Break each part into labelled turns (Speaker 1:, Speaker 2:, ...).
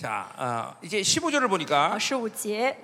Speaker 1: 자, 어, 이제 15절을 보니까
Speaker 2: 啊，十五节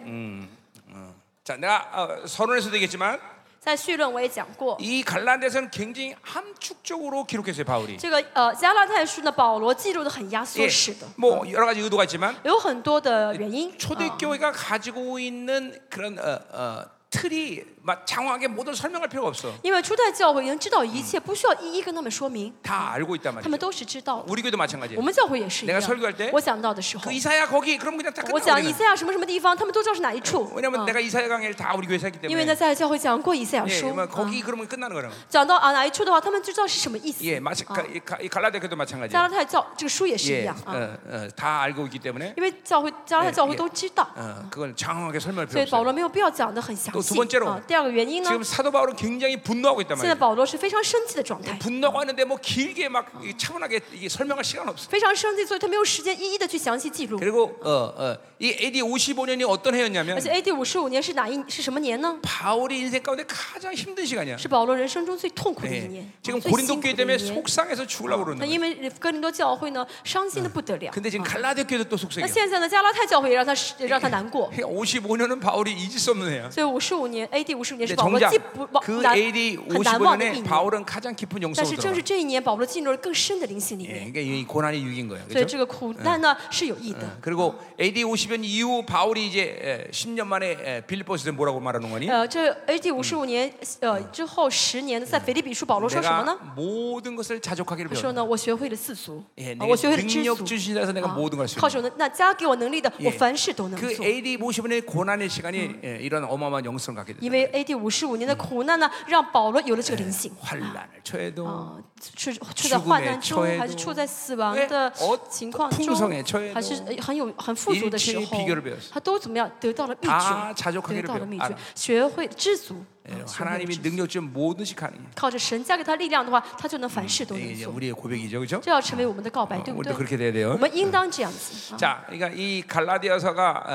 Speaker 1: 자, 내가 어, 서론에서도 얘기했지만
Speaker 2: 在绪论我也讲过，
Speaker 1: 이 갈란데서는 굉장히 함축적으로 기록했어요, 바울이.
Speaker 2: 这个呃加拉太书呢，保罗记录的很压缩
Speaker 1: 예,
Speaker 2: 式的，呃
Speaker 1: 뭐 여러 가지 의도가 있지만
Speaker 2: 有很多的原因。啊
Speaker 1: 초대교회가 가지고 있는 그런 어, 어, 틀이 막 장황하게 모든 설명할 필요가 없어.
Speaker 2: 因为初代教会已经知道一切，不需要一一跟他们说明，
Speaker 1: 다 알고 있단
Speaker 2: 他们
Speaker 1: 말이야.
Speaker 2: 都是知道的。
Speaker 1: 우리 교회도 마찬가지야.
Speaker 2: 我们教会也是一样
Speaker 1: 내가설교할때 。
Speaker 2: 我讲到的时候
Speaker 1: 그 ， 이사야 거기 그럼 그냥 다
Speaker 2: 我讲以
Speaker 1: 끝나버리는.
Speaker 2: 赛亚什么什么地方，他们都知道是哪一处。
Speaker 1: 왜냐면
Speaker 2: 啊
Speaker 1: 내가 이사야 강의를 다 우리 교회에서 했기
Speaker 2: 因为呢，
Speaker 1: 때문에.
Speaker 2: 在教会讲过以赛亚
Speaker 1: 예,
Speaker 2: 书，
Speaker 1: 뭐
Speaker 2: 啊
Speaker 1: 거기 그러면 끝나는 거라고.
Speaker 2: 讲到啊哪一处的话，他们就知道是什么意思。
Speaker 1: 예, 마치 가- 이 가- 이 갈라데교도
Speaker 2: 加拉
Speaker 1: 마찬가지야.
Speaker 2: 太教这个书也是
Speaker 1: 예,
Speaker 2: 一样
Speaker 1: 어,
Speaker 2: 啊，
Speaker 1: 어, 다 알고 있기 때문에
Speaker 2: 因为教会加拉太教
Speaker 1: 예
Speaker 2: 会都知道，
Speaker 1: 어, 그걸 장황하게 설명할
Speaker 2: 所
Speaker 1: 필요
Speaker 2: 以保
Speaker 1: 없어요.
Speaker 2: 罗没有必要讲的很详
Speaker 1: 또두
Speaker 2: 细
Speaker 1: 번째로
Speaker 2: 啊。第二个原因呢，
Speaker 1: 지금 사도 바울은 굉장히 분노하고 있단
Speaker 2: 现在
Speaker 1: 말이에요.
Speaker 2: 保罗是非常生气的状态，
Speaker 1: 분노하고 하는데 뭐 길게 막 이게 차분하게 이게 설명할 시간 없어.
Speaker 2: 非常生气，所以他没有时间一一的去详细记录。
Speaker 1: 그리고 어, 어, 이 AD 55년이 어떤 해였냐면
Speaker 2: 而且 AD 五十五年是哪一是什么年呢？
Speaker 1: 바울이 인생 가운데 가장 힘든 시간이야.
Speaker 2: 是保罗人生中最痛苦的一
Speaker 1: 예,
Speaker 2: 年，
Speaker 1: 지금
Speaker 2: 最辛哎苦
Speaker 1: 고린도
Speaker 2: 的
Speaker 1: 교회
Speaker 2: 一
Speaker 1: 때문에 아,
Speaker 2: 年。
Speaker 1: 속상해서 죽으려고 그러는
Speaker 2: 那
Speaker 1: 거야.
Speaker 2: 因为哥林多教会呢，伤心的不得了。
Speaker 1: 근데 지금
Speaker 2: 啊
Speaker 1: 갈라디아 교회도 또
Speaker 2: 那
Speaker 1: 속상해.
Speaker 2: 现在呢，加拉太教会也让他也让他难过。
Speaker 1: 55년은 바울이 잊을 수 없는 해야.
Speaker 2: 所以五十五年 AD 五十五年
Speaker 1: 근데
Speaker 2: 是保罗既
Speaker 1: 정작
Speaker 2: 不忘
Speaker 1: 그
Speaker 2: 难
Speaker 1: AD
Speaker 2: 很难忘的一
Speaker 1: 55년에
Speaker 2: 年，
Speaker 1: 바울은 가장 깊은
Speaker 2: 但
Speaker 1: 영성으로
Speaker 2: 是正
Speaker 1: 들어가.
Speaker 2: 是这一年，保罗进入了更深的灵性里
Speaker 1: 예,
Speaker 2: 面。
Speaker 1: 그러니까 이 고난이 유익인 거예요.
Speaker 2: 所以
Speaker 1: 그렇죠?
Speaker 2: 这个苦难呢是有益的。
Speaker 1: 그리고 AD 50년 이후 바울이 이제 에, 10년 만에 에, 빌리포스에 뭐라고 말하는 거니?
Speaker 2: 呃，这 AD 五十五年呃之后十年，在腓立比书，保罗说什么
Speaker 1: 내가
Speaker 2: 呢？
Speaker 1: 모든 것을 자족하기를
Speaker 2: 他说
Speaker 1: 배웠다.
Speaker 2: 呢，我学会了世俗，
Speaker 1: 예,
Speaker 2: 啊
Speaker 1: 내게
Speaker 2: 我学会了知
Speaker 1: 능력
Speaker 2: 足。
Speaker 1: 주신 자에서 내가
Speaker 2: 啊
Speaker 1: 모든 걸 할 수
Speaker 2: 靠
Speaker 1: 있는.
Speaker 2: 手能那加给我能力的，我
Speaker 1: 예
Speaker 2: 凡事都能
Speaker 1: 그
Speaker 2: 做。
Speaker 1: AD 50년의 고난의 시간이 예, 이런 아. 어마어마한 영성을 갖게 됐다.
Speaker 2: 因为 AD 五十五年的苦难呢，让保罗有了这个灵性。
Speaker 1: 환란을 처해도
Speaker 2: 啊，处处在患难
Speaker 1: 죽
Speaker 2: 中
Speaker 1: 음에처해도，
Speaker 2: 还是处在死亡的
Speaker 1: 예 어
Speaker 2: 情况
Speaker 1: 풍성에처해도
Speaker 2: 中，还是呃很有很富足的时
Speaker 1: 일체의비결을배웠어
Speaker 2: 候，他都怎么样得到了秘
Speaker 1: 다자족하기를
Speaker 2: 诀，得到了秘
Speaker 1: 배웠알아
Speaker 2: 诀，学会知足。
Speaker 1: 예,
Speaker 2: 啊学会了
Speaker 1: 하나님이
Speaker 2: 知足
Speaker 1: 능력 주신 모든 시 가능해.
Speaker 2: 靠着神加给他力量的话，他就能凡事都
Speaker 1: 이게
Speaker 2: 能
Speaker 1: 이제
Speaker 2: 做。
Speaker 1: 우리의 고백이죠, 그렇죠?
Speaker 2: 这要成为哎啊我们的告白，对不
Speaker 1: 우리도
Speaker 2: 对？
Speaker 1: 그렇게 돼야
Speaker 2: 我
Speaker 1: 돼요.
Speaker 2: 们应当这样子。啊
Speaker 1: 자, 그러니까 이 갈라디아서가 어,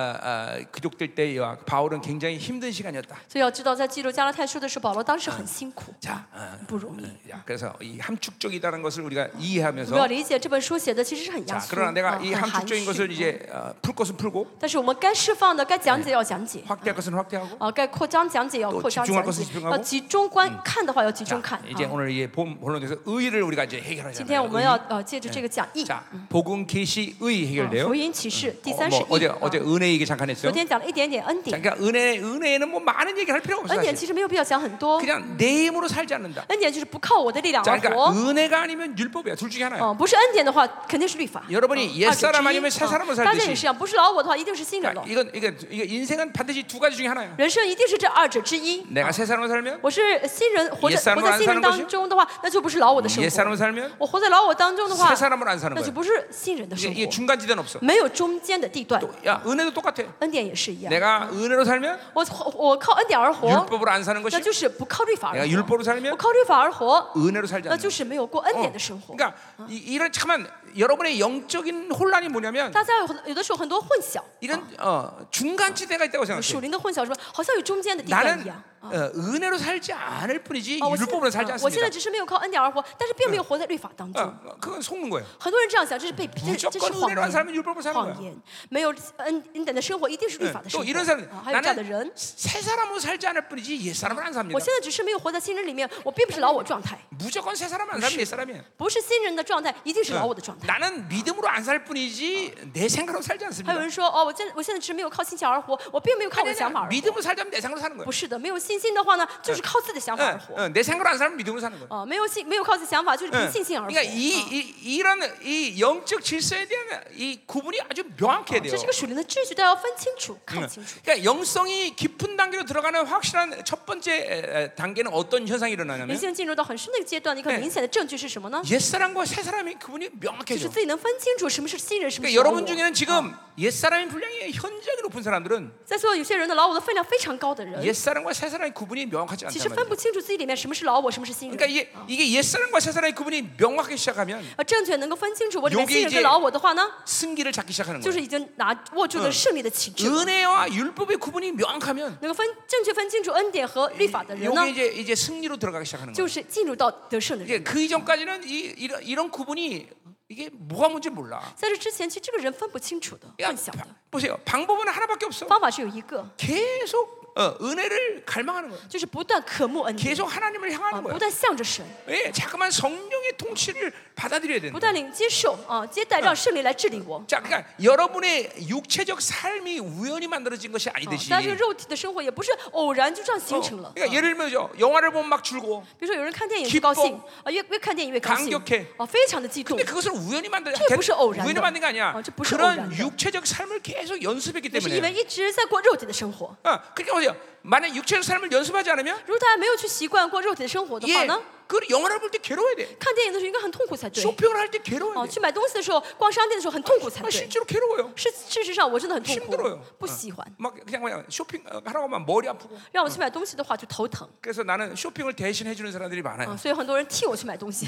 Speaker 1: 어, 기록될 때 이와 바울은 굉장히 힘든 시간이었다.
Speaker 2: 所以要知道，在记录加拉太书的时候，保罗当时很辛苦，
Speaker 1: 자, 어,
Speaker 2: 不容易。
Speaker 1: 야, 그래서 이 함축적이다는 것을 우리가
Speaker 2: 我们要
Speaker 1: 이해하면서
Speaker 2: 理解这本书写的其实是很压
Speaker 1: 자,
Speaker 2: 缩，
Speaker 1: 그러나
Speaker 2: 啊
Speaker 1: 내가
Speaker 2: 很
Speaker 1: 이
Speaker 2: 含
Speaker 1: 함축적인 것을
Speaker 2: 蓄。
Speaker 1: 이제 어, 풀 것은 풀고
Speaker 2: 但是我们该释放的、该讲解要讲解，
Speaker 1: 확대할 것은 확대하고
Speaker 2: 啊，该扩张讲解要
Speaker 1: 또
Speaker 2: 扩张
Speaker 1: 집중할
Speaker 2: 讲解
Speaker 1: 것은집중하고 ，
Speaker 2: 要集中嗯观看的话要集中看。
Speaker 1: 이제
Speaker 2: 啊，
Speaker 1: 오늘 이 본- 본론에서 의를 우리가 이제
Speaker 2: 今天我
Speaker 1: 해결하잖아요.
Speaker 2: 们要
Speaker 1: 의.
Speaker 2: 呃借着这个讲义，啊
Speaker 1: 자, 복음 계시 의
Speaker 2: 福
Speaker 1: 해결돼요.
Speaker 2: 音启示第
Speaker 1: 어,
Speaker 2: 三十
Speaker 1: 뭐
Speaker 2: 一
Speaker 1: 어제 。 어제
Speaker 2: 啊
Speaker 1: 은혜 얘기 잠깐
Speaker 2: 昨
Speaker 1: 했어요.
Speaker 2: 天讲了一点点恩典，
Speaker 1: 그러니까 은혜 은혜는 뭐 많은 얘기할 필요가
Speaker 2: 恩
Speaker 1: 없어요.
Speaker 2: 典
Speaker 1: 사실.
Speaker 2: 其实没有必要讲很多，
Speaker 1: 그냥 내 힘으로 살지 않는다.
Speaker 2: 恩典就是不靠我的力量
Speaker 1: 자,
Speaker 2: 而
Speaker 1: 그러니까
Speaker 2: 活。
Speaker 1: 은혜가 아니면 율법이야. 둘 중에 하나야.
Speaker 2: 哦，不是恩典的话，肯定是律法。
Speaker 1: 여러분이
Speaker 2: 어
Speaker 1: 옛사람 어.
Speaker 2: 啊二者之一哎
Speaker 1: 아니면 새사람으로
Speaker 2: 哦大家也
Speaker 1: 살듯이
Speaker 2: 是一样，不是老我的话，一定是新人了
Speaker 1: 그러니까 。 이건 이건 이거 인생은 반드시 두 가지 중에 하나야.
Speaker 2: 人生一定是这二者之一。
Speaker 1: 내가 새사람으로 살면
Speaker 2: 我是新人，活
Speaker 1: 옛
Speaker 2: 着
Speaker 1: 사람으로
Speaker 2: 活在
Speaker 1: 안
Speaker 2: 新人
Speaker 1: 사는 것이요?
Speaker 2: 当中的话，那就不是老我的生
Speaker 1: 옛사람으로
Speaker 2: 活。
Speaker 1: 살면
Speaker 2: 我活在老我当中的话，
Speaker 1: 새사람으로 안 사는
Speaker 2: 那就
Speaker 1: 거야.
Speaker 2: 不是新人的
Speaker 1: 이게,
Speaker 2: 生
Speaker 1: 이게
Speaker 2: 活，
Speaker 1: 중간 지대는 없어.
Speaker 2: 没有中间的地段。
Speaker 1: 야, 은혜도 똑같아.
Speaker 2: 恩典也是一样，
Speaker 1: 내가 은혜로 살면
Speaker 2: 我我靠恩典而活，
Speaker 1: 율법으로 안 사는 것이
Speaker 2: 那就是不靠律法而
Speaker 1: 내가
Speaker 2: 活。
Speaker 1: 율법으로
Speaker 2: 我
Speaker 1: 살면
Speaker 2: 靠律法而活，
Speaker 1: 은혜로 살지
Speaker 2: 那
Speaker 1: 않는
Speaker 2: 就是没有过恩典的生活。
Speaker 1: 그러니까 이, 이런 잠깐만 여러분의 영적인 혼란이 뭐냐면
Speaker 2: 大家有很有的时候很多混淆，
Speaker 1: 이런 어, 중간 지대가 있다고
Speaker 2: 属
Speaker 1: 생각해.
Speaker 2: 灵的混淆说好像有中间的地段一
Speaker 1: 나는
Speaker 2: 样。
Speaker 1: 어, 은혜로 살지 않을 뿐이지
Speaker 2: 哦，我现
Speaker 1: 율법으로
Speaker 2: 在、
Speaker 1: 살지
Speaker 2: 嗯我现在
Speaker 1: 않습니다.
Speaker 2: 只是没有靠恩典而活，但是并没有活在律法当中。
Speaker 1: 어, 어, 그건 속는 거예요.
Speaker 2: 很多人这样想，这是被这这是
Speaker 1: 무조건
Speaker 2: 谎
Speaker 1: 은혜로 한
Speaker 2: 言。
Speaker 1: 사람은 율법으로 사는
Speaker 2: 谎
Speaker 1: 거야.
Speaker 2: 言，没有恩恩典的生活一定是律法的
Speaker 1: 예. 또
Speaker 2: 生活。
Speaker 1: 이런 어, 사람
Speaker 2: 啊，还有这样的
Speaker 1: 나는
Speaker 2: 人，
Speaker 1: 새 사람으로 살지 않을 뿐이지 옛 사람을 안
Speaker 2: 我
Speaker 1: 삽니다.
Speaker 2: 现在只是没有活在新人里面，我并不是老我状态，
Speaker 1: 무조건 새 사람 안 살면 옛 사람이야. 예.
Speaker 2: 不是新人的状态，一定是老我嗯的状态。
Speaker 1: 나는 믿음으로 안 살 뿐이지 내 생각으로 살지
Speaker 2: 还有
Speaker 1: 않습니다.
Speaker 2: 人说，哦，我现在我现在只是没有靠信心而活，我并没有靠我的
Speaker 1: 아니,
Speaker 2: 想
Speaker 1: 아니,
Speaker 2: 法而活。
Speaker 1: 믿음으로 살자면 내 생각으로 사는 거야.
Speaker 2: 不是的，没有信心的话呢，就是靠自己的想法而
Speaker 1: 응,
Speaker 2: 活。
Speaker 1: 응, 예, 내 생각으로 어, 안 살면 믿음으로 사는 거야.
Speaker 2: 哦，没有信，没有靠自己的想法，就是
Speaker 1: 응.
Speaker 2: 凭信心而活。
Speaker 1: 그러니까 이,
Speaker 2: 啊
Speaker 1: 이, 이런 이 영적 질서에 대한 이 구분이 아주 명확해야 돼요.
Speaker 2: 哦这是个属灵的秩序，大家要分清楚、看清楚。
Speaker 1: 그러니까 영성이 깊은 단계로 들어가는 확실한 첫 번째 에, 에, 단계는 어떤 현상이
Speaker 2: 灵
Speaker 1: 일어나냐면
Speaker 2: 性哎进入到很深的一个阶段，一个
Speaker 1: 네
Speaker 2: 很明显的证据是什么呢？
Speaker 1: 옛사람과 새사람의 구분이
Speaker 2: 就是
Speaker 1: 명확해져.
Speaker 2: 自己能分清楚什么是新人，什么是
Speaker 1: 그러니까
Speaker 2: 老我
Speaker 1: 여러분 。 중에는 지금 옛사람의 분량이 현저하게 높은 사람들은
Speaker 2: 在座有些人的老我的分量非常高的
Speaker 1: 어?
Speaker 2: 人，
Speaker 1: 옛사람과 새사람의 구분이 명확하지
Speaker 2: 其实
Speaker 1: 않단
Speaker 2: 分
Speaker 1: 말이에요.
Speaker 2: 不清楚自己里面什么是老我，什么是新
Speaker 1: 그러니까
Speaker 2: 人。
Speaker 1: 이게 이게 옛사람과 새사람의 구분이 명확하게 시작하면
Speaker 2: 呃，正确能够分清楚我里面
Speaker 1: 여기
Speaker 2: 新人
Speaker 1: 이제
Speaker 2: 跟老我的话呢，
Speaker 1: 승기를 잡기 시작하는
Speaker 2: 就是
Speaker 1: 거예요.
Speaker 2: 已经拿握住了胜利的旗帜。
Speaker 1: 은혜와 율법의 구분이 명확하면
Speaker 2: 能够分正确分清楚恩典和律法的人呢，
Speaker 1: 이게 이제 이제 승리로 들어가기 시작하는 거예요.
Speaker 2: 就是进入到得胜的人。
Speaker 1: 이제 그 이전까지는 이 이런, 이런 구분이 이게 뭐가 뭔지 몰라.
Speaker 2: 在这之前，其实这个人分不清楚的，
Speaker 1: 야,
Speaker 2: 混淆
Speaker 1: 바-
Speaker 2: 的。
Speaker 1: 보세요. 방법은 하나밖에 없어.
Speaker 2: 方法是有一个，
Speaker 1: 계속 어, 은혜를 갈망하는 거야.
Speaker 2: 就是不断渴慕恩典，
Speaker 1: 계속 하나님을
Speaker 2: 啊，
Speaker 1: 향하는
Speaker 2: 不
Speaker 1: 거야.
Speaker 2: 断向着神，
Speaker 1: 예, 자꾸만 성령의 통치를 받아들여야 된다.
Speaker 2: 不断领接受啊，接待让圣灵来治理我。
Speaker 1: 자, 그러니까 여러분의 육체적 삶이 우연히 만들어진 것이
Speaker 2: 啊
Speaker 1: 아니듯이.
Speaker 2: 大家这个肉哦体的生活也不是偶然就这样
Speaker 1: 어,
Speaker 2: 形成了。
Speaker 1: 그러니까 예를 들면요, 영화를 보면 막 줄고,
Speaker 2: 比如说有人看电影
Speaker 1: 기뻐
Speaker 2: 就高兴啊，越越看电影越高兴
Speaker 1: 강격해 ，
Speaker 2: 啊，非常的激动
Speaker 1: 근데 。 그것을 우연히 만든
Speaker 2: 그게 무슨偶然的。
Speaker 1: 우연히 만든 게 아니야.
Speaker 2: 어, 저 무슨
Speaker 1: 그런
Speaker 2: 偶然的。
Speaker 1: 육체적 삶을 계속 연습했기
Speaker 2: 那是因为
Speaker 1: 때문에.
Speaker 2: 一直在过肉体的生活。
Speaker 1: 어, 그러니까 보세요. 만약 육체적 삶을 연습하지 않으면,
Speaker 2: 如果大家没有去习惯过肉体的生活的
Speaker 1: 예,
Speaker 2: 话呢，
Speaker 1: 그 영화를 볼 때 괴로워야 돼.
Speaker 2: 看电影的时候应该很痛苦才对。
Speaker 1: 쇼핑을 할 때 괴로워야
Speaker 2: 哦，
Speaker 1: 돼.
Speaker 2: 去买东西的时候，逛商店的时候很痛苦才
Speaker 1: 아,
Speaker 2: 对。
Speaker 1: 실제로 괴로워요.
Speaker 2: 事事实上，我真的很痛啊
Speaker 1: 힘들어요
Speaker 2: 苦，不喜欢。
Speaker 1: 막 그냥 그냥 쇼핑 어, 하라고 하면 머리 아프고.
Speaker 2: 让我去买东西的话就头疼
Speaker 1: 그래서 나는 쇼핑을 대신 해주는 사람들이
Speaker 2: 啊，
Speaker 1: 많아요.
Speaker 2: 所以很多人替我去买东西。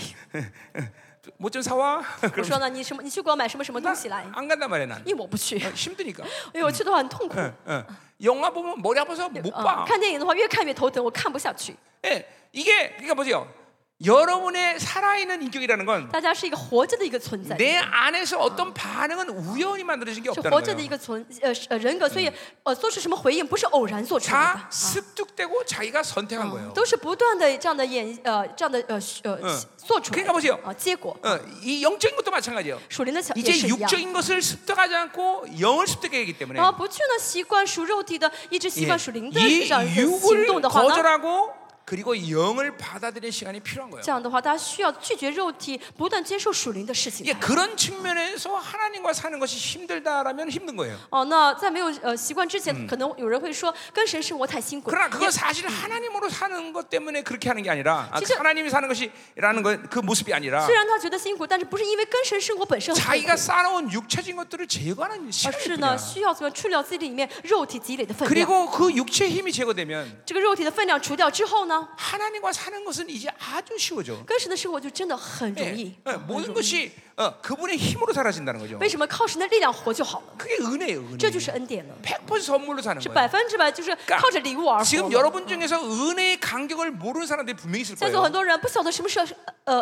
Speaker 1: 뭐 좀 사와.
Speaker 2: 我
Speaker 1: 그럼
Speaker 2: 说呢，你什么？你去给我买什么什么东西来？
Speaker 1: 안 간단 말이야 난.
Speaker 2: 因为我不去，
Speaker 1: 어 힘드니까.
Speaker 2: 因为我去的话很痛苦。
Speaker 1: 예, 예. 영화 보면 머리 아파서 못
Speaker 2: 啊
Speaker 1: 봐. ，
Speaker 2: 看电影的话越看越头疼，我看不下去。
Speaker 1: 예, 이게 그러니까 보세요. 여러분의 살아있는 인격이라는 건
Speaker 2: 大家是一个活着的一个存在，
Speaker 1: 내 안에서 어떤 반응은 우연히 만들어진 게
Speaker 2: 是活
Speaker 1: 없다는
Speaker 2: 着的一
Speaker 1: 거예요.
Speaker 2: 个存呃是呃人格，所以呃做出什么回应不是偶然做出来的
Speaker 1: 다 ，
Speaker 2: 啊
Speaker 1: 어. 습득되고 자기가 선택한 거예요.
Speaker 2: 都是不断的这样的演呃这样的呃呃
Speaker 1: 嗯
Speaker 2: 做出来
Speaker 1: 그러니까
Speaker 2: 的
Speaker 1: 보세요.
Speaker 2: 啊结果。
Speaker 1: 어, 이 영적인 것도 마찬가지예요.
Speaker 2: 属灵的强也
Speaker 1: 이제
Speaker 2: 是一样。
Speaker 1: 육적인 것을 습득하지 않고 영을 습득해야 하기 때문에
Speaker 2: 然后不去呢，习惯属肉体的，一直习
Speaker 1: 예,
Speaker 2: 惯属灵的这样一
Speaker 1: 이
Speaker 2: 个行
Speaker 1: 육을
Speaker 2: 动的话呢，
Speaker 1: 거절하고 그리고 영을 받아들이는 시간이 필요한 거예요.
Speaker 2: 这样的话，大家需要拒绝肉体，不断接受属灵的事情
Speaker 1: 이게 。 그런 측면에서 하나님과 사는 것이 힘들다라면 힘든 거예요.
Speaker 2: 哦，那在没有呃习惯之前，可能有人会说跟神生活太辛苦。
Speaker 1: 그러나
Speaker 2: 了。
Speaker 1: 그건 사실 하나님으로 사는 것 때문에 그렇게 하는 게 아니라 아, 그
Speaker 2: 예. 진짜-
Speaker 1: 하나님이 사는 것이라는 건 그 모습이 아니라
Speaker 2: 虽然他觉得辛苦，但是不是因为跟神生活本身很痛
Speaker 1: 자기가
Speaker 2: 苦，
Speaker 1: 쌓아놓은 육체적인 것들을 제거하는
Speaker 2: 而
Speaker 1: 시간이
Speaker 2: 是
Speaker 1: 뿐이야.
Speaker 2: 呢需要怎么样去掉自己里面肉体积累的分量。
Speaker 1: 그리고 그 육체의 힘이 제거되면
Speaker 2: 这个肉体的分量除掉之后呢，
Speaker 1: 하나님과 사는 것은 이제 아주 쉬워져.
Speaker 2: 跟神的生活就真的很
Speaker 1: 예,
Speaker 2: 容易
Speaker 1: 예, 。 모든 것이 어, 그분의 힘으로 사라진다는 거죠.
Speaker 2: 为什么靠神的力量活就好了？
Speaker 1: 그게 은혜예요. 은혜.
Speaker 2: 这就是恩典了，
Speaker 1: 100% 선물로 사는
Speaker 2: 是
Speaker 1: 거예요.
Speaker 2: 百分之百就是靠着礼物而活
Speaker 1: 지금
Speaker 2: 的。
Speaker 1: 여러분 중에서 은혜의 간격을 모르는 사람들이 분명히 있을
Speaker 2: 在座很
Speaker 1: 거예요.
Speaker 2: 多人不晓得什么是呃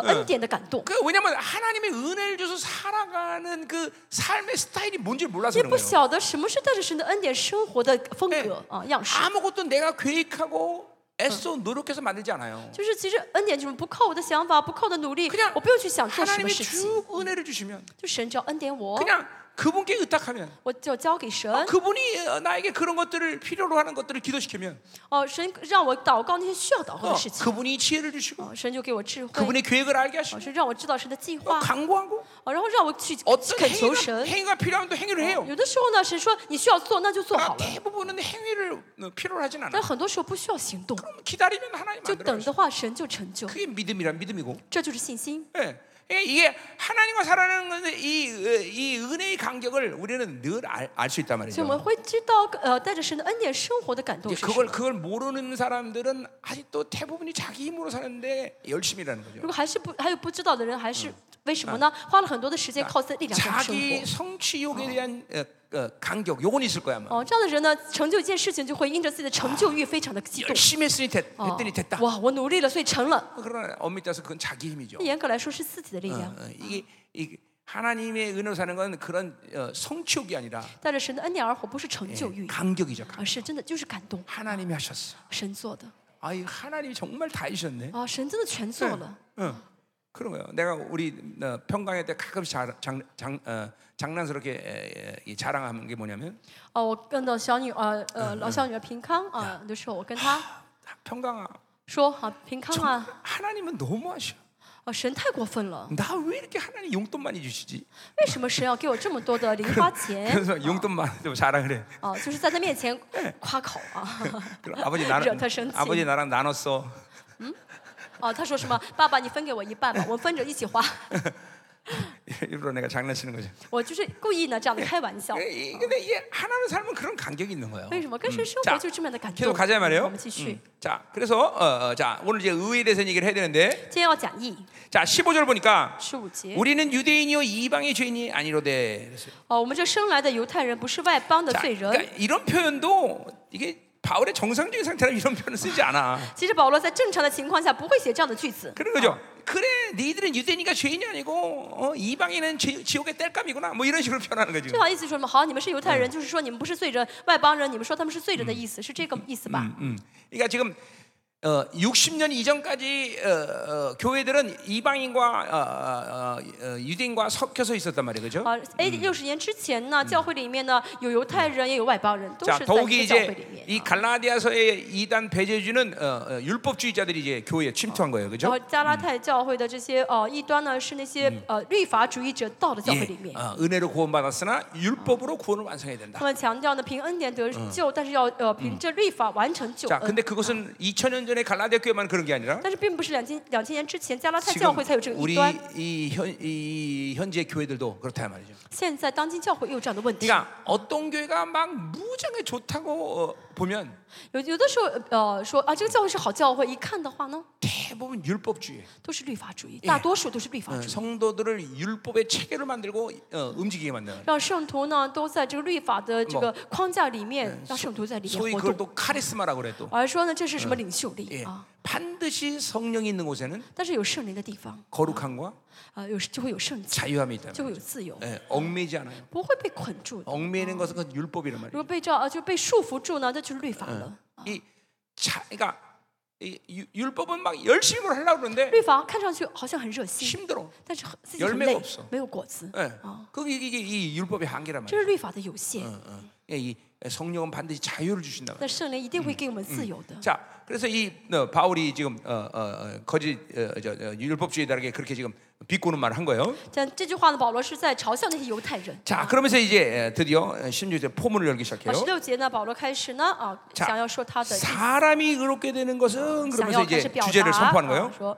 Speaker 1: 嗯
Speaker 2: 恩典的感动，
Speaker 1: 그 왜냐면 하나님의 은혜를 줘서 살아가는 그 삶의 스타일이 뭔지 몰라서
Speaker 2: 也
Speaker 1: 그런
Speaker 2: 不
Speaker 1: 거예요.
Speaker 2: 晓得什么是带着神的恩典生活的风格啊样式。
Speaker 1: 아무것도 내가 계획하고 애써 노력해서 만들지 않아요.
Speaker 2: 就是其实恩典就是不靠我的想法，不靠我的努力
Speaker 1: 그냥 ，
Speaker 2: 我不用去想做什么
Speaker 1: 하나님이
Speaker 2: 事情，
Speaker 1: 쭉 은혜를 주시면
Speaker 2: 就神只要恩典我，
Speaker 1: 그냥 그분께 의탁하면
Speaker 2: 我就交给神。
Speaker 1: 그분이 어, 나에게 그런 것들을 필요로 하는 것들을 기도시키면
Speaker 2: 哦，神让我祷告那些需要祷告
Speaker 1: 어,
Speaker 2: 的事情，
Speaker 1: 그분이 지혜를 주시고
Speaker 2: 哦，神就给我智慧，
Speaker 1: 그분의 계획을 알게
Speaker 2: 哦，
Speaker 1: 하시고
Speaker 2: 是让我知道神的计
Speaker 1: 어,
Speaker 2: 划，
Speaker 1: 강구하고
Speaker 2: 哦，然后让我去
Speaker 1: 어떤
Speaker 2: 恳求
Speaker 1: 행위가,
Speaker 2: 神。
Speaker 1: 행위가 필요하면 또 행위를 해요.
Speaker 2: 有的啊时候呢，神说你需要做，那就做
Speaker 1: 그러니까
Speaker 2: 好了，
Speaker 1: 대부분은 행위를 어, 필요로 하진 않아.
Speaker 2: 但很多时候不需要行动，
Speaker 1: 기다리면 하나님
Speaker 2: 就
Speaker 1: 만들어.
Speaker 2: 等的话，神就成就，
Speaker 1: 그게 믿음이란 믿음이고.
Speaker 2: 这就是信心。
Speaker 1: 예. 그러니까 이게 하나님과 살아가는 건데 이, 어, 이 은혜의 간격을 우리는 늘 알 수 있단
Speaker 2: 所
Speaker 1: 말이죠.
Speaker 2: 以我们会知道，呃，带着神的恩典生活的感动
Speaker 1: 이제
Speaker 2: 是什
Speaker 1: 그걸
Speaker 2: 么。
Speaker 1: 그걸 모르는 사람들은 아직도 대부분이 자기 힘으로 사는데 열심이라는
Speaker 2: 如
Speaker 1: 거죠.
Speaker 2: 果还是不还有不知道的人，还是为什么呢？花了很多的时间靠自己的力量在
Speaker 1: 그러니까
Speaker 2: 生
Speaker 1: 자기
Speaker 2: 活。
Speaker 1: 성취욕에 대한 어, 어, 간격, 요건 있을 거야 아마.
Speaker 2: 哦，这样的人呢，成就一件事情就会因着自己的成就欲非常的激动。
Speaker 1: 열심히 했으니 됐,
Speaker 2: 哦
Speaker 1: 했더니 됐다. ，
Speaker 2: 哇，我努力了，所以成了。
Speaker 1: 그러나 엄밀히 따서 그건 자기 힘이죠.
Speaker 2: 严格来说是自己的力
Speaker 1: 어,
Speaker 2: 量，
Speaker 1: 어, 이게, 이게 하나님의 은혜로 사는 건 그런 어, 성취욕이 아니라
Speaker 2: 带着神的恩典而活，不是成就欲，
Speaker 1: 간격이죠. 간-
Speaker 2: 而啊是真的就是感动，
Speaker 1: 하나님이 하셨어.
Speaker 2: 神做的。
Speaker 1: 아이 하나님이 정말 다 해주셨네.
Speaker 2: 啊，神真的全做了。
Speaker 1: 응. 그런 거예요. 내가 우리 어, 평강회 때 가끔씩 자, 장, 장, 어, 장난스럽게 에, 에, 이 자랑하는 게 뭐냐면
Speaker 2: 哦，我跟到小女呃呃老小女儿平康啊，有的时候我跟她
Speaker 1: 평강아
Speaker 2: 说啊，平康啊，
Speaker 1: 하나님은 너무 하셔.
Speaker 2: 哦，神太过分了。
Speaker 1: 나 왜 이렇게 하나님 용돈 많이 주시지?
Speaker 2: 为什么神要给我这么多的零花钱？
Speaker 1: 그래서 용돈 많아도 자랑을 해.
Speaker 2: 哦、就是在他面前夸口啊！
Speaker 1: 그럼 아버지 나
Speaker 2: 그렇다, 선생님.
Speaker 1: 아버지 나랑 나눴어.
Speaker 2: 哦、他说什么？爸爸，你分给我一半吧，我们分着一起花。
Speaker 1: 일부러 내가 장난치는 거죠.
Speaker 2: 我就是故意呢这样的开玩笑。
Speaker 1: 이- 이- 근데 이게 하나로 살면 그런 간격이 있는 거예요.
Speaker 2: 为什么跟神生
Speaker 1: 자
Speaker 2: 活就这么样的感动？
Speaker 1: 계속 가자
Speaker 2: 我
Speaker 1: 말이에요.
Speaker 2: 们继续，
Speaker 1: 음. 자, 그래서 어, 어, 자 오늘 이제 의에 대해서 얘기를 해야 되는데
Speaker 2: 今天要讲义
Speaker 1: 자 15절 보니까
Speaker 2: 十五节。
Speaker 1: 우리는 유대인이요 이방의 죄인이 아니로되. 그랬어요.
Speaker 2: 哦，我们这生来的犹太人不是外邦的
Speaker 1: 자,
Speaker 2: 罪人。
Speaker 1: 그러니까 이런 표현도 이게 바울의 정상적인 상태는 이런 표현을 쓰지 않아.
Speaker 2: 其实保罗在正常的情况下不会写这样的句子。
Speaker 1: 그런 거죠. 그래, 너희들은 유대인이가 죄인이 아니고 어, 이방인은 지, 지옥의 땔감이구나. 뭐 이런 식으로 표현하는 거지.
Speaker 2: 这好意思是什么？好，你们是犹太人，就是说你们不是罪人；外邦人，你们说他们是罪人的意思，是这个意思吧？
Speaker 1: 음. 그러니까 지금 어, 60년 이전까지 어, 어, 교회들은 이방인과 어, 어, 어, 유대인과 섞여서 있었단 말이에요, 그죠
Speaker 2: 好，A 六十年之前呢，教会里面呢有犹太人，也有外邦人，都
Speaker 1: 자,
Speaker 2: 是在一
Speaker 1: 더욱이
Speaker 2: 个教会里
Speaker 1: 이제
Speaker 2: 面。
Speaker 1: 이 갈라디아서의 이단 배제주는 어, 어, 율법주의자들이 이제 교회에 침투한 거예요, 그죠
Speaker 2: 然后加拉太教会的这些呃异端呢，是那些呃律法主义者到了教会
Speaker 1: 예,
Speaker 2: 里面。
Speaker 1: 어, 은혜로 구원받았으나 율법으로 구원을 완성해야
Speaker 2: 他
Speaker 1: 된다.
Speaker 2: 们强调呢，凭恩典得救，但是要呃凭着律法完成救
Speaker 1: 자,
Speaker 2: 恩。
Speaker 1: 근데 그것은 2000년 전에 갈라디아 교회만 그런 게 아니라
Speaker 2: 但是并不是两千两千年之前加拉太
Speaker 1: 지금
Speaker 2: 教会才有这个异
Speaker 1: 우리
Speaker 2: 端，
Speaker 1: 이, 현, 이 현재 교회들도 그렇다 말이죠.
Speaker 2: 现在当今教会也有这样的问题。
Speaker 1: 그러니까 어떤 교회가 막 무장에 좋다고 어, 보면
Speaker 2: 有有的时候呃说啊，这个教会是好教会，一看的话呢，
Speaker 1: 대부분 율법주의.
Speaker 2: 都是律法主义，大多数都是律法
Speaker 1: 어,
Speaker 2: 主义，
Speaker 1: 성도들을 율법의 체계를 만들고 어, 움직이게 만드는.
Speaker 2: 让圣徒呢都在这个律法的这个框架里面，让圣徒在里
Speaker 1: 소위
Speaker 2: 面活
Speaker 1: 그걸
Speaker 2: 动。
Speaker 1: 또 카리스마라고 그래 또.
Speaker 2: 而说呢，这是什么领袖
Speaker 1: 예.
Speaker 2: 力啊？
Speaker 1: 반드시 성령이 있는 곳에는
Speaker 2: 但是有圣灵的地方
Speaker 1: 거룩함과
Speaker 2: 啊，有就会有圣洁，
Speaker 1: 자유함이 있다.
Speaker 2: 就会有自由，
Speaker 1: 예, 얽매이지 않아요.
Speaker 2: 不会被捆住的。
Speaker 1: 얽매이는 것은 그 율법이란
Speaker 2: 如
Speaker 1: 말이에요.
Speaker 2: 果被这呃就被束缚住呢，那就是律法了。
Speaker 1: 이 자, 그러니까 이 유- 율법은 막 열심히 뭘 하려고 그러는데
Speaker 2: 律法看上去好像很热心，
Speaker 1: 힘들어.
Speaker 2: 但是很自己很
Speaker 1: 열매가
Speaker 2: 累
Speaker 1: 없어 ，
Speaker 2: 没有果子，嗯
Speaker 1: 예. 그게 이게, 이게 이 율법의 한계란
Speaker 2: 这
Speaker 1: 말이에요.
Speaker 2: 是律法的有限。
Speaker 1: 어. 예, 이 성령은 반드시 자유를 주신다.
Speaker 2: 那圣灵一定会给我们自由的。
Speaker 1: 자, 그래서 이 어, 바울이 지금 어, 어, 어, 거짓 어, 저, 어, 율법주의자에게 그렇게 지금 비꼬는 말을 한 거예요.
Speaker 2: 但这句话呢，保罗是在嘲笑那些犹太人。
Speaker 1: 자, 그러면서 이제 에, 드디어 16절 포문을 열기
Speaker 2: 啊，
Speaker 1: 아. 시작해요.
Speaker 2: 十六节呢，保罗开始呢啊，
Speaker 1: 자
Speaker 2: 想要说他的，
Speaker 1: 사람이 의롭게 되는 것은 어,
Speaker 2: 想
Speaker 1: 그러면서
Speaker 2: 要开
Speaker 1: 이제
Speaker 2: 始
Speaker 1: 어.
Speaker 2: 表
Speaker 1: 주제를
Speaker 2: 达，
Speaker 1: 선포하는
Speaker 2: 啊
Speaker 1: 거예요.
Speaker 2: 说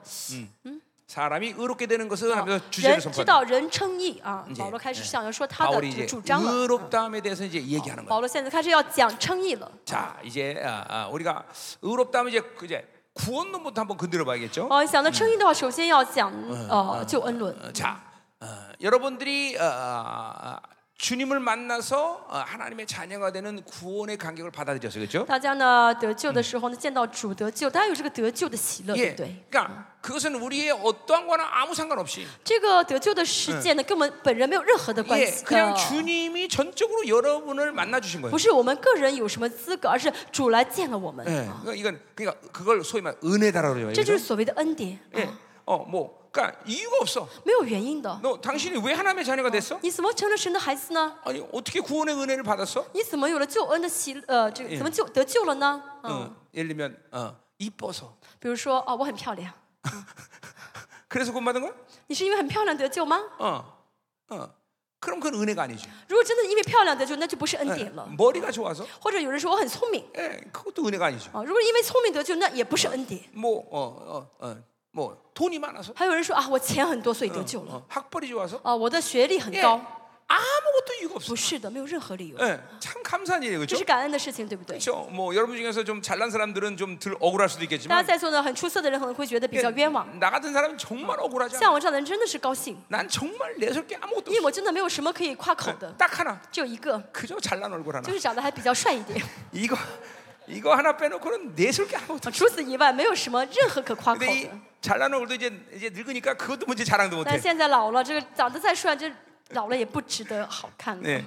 Speaker 1: 사람이 의롭게 되는 것은 하면서 주제를
Speaker 2: 人
Speaker 1: 어.
Speaker 2: 知
Speaker 1: 네, 선포하는 거예요.
Speaker 2: 道人称义啊，保罗开始想要说他的
Speaker 1: 바울이
Speaker 2: 这个
Speaker 1: 이제
Speaker 2: 主张了。
Speaker 1: 의롭다함에 대해서 이제 얘기하는 거예요.
Speaker 2: 保罗现在开始要讲称义了。
Speaker 1: 자, 이제 아, 아, 우리가 의롭다함 이제 그 이제 구원론부터 한번 건드려 봐야겠죠.
Speaker 2: 哦，想到称义的话，首先要讲呃救恩论。
Speaker 1: 어, 자, 어, 여러분들이 어, 어, 주님을 만나서 어, 하나님의 자녀가 되는 구원의 간격을 받아들였어요, 그렇죠?
Speaker 2: 大家呢得救的时候呢，见到主得救，大家有这个得救的喜乐，对
Speaker 1: 예,
Speaker 2: 不对？
Speaker 1: 그러니까 그것은 우리의 어떠한 거나 아무 상관없이
Speaker 2: 这个得救的事件呢，跟我们本人没有任何的关
Speaker 1: 예,
Speaker 2: 系的
Speaker 1: 그냥 ， 주님이 전적으로 여러분을 만나 주신 거예요.
Speaker 2: 不是我们个人有什么资格，而是主来见了我们
Speaker 1: 예, ， 그러니까 이건 그러니까 그걸 소위 말 은혜다라고 그래요.
Speaker 2: 这就
Speaker 1: 그죠?
Speaker 2: 是所谓的恩典，
Speaker 1: 예, 어, 뭐, 그러니까 이유가 없어.
Speaker 2: 没有原因的。
Speaker 1: 너 당신이 왜 하나님의 자녀가 됐어?
Speaker 2: 你怎么成了神的孩子呢？
Speaker 1: 아니 어떻게 구원의 은혜를 받았어?
Speaker 2: 你怎么有了救恩的喜呃，这个怎么就得救了呢？嗯，
Speaker 1: 어, 예를 들면 어, 이뻐서.
Speaker 2: 比如说哦，我很漂亮，
Speaker 1: 그래서 구원 받은 거야?
Speaker 2: 你是因为很漂亮得救吗？
Speaker 1: 어, 어. 그럼 그건 은혜가 아니지.
Speaker 2: 如果真的因为漂亮得救，那就不是恩典了。
Speaker 1: 머리가 좋아서
Speaker 2: 或者有人说我很聪明
Speaker 1: 예, 그것도 은혜가 아니죠.
Speaker 2: 啊，如果因为聪明得救，那也不是恩典。
Speaker 1: 뭐 어 어 어 뭐 돈이 많아서
Speaker 2: 还有人说啊，我钱很多，所以得救了。
Speaker 1: 어, 학벌이 좋아서
Speaker 2: 啊，我的学历很
Speaker 1: 예,
Speaker 2: 高，
Speaker 1: 아무것도 이유가 없어.
Speaker 2: 不是的，没有任何理由，
Speaker 1: 예, 참 감사한 일이에요,
Speaker 2: 这
Speaker 1: 그렇죠?
Speaker 2: 是感恩的事情，对不对？
Speaker 1: 그렇죠. 뭐 여러분 중에서 좀 잘난 사람들은 좀 덜 억울할 수도
Speaker 2: 大家
Speaker 1: 있겠지만
Speaker 2: 在座呢，很出色的人可能会觉得比较冤枉，
Speaker 1: 그러니까 나 같은 사람은 정말 억울하지. 않아.
Speaker 2: 像我这样的人真的是高兴，
Speaker 1: 난 정말 내설게 아무것도
Speaker 2: 因为我真的没有什么可以夸口的
Speaker 1: 없어. ，딱 하나.
Speaker 2: 只有一个，
Speaker 1: 그저 잘난 얼굴 하나.
Speaker 2: 就是长得还比较帅一点。
Speaker 1: 이거 이거 하나 빼놓고는 내설게 아무것도. 아,
Speaker 2: 啊除此以外，没有什么任何可夸口
Speaker 1: 근데 이
Speaker 2: 的。
Speaker 1: 잘난 얼굴도 이제 이제 늙으니까 그것도 문제 자랑도
Speaker 2: 但
Speaker 1: 못해.
Speaker 2: 是现在老了，这个长得再帅，这老了也不值得好看了。
Speaker 1: 네.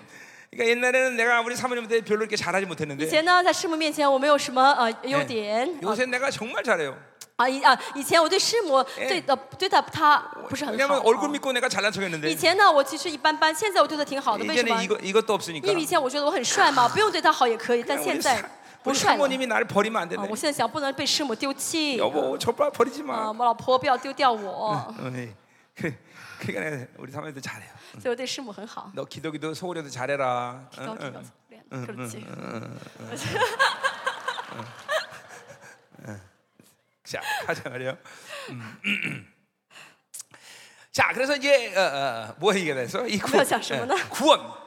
Speaker 1: 그러니까 옛날에는 내가 우리 사모님한테 별로 이렇게 잘하지
Speaker 2: 以
Speaker 1: 못했는데
Speaker 2: 前呢，在师母面前我没有什么呃优
Speaker 1: 예.
Speaker 2: 点，啊
Speaker 1: 요새 내가 정말 잘해요.
Speaker 2: 啊以啊以前我对师母
Speaker 1: 哎
Speaker 2: 对呃对待他不是很
Speaker 1: 왜냐면
Speaker 2: 好。
Speaker 1: 얼굴
Speaker 2: 啊
Speaker 1: 믿고 내가 잘난
Speaker 2: 以
Speaker 1: 척했는데
Speaker 2: 前呢，我其实一般般，现在我对他挺好的，为什么
Speaker 1: 이제는 ？ 이거 이것도 없으니까.
Speaker 2: 因为以前我觉得我很帅 嘛，不用对他好也可以，但
Speaker 1: 그냥
Speaker 2: 现
Speaker 1: 우리
Speaker 2: 在
Speaker 1: 사-
Speaker 2: 不
Speaker 1: 우리
Speaker 2: 帅了。
Speaker 1: 사모님이 나를 버리면 안
Speaker 2: 啊，
Speaker 1: 된다. 아,
Speaker 2: 我现在想不能被师母丢弃，
Speaker 1: 여보, 저 봐, 버리지
Speaker 2: 啊，嗯
Speaker 1: 마.
Speaker 2: 我老婆不要丢掉我，
Speaker 1: 어, 예. 그, 그러니까 내가 우리 사모님도 잘해요.
Speaker 2: 所以我对师母很好。
Speaker 1: 너 기도기도 소홀해도 잘해라. 어,
Speaker 2: 提高提高，练可能性
Speaker 1: 자, 가자 말이요. 음. 자, 그래서 이제 어, 어, 뭐 얘기가 돼서 이
Speaker 2: 뭐
Speaker 1: 구원, 예,
Speaker 2: 하자, 시몬아?
Speaker 1: 구원.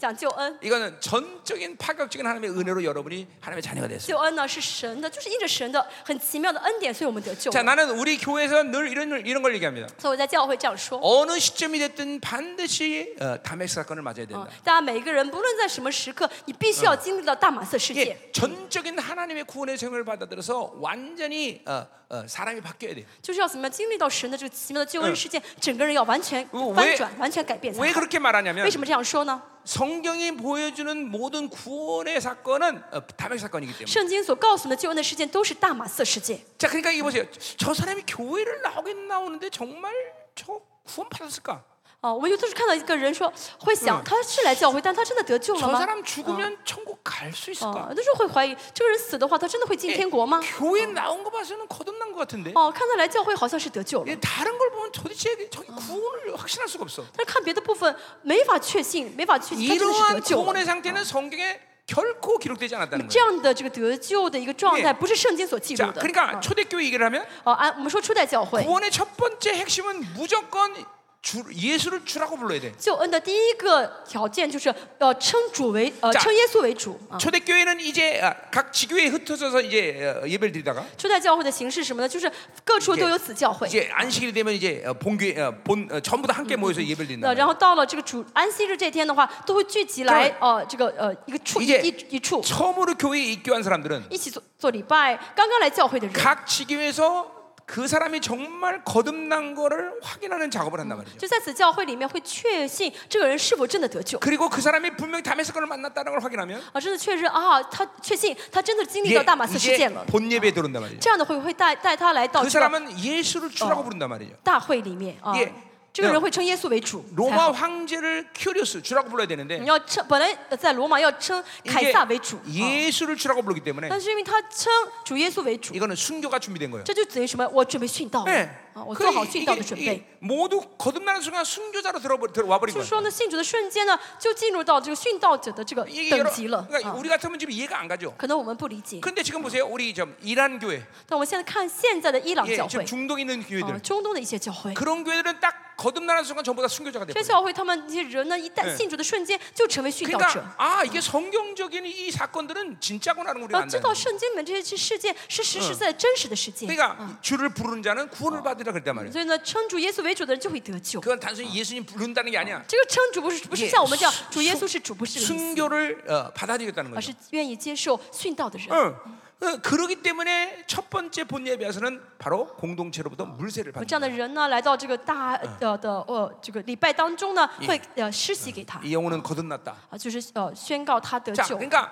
Speaker 2: 讲救恩。
Speaker 1: 이거는 전적인 파격적인 하나님의 은혜로 여러분이 하나님의 자녀가 됐어요.
Speaker 2: 救恩呢是神的，就是因着神的很奇妙的恩典，所以我们得救。
Speaker 1: 자, 나는 우리 교회에서 늘 이런 이런 걸 얘기합니다.
Speaker 2: 所以我在教会这样说，
Speaker 1: 어느 시점이 됐든 반드시 어, 담액 사건을 맞아야
Speaker 2: 嗯
Speaker 1: 된다. ，
Speaker 2: 大家每一个人不论在什么时刻，你必须要经历到大马色事件，
Speaker 1: 이게 전적인 하나님의 구원의 생명을 받아들여서 완전히 어, 어, 사람이 바뀌어야 돼.
Speaker 2: 就是要怎么样经历到神的这个奇妙的救恩事件，整个人要完全
Speaker 1: 我
Speaker 2: 翻转、完全改变才
Speaker 1: 왜
Speaker 2: 好。
Speaker 1: 그렇게 말하냐면
Speaker 2: 为什么这样说呢？
Speaker 1: 성경이 보여주는 모든 구원의 사건은 어, 담액 사건이기 때문에.
Speaker 2: 圣经所告诉我们的救恩的事件都是大马色事件。
Speaker 1: 자, 그러니까 이게 보세요. 저 사람이 교회를 나오긴 나오는데 정말 저 구원 받았을까?
Speaker 2: 啊，我们有的时候看到一个人说，会想他是来教会，嗯但他真的得救了
Speaker 1: 저
Speaker 2: 吗？
Speaker 1: 사람 죽으면 천국 갈 수 있을까?
Speaker 2: 啊，有的时候会怀疑，这个人死的话，他真的会进天国吗？
Speaker 1: 교회 나온 거 봐서는 거듭난 것 같은데.
Speaker 2: 哦，看他来教会好像是得救了，
Speaker 1: 이게 다른 걸 보면 도대체 저기 구원을 확신할 수가 없어.
Speaker 2: 但是看别的部分没法确信，没法确信他真的是得
Speaker 1: 이러한
Speaker 2: 救了
Speaker 1: 구원의 。 상태는 성경에 결코 기록되지 않았다는
Speaker 2: 这
Speaker 1: 거예요.
Speaker 2: 样的这个得救的一个状态，
Speaker 1: 예
Speaker 2: 不是圣经所记录
Speaker 1: 자,
Speaker 2: 的。
Speaker 1: 그러니까 초대교회 얘기를 하면
Speaker 2: 哦，按我们说初代教会
Speaker 1: 구원의 첫 번째 핵심은 무조건 주, 예수를 주라고 불러야 돼.
Speaker 2: 救恩的第一个条件就是要称主为呃
Speaker 1: 자
Speaker 2: 称耶稣为主啊。
Speaker 1: 초대교회는 이제 아, 각 지교회에 흩어져서 이제 어, 예배를 드리다가
Speaker 2: 初代教会的形式是什么呢？就是各处都有子教会。
Speaker 1: 이제 안식일이 되면 이제 어, 본교회 어, 본 어, 전부 다 함께 모여서 예배를 드린다.
Speaker 2: 那然后到了这个主安息日这天的话，都会聚集来呃这个呃一个处
Speaker 1: 이
Speaker 2: 一
Speaker 1: 제
Speaker 2: 一一处
Speaker 1: 처음으로 교회에 입교한 사람들은
Speaker 2: 一起做做礼拜。刚刚来教会的人，
Speaker 1: 각 지교회에서 그 사람이 정말 거듭난 거를 확인하는 작업을 한단 말이죠.
Speaker 2: 就在此教会里面会确信这个人是否真的得救
Speaker 1: 그리고 그 사람이 분명히 담의 사건을 만났다는 걸 확인하면
Speaker 2: 啊，真的确认啊，他确信他真的经历
Speaker 1: 예,
Speaker 2: 到大马士事件
Speaker 1: 이제
Speaker 2: 了。
Speaker 1: 본 예배에 들어온단 말이죠.
Speaker 2: 这样的会会带带他来到
Speaker 1: 그
Speaker 2: 这个
Speaker 1: 사람은 예수를 주라고 부른단 말이죠.
Speaker 2: 大会里面啊
Speaker 1: 예 ，
Speaker 2: 这个人会称耶稣为主才
Speaker 1: 로마
Speaker 2: 好。
Speaker 1: 황제를 큐리오스 주라고 불러야
Speaker 2: 你
Speaker 1: 되는데
Speaker 2: 要称本来在罗马要称凯
Speaker 1: 이게
Speaker 2: 撒为主，啊
Speaker 1: 예수를 주라고 부르기 때문에
Speaker 2: 但是因为他称主耶稣为主，
Speaker 1: 이거는 순교가 준비된 거예요.
Speaker 2: 这就等于什么？我准备殉道了
Speaker 1: 예.
Speaker 2: 啊，我做好
Speaker 1: 그러니까
Speaker 2: 殉道的
Speaker 1: 이게-
Speaker 2: 准
Speaker 1: 이게
Speaker 2: 备。
Speaker 1: 모두 거듭나는 순간 순교자로 들어버- 들어와 버린
Speaker 2: 就
Speaker 1: 거예요.
Speaker 2: 是说呢，信主的瞬间呢，就进入到这个殉道者的这个
Speaker 1: 이게
Speaker 2: 等
Speaker 1: 여러-
Speaker 2: 级了
Speaker 1: 그러니까
Speaker 2: 啊。
Speaker 1: 우리 같으면 지금 이해가 안 가죠.
Speaker 2: 可能我们不理解，
Speaker 1: 근데 지금 보세요. 우리 좀 이란 교회,
Speaker 2: 但我们现在看现在的伊朗
Speaker 1: 예,
Speaker 2: 教会
Speaker 1: 지금 ， 중동 에 있는
Speaker 2: 啊，
Speaker 1: 교회들
Speaker 2: 中东的一些教会，
Speaker 1: 그런 교회들은 딱 거듭나는 순간 전부 다 순교자가
Speaker 2: 这些
Speaker 1: 돼요.
Speaker 2: 教会他们这些人呢，一旦
Speaker 1: 예
Speaker 2: 信主的瞬间就成为殉道者。
Speaker 1: 그러니까 아 이게 성경적인 이 사건들은 진짜구나라는 걸 우리가
Speaker 2: 要啊知
Speaker 1: 안다는
Speaker 2: 道
Speaker 1: 거예요.
Speaker 2: 圣经里面这些这事件是实实在在真实的事件，
Speaker 1: 그러니까 주를 부르는 자는 구원을 받으라 그랬단 말이에요.
Speaker 2: 所以呢，称主耶稣为主的人就会得救。
Speaker 1: 그건 단순히 예수님 부른다는 게 아니야.
Speaker 2: 这个称主不是不是
Speaker 1: 예
Speaker 2: 像我们这样
Speaker 1: 순
Speaker 2: 主耶稣是主不是
Speaker 1: 그렇죠.
Speaker 2: 这个意思，
Speaker 1: 순교를 어, 받아들였다는
Speaker 2: 而
Speaker 1: 거죠.
Speaker 2: 是愿意接受殉道的人。
Speaker 1: 응. 어, 그러기 때문에 첫 번째 본 예배에서는 바로 공동체로부터 물세를
Speaker 2: 这
Speaker 1: 받는
Speaker 2: 样的人呢，来到这个大呃的呃这个礼拜当中呢，会呃施洗给他
Speaker 1: 거예요. 이 영혼은 거듭났다.
Speaker 2: 啊，就是呃宣告他得
Speaker 1: 자,
Speaker 2: 救。
Speaker 1: 그러니까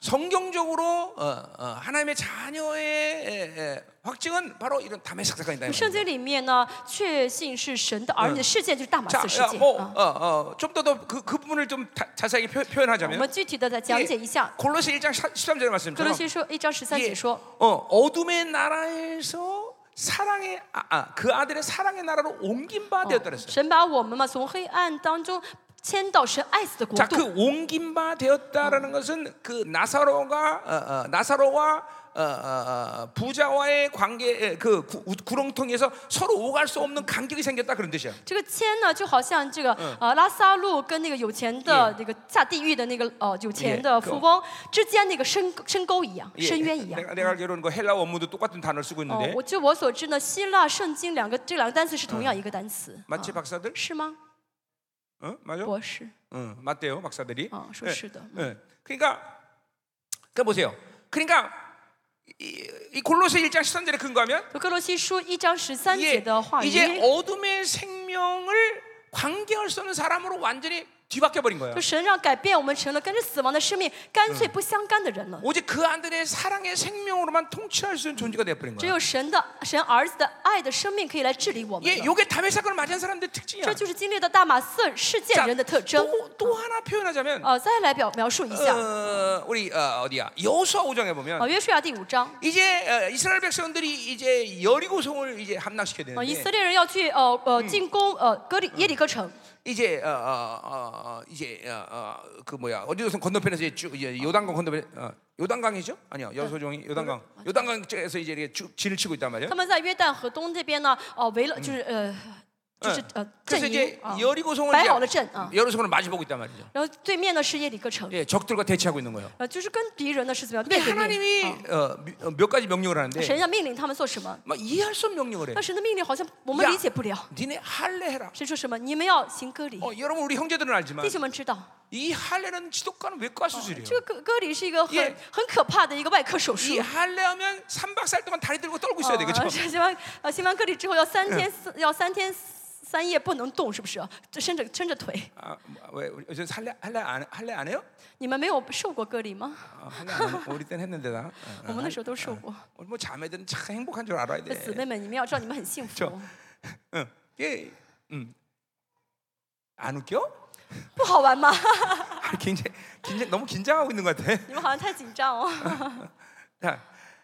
Speaker 1: 성경적으로 어, 어, 하나님의 자녀의 에, 에, 확증은 바로 이런 담의 사건이다.
Speaker 2: 圣经里面呢，确信是神的儿女的事件就是大马
Speaker 1: 자,
Speaker 2: 色事
Speaker 1: 야,
Speaker 2: 件
Speaker 1: 뭐
Speaker 2: 啊。
Speaker 1: 어, 어, 좀더더그 그 부분을 좀 다- 자세하게 표,
Speaker 2: 我
Speaker 1: 표현하자면 예,
Speaker 2: 们具体的再讲解一下，
Speaker 1: 골로새 1장 13절의
Speaker 2: 格罗
Speaker 1: 말씀처럼
Speaker 2: 西说一章十三
Speaker 1: 예,
Speaker 2: 节说，
Speaker 1: 어, 어둠의 나라에서 사랑의 아, 아, 그 아들의 사랑의 나라로 옮긴 바 되었다 그랬어요.
Speaker 2: 神把我们嘛从黑暗当中迁到神爱子的国
Speaker 1: 자,
Speaker 2: 度
Speaker 1: 그 。 옮긴 바 되었다라는 것은 그 나사로가 어, 어, 나사로와 어, 어, 어, 부자와의 관계 에, 그 구, 우- 구렁텅이에서 서로 오갈 수 없는 간격이 생겼다 그런 뜻이야.
Speaker 2: 这个迁呢，就好像这个呃拉萨路跟那个有钱的那个下地狱的那个呃有钱的富翁之间那个深深沟一样，
Speaker 1: 예,
Speaker 2: 深渊一样。
Speaker 1: 내가, 내가 알기로는 그 헬라 원문도 똑같은 단어를 쓰고
Speaker 2: 哦
Speaker 1: 있는데 ，
Speaker 2: 我据我所知呢，希腊圣经两个这两个单词是同样一个单词，
Speaker 1: 맞지
Speaker 2: 啊
Speaker 1: 박사들?
Speaker 2: 是吗？
Speaker 1: 어, 맞아?
Speaker 2: 博士
Speaker 1: 응, 맞대요 박사들이.
Speaker 2: 啊，说
Speaker 1: 예,
Speaker 2: 是的。
Speaker 1: 예. 그러니까 그 보세요. 그러니까 이, 이 골로새 1장 13절에 근거하면
Speaker 2: 就哥罗西书一章十三节
Speaker 1: 이제,
Speaker 2: 的话语，
Speaker 1: 이제 어둠의 생명을 관계할 수 없는 사람으로 완전히 뒤바뀌어 버린 거야.
Speaker 2: 就神让改变我们成了跟着死亡的生命干脆不相干的人了。
Speaker 1: 오직 그 아들의 사랑의 생명으로만 통치할 수 있는 존재가 되어버린
Speaker 2: 只
Speaker 1: 거야.
Speaker 2: 有神的神儿子的爱的生命可以来治理我们
Speaker 1: 예,
Speaker 2: 了。
Speaker 1: 요게 담의 사건을 맞이한 사람들의 특징이야.
Speaker 2: 这就是经历到大马色事件人的特征。
Speaker 1: 또, 또 하나 표현하자면
Speaker 2: 呃，再来表描述一下。
Speaker 1: 어, 우리 어, 어디야 여수아 5장에
Speaker 2: 啊，
Speaker 1: 보면
Speaker 2: 约书亚第五章，
Speaker 1: 이제 어, 이스라엘 백성들이 이제 여리고성을 어, 이제 함락시켜야
Speaker 2: 啊，以
Speaker 1: 되는데
Speaker 2: 色列人要去呃呃进攻呃格里耶里哥城，
Speaker 1: 이제 어, 어, 어, 어, 이제 어, 어, 그 뭐야 어디서 건너편에서 이제 쭉 이제 요단강 건너편 어, 요단강이죠? 아니요 여수종이 요단강 요단강 쪽에서 이제 이렇게 쭉 진을 치고 있단 말이야.
Speaker 2: 他们在约旦河东这边呢，哦围了就是呃嗯就是呃
Speaker 1: 그래서
Speaker 2: 阵营
Speaker 1: 이제 어.
Speaker 2: 啊，
Speaker 1: 여리고성을
Speaker 2: 摆
Speaker 1: 이제
Speaker 2: 好了阵啊。
Speaker 1: 여리고성을 마주보고 있단 말이죠.
Speaker 2: 然后对面呢是耶里哥城，
Speaker 1: 예, 적들과 대치하고 있는 거예요.
Speaker 2: 呃，就是跟敌人呢是怎么样
Speaker 1: 근데
Speaker 2: 面对面
Speaker 1: 하나님이 네, 어, 미- 어, 몇 가지 명령을
Speaker 2: 啊。
Speaker 1: 하는데
Speaker 2: 神要命令他们做什么？
Speaker 1: 막 이해할 수 없는 명령을 해.
Speaker 2: 那神的命令好像我们
Speaker 1: 呀
Speaker 2: 理解不了。
Speaker 1: 니네 할례해라.
Speaker 2: 神说什么？你们要行割礼。
Speaker 1: 어, 여러분 우리 형제들은
Speaker 2: 弟
Speaker 1: 알지만
Speaker 2: 兄们知道，
Speaker 1: 이 할례는 어, 지독가는 외과 수술이에요.
Speaker 2: 这个割割礼是一个很
Speaker 1: 耶
Speaker 2: 很可怕的一个外科手术
Speaker 1: 이 。 할례하면 3박 4일 동안 다리 들고 떨고 있어야 돼.
Speaker 2: 啊
Speaker 1: 그렇죠?
Speaker 2: 是行完呃行完割礼之后要三天四要三天三夜不能动，是不是？这伸着伸着腿。
Speaker 1: 아, 왜 우리 요즘 할례 할례 안 할례 안 해요?
Speaker 2: 你们没有受过割礼吗？
Speaker 1: 아, 할례 안 하는 거 우리 때는 했는데 나. 어,
Speaker 2: 我们那时候都受过。
Speaker 1: 어, 뭐 자매들은 참 행복한 줄 알아야
Speaker 2: 那姊
Speaker 1: 돼.
Speaker 2: 妹们，你们要知道你们很幸
Speaker 1: 저
Speaker 2: 福。
Speaker 1: 응. 예. 음. 안 웃겨?
Speaker 2: 不好玩吗？
Speaker 1: 아, 굉장히 긴장 너무 긴장하고 있는 것 같아.
Speaker 2: 你们好像太紧张哦。
Speaker 1: 자,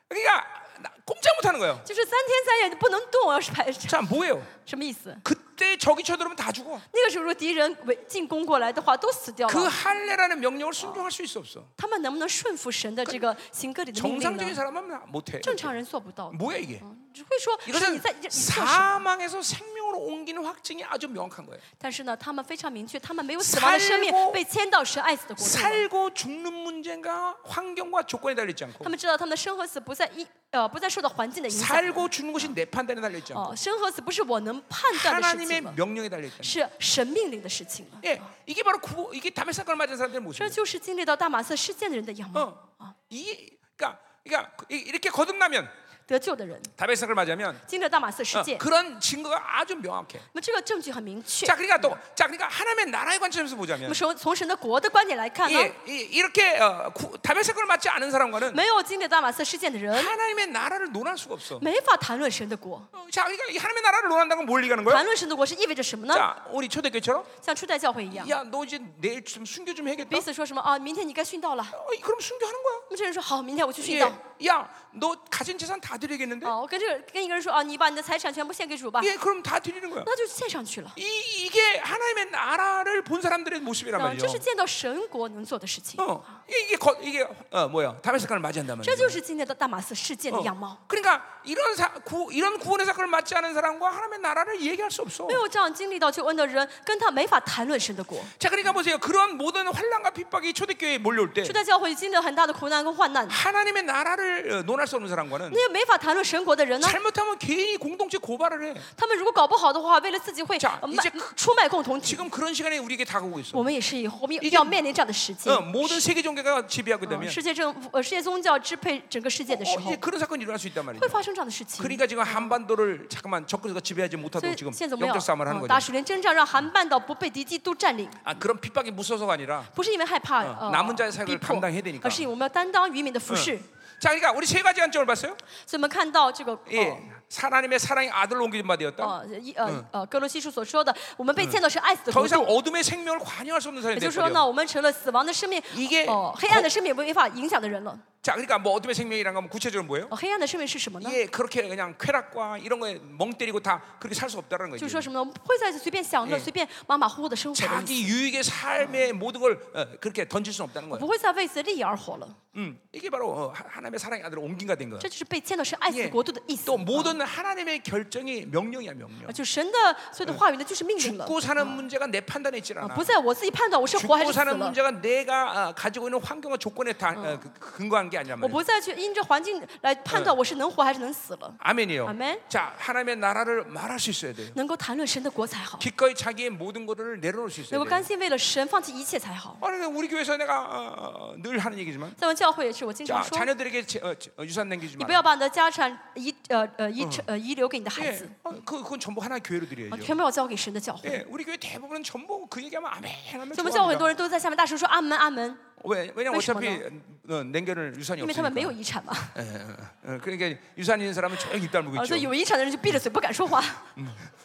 Speaker 1: 그러니까 나 꼼짝 못 하는 거예요.
Speaker 2: 就是三天三夜你不能动，要是排
Speaker 1: 자 뭐예요?
Speaker 2: 什么意思？
Speaker 1: 그때 적이 쳐들어오면 다 죽어.
Speaker 2: 那个时候如果敌人围进攻过来的话，都死掉
Speaker 1: 그
Speaker 2: 了。
Speaker 1: 할례라는 명령을 순종할 수 있어 없어.
Speaker 2: 他们能不能顺服神的这个行割礼的命令
Speaker 1: 정상적인
Speaker 2: 呢？
Speaker 1: 사람은 못 해.
Speaker 2: 正常人做不到的。
Speaker 1: 뭐야 이게?
Speaker 2: 嗯只会说是你
Speaker 1: 어. 이것은
Speaker 2: 在你做什么？
Speaker 1: 사망에서 생명으로 옮기는 확증이 아주 명확한 거예요.
Speaker 2: 但是呢，他们非常明确，他们没有死亡的生命
Speaker 1: 살고
Speaker 2: 被迁到神爱子的国度了。
Speaker 1: 살고 죽는 문제가 환경과 조건에 달려 있지 않고
Speaker 2: 他们知道他们的生和死不在一呃不再受到环境的影响。
Speaker 1: 살고 죽는 것이 내 판단에 달려 있지 않고
Speaker 2: 哦，生和死不是我能判断的事
Speaker 1: 하나님의
Speaker 2: 情了，
Speaker 1: 명령에 달려 있다.
Speaker 2: 是神命令的事情了。
Speaker 1: 예, 이게 바로 구, 이게 담의 사건을 맞은 사람들의
Speaker 2: 这
Speaker 1: 모습이에요.
Speaker 2: 就是经历到大马色事件的人的样貌，
Speaker 1: 어, 이게 그러니까 그러니까 이- 이렇게 거듭나면
Speaker 2: 得救的人
Speaker 1: 담의 사건을 맞으면
Speaker 2: 经历了大马色事
Speaker 1: 어,
Speaker 2: 件，
Speaker 1: 그런 증거가 아주 명확해.
Speaker 2: 那么嗯这个证据很明确。
Speaker 1: 자, 그러니까 또, 자, 그러니까 하나님의 나라의 관점에서
Speaker 2: 那
Speaker 1: 보자면,
Speaker 2: 么从从神的国的观点来看呢，
Speaker 1: 예, 이, 이렇게 어, 구, 담의 사건을 맞지 않은 사람과는
Speaker 2: 没有经历大马色事件的人，
Speaker 1: 하나님의 나라를 논할 수가 없어.
Speaker 2: 没法谈论神的国。
Speaker 1: 어, 자, 그러니까 이 하나님의 나라를 논한다는 건뭘 얘기하는 거야?
Speaker 2: 谈论神的国是意味着什么呢？
Speaker 1: 자, 우리 초대교처럼,
Speaker 2: 像初代教会一样，
Speaker 1: 야, 너 이제 내일 좀 순교 좀 해야겠다.
Speaker 2: 彼此说什么啊？明天你该殉道了。
Speaker 1: 어, 이- 그럼 순교하는 거야.
Speaker 2: 那么这人说好，明天我去殉道。
Speaker 1: 예, 야, 너 가진 재산 다 드리겠는데?
Speaker 2: 哦，我跟这个跟一个人说啊，你把你的财产全部献给主吧，
Speaker 1: 예, 그럼 다 드리는 거야.
Speaker 2: 那就献上去了。
Speaker 1: 이, 이게 하나님의 나라를 본 사람들의 모습이란
Speaker 2: 嗯，这
Speaker 1: 말이죠.
Speaker 2: 是见到神国能做的事情，
Speaker 1: 어, 이게 이게 거, 이게 어, 뭐야? 담의 사건을 맞이한단
Speaker 2: 这
Speaker 1: 말이야.
Speaker 2: 就是今天的大马色事件的
Speaker 1: 어.
Speaker 2: 样貌。
Speaker 1: 그러니까 이런 사, 구, 이런 구원의 사건을 맞지 않은 사람과 하나님의 나라를 얘기할 수 없어.
Speaker 2: 没有这样经历到救恩的人，跟他没法谈论神的国。
Speaker 1: 자, 그러니까 보세요. 그런 모든 환란과 핍박이 초대교회에 몰려올 때
Speaker 2: 初代教会经历了很大的苦难跟患难，
Speaker 1: 하나님의 나라를 어, 논할 수 없는 사람과는
Speaker 2: 那些没法谈论神国的人呢？
Speaker 1: 잘못하면 개인이 공동체 고발을 해.
Speaker 2: 他们如果搞不好的话，为了自己会
Speaker 1: 자
Speaker 2: 呃
Speaker 1: 이제
Speaker 2: 卖出卖共同体。
Speaker 1: 지금 그런 시간에 우리에게 다가오고 있어.
Speaker 2: 我们也是以后面
Speaker 1: 이게
Speaker 2: 要面临这样的时间
Speaker 1: 어, 。 모든 세계 종교가 지배하고
Speaker 2: 嗯
Speaker 1: 있다면
Speaker 2: 世界政府呃，世界宗教支配整哦个世界的时
Speaker 1: 어,
Speaker 2: 候
Speaker 1: 이제 ， 그런 사건이 일어날 수 있단
Speaker 2: 会
Speaker 1: 말이죠.
Speaker 2: 发生这样的事情。
Speaker 1: 그러니까 지금 한반도를 잠깐만 적극적으로 지배하지
Speaker 2: 所
Speaker 1: 못하도록
Speaker 2: 以
Speaker 1: 지금
Speaker 2: 现在我们要
Speaker 1: 영적 싸움을 하는 어,
Speaker 2: 嗯打
Speaker 1: 거죠.
Speaker 2: 十年征战，让韩半岛不被敌基督占领，
Speaker 1: 아, 그런 핍박이 무서워서가 아니라
Speaker 2: 不是因为害怕
Speaker 1: 嗯
Speaker 2: 呃
Speaker 1: 남은자의사역을
Speaker 2: 逼迫
Speaker 1: 감당해야되니까 ，
Speaker 2: 而是因为我们要担当渔民的服饰。
Speaker 1: 자, 그러니까 우리 세 가지 관점을 봤어요.
Speaker 2: 所以我们看到这个
Speaker 1: 예,
Speaker 2: 哦
Speaker 1: 하나님의 사랑이 아들로 옮기는 바 되었다.
Speaker 2: 哦一呃呃哥罗西书所说的，我们被见到是爱死的
Speaker 1: 더
Speaker 2: 国
Speaker 1: 이상
Speaker 2: 度，
Speaker 1: 어둠의 생명을 관여할 수 없는 사람이
Speaker 2: 也就是说呢，
Speaker 1: 되었어요.
Speaker 2: 嗯我们成了死亡的生命
Speaker 1: 이게 ，
Speaker 2: 哦黑暗的生命没法影响的人了。
Speaker 1: 자, 그러니까 뭐 어둠의 생명이란 건 구체적으로 뭐예요?
Speaker 2: 哦，黑暗的生命是什么呢？
Speaker 1: 예, 그렇게 그냥 쾌락과 이런 거에 멍 때리고 다 그렇게 살 수 없다는 거죠.
Speaker 2: 就是说什么呢？我们不会再随便享乐、
Speaker 1: 예
Speaker 2: 随便马马虎虎的生活的意思，
Speaker 1: 자기 유익의 삶의 모든 걸 어, 그렇게 던질 수는 없다는 거예요.
Speaker 2: 不会再为此利益而活了。
Speaker 1: 음, 이게 바로 어, 하- 하나님의 사랑의 아들 옮긴가 된 거예요.
Speaker 2: 这就是被见到是爱死
Speaker 1: 예.
Speaker 2: 国度的意思。
Speaker 1: 또 모든 하나님의 결정이 명령이야 명령.
Speaker 2: 啊就神的所有的话语呢，就是命令了。
Speaker 1: 죽고 사는 문제가 내 판단에 있질
Speaker 2: 啊
Speaker 1: 않아.
Speaker 2: 不在我自己判断我是活还
Speaker 1: 죽고
Speaker 2: 是死
Speaker 1: 사는
Speaker 2: 了，
Speaker 1: 문제가 내가 어, 가지고 있는 환경과 조건에 다 어, 그- 그- 근거한 게 아니란
Speaker 2: 我
Speaker 1: 말이야.
Speaker 2: 不再去因着环境来判断我是能活还是能死了。
Speaker 1: 아멘이요.
Speaker 2: 아멘.
Speaker 1: 자, 하나님의 나라를 말할 수 있어야 돼요.
Speaker 2: 能够谈论神的国才好，
Speaker 1: 기꺼이 자기의 모든 것을 내려놓을 수
Speaker 2: 能
Speaker 1: 있어야
Speaker 2: 够甘
Speaker 1: 돼요.
Speaker 2: 心为了神放弃一切才好。
Speaker 1: 아니, 우리 교회에서 내가 어, 어, 늘 하는 얘기지만
Speaker 2: 在我们教会也是，我经
Speaker 1: 자,
Speaker 2: 常说，
Speaker 1: 자녀들에게 제- 어, 제- 어, 유산 남기지
Speaker 2: 你
Speaker 1: 마.
Speaker 2: 不要把你的家产遗呃呃遗呃遗留给你的孩
Speaker 1: 예,
Speaker 2: 子，
Speaker 1: 어, 그, 그건 전부 하나의 교회로
Speaker 2: 啊
Speaker 1: 드려야죠.
Speaker 2: 全部要交给神的教会。
Speaker 1: 예, 우리 교회 대부분은 전부 그 얘기하면 아멘 하면
Speaker 2: 所以我们教会很
Speaker 1: 좋아합니다.
Speaker 2: 多人都在下面大声说阿门阿门，
Speaker 1: 왜? 왜냐면 어차피
Speaker 2: 为什么呢？
Speaker 1: 어, 남겨놓을 유산이
Speaker 2: 因为他们没有
Speaker 1: 없으니까.
Speaker 2: 遗产嘛。
Speaker 1: 예, 예, 예. 그러니까 유산 있는 사람은 조용히 입 다물고
Speaker 2: 啊，所以
Speaker 1: 있죠.
Speaker 2: 有遗产的人就嗯闭着嘴不敢说话。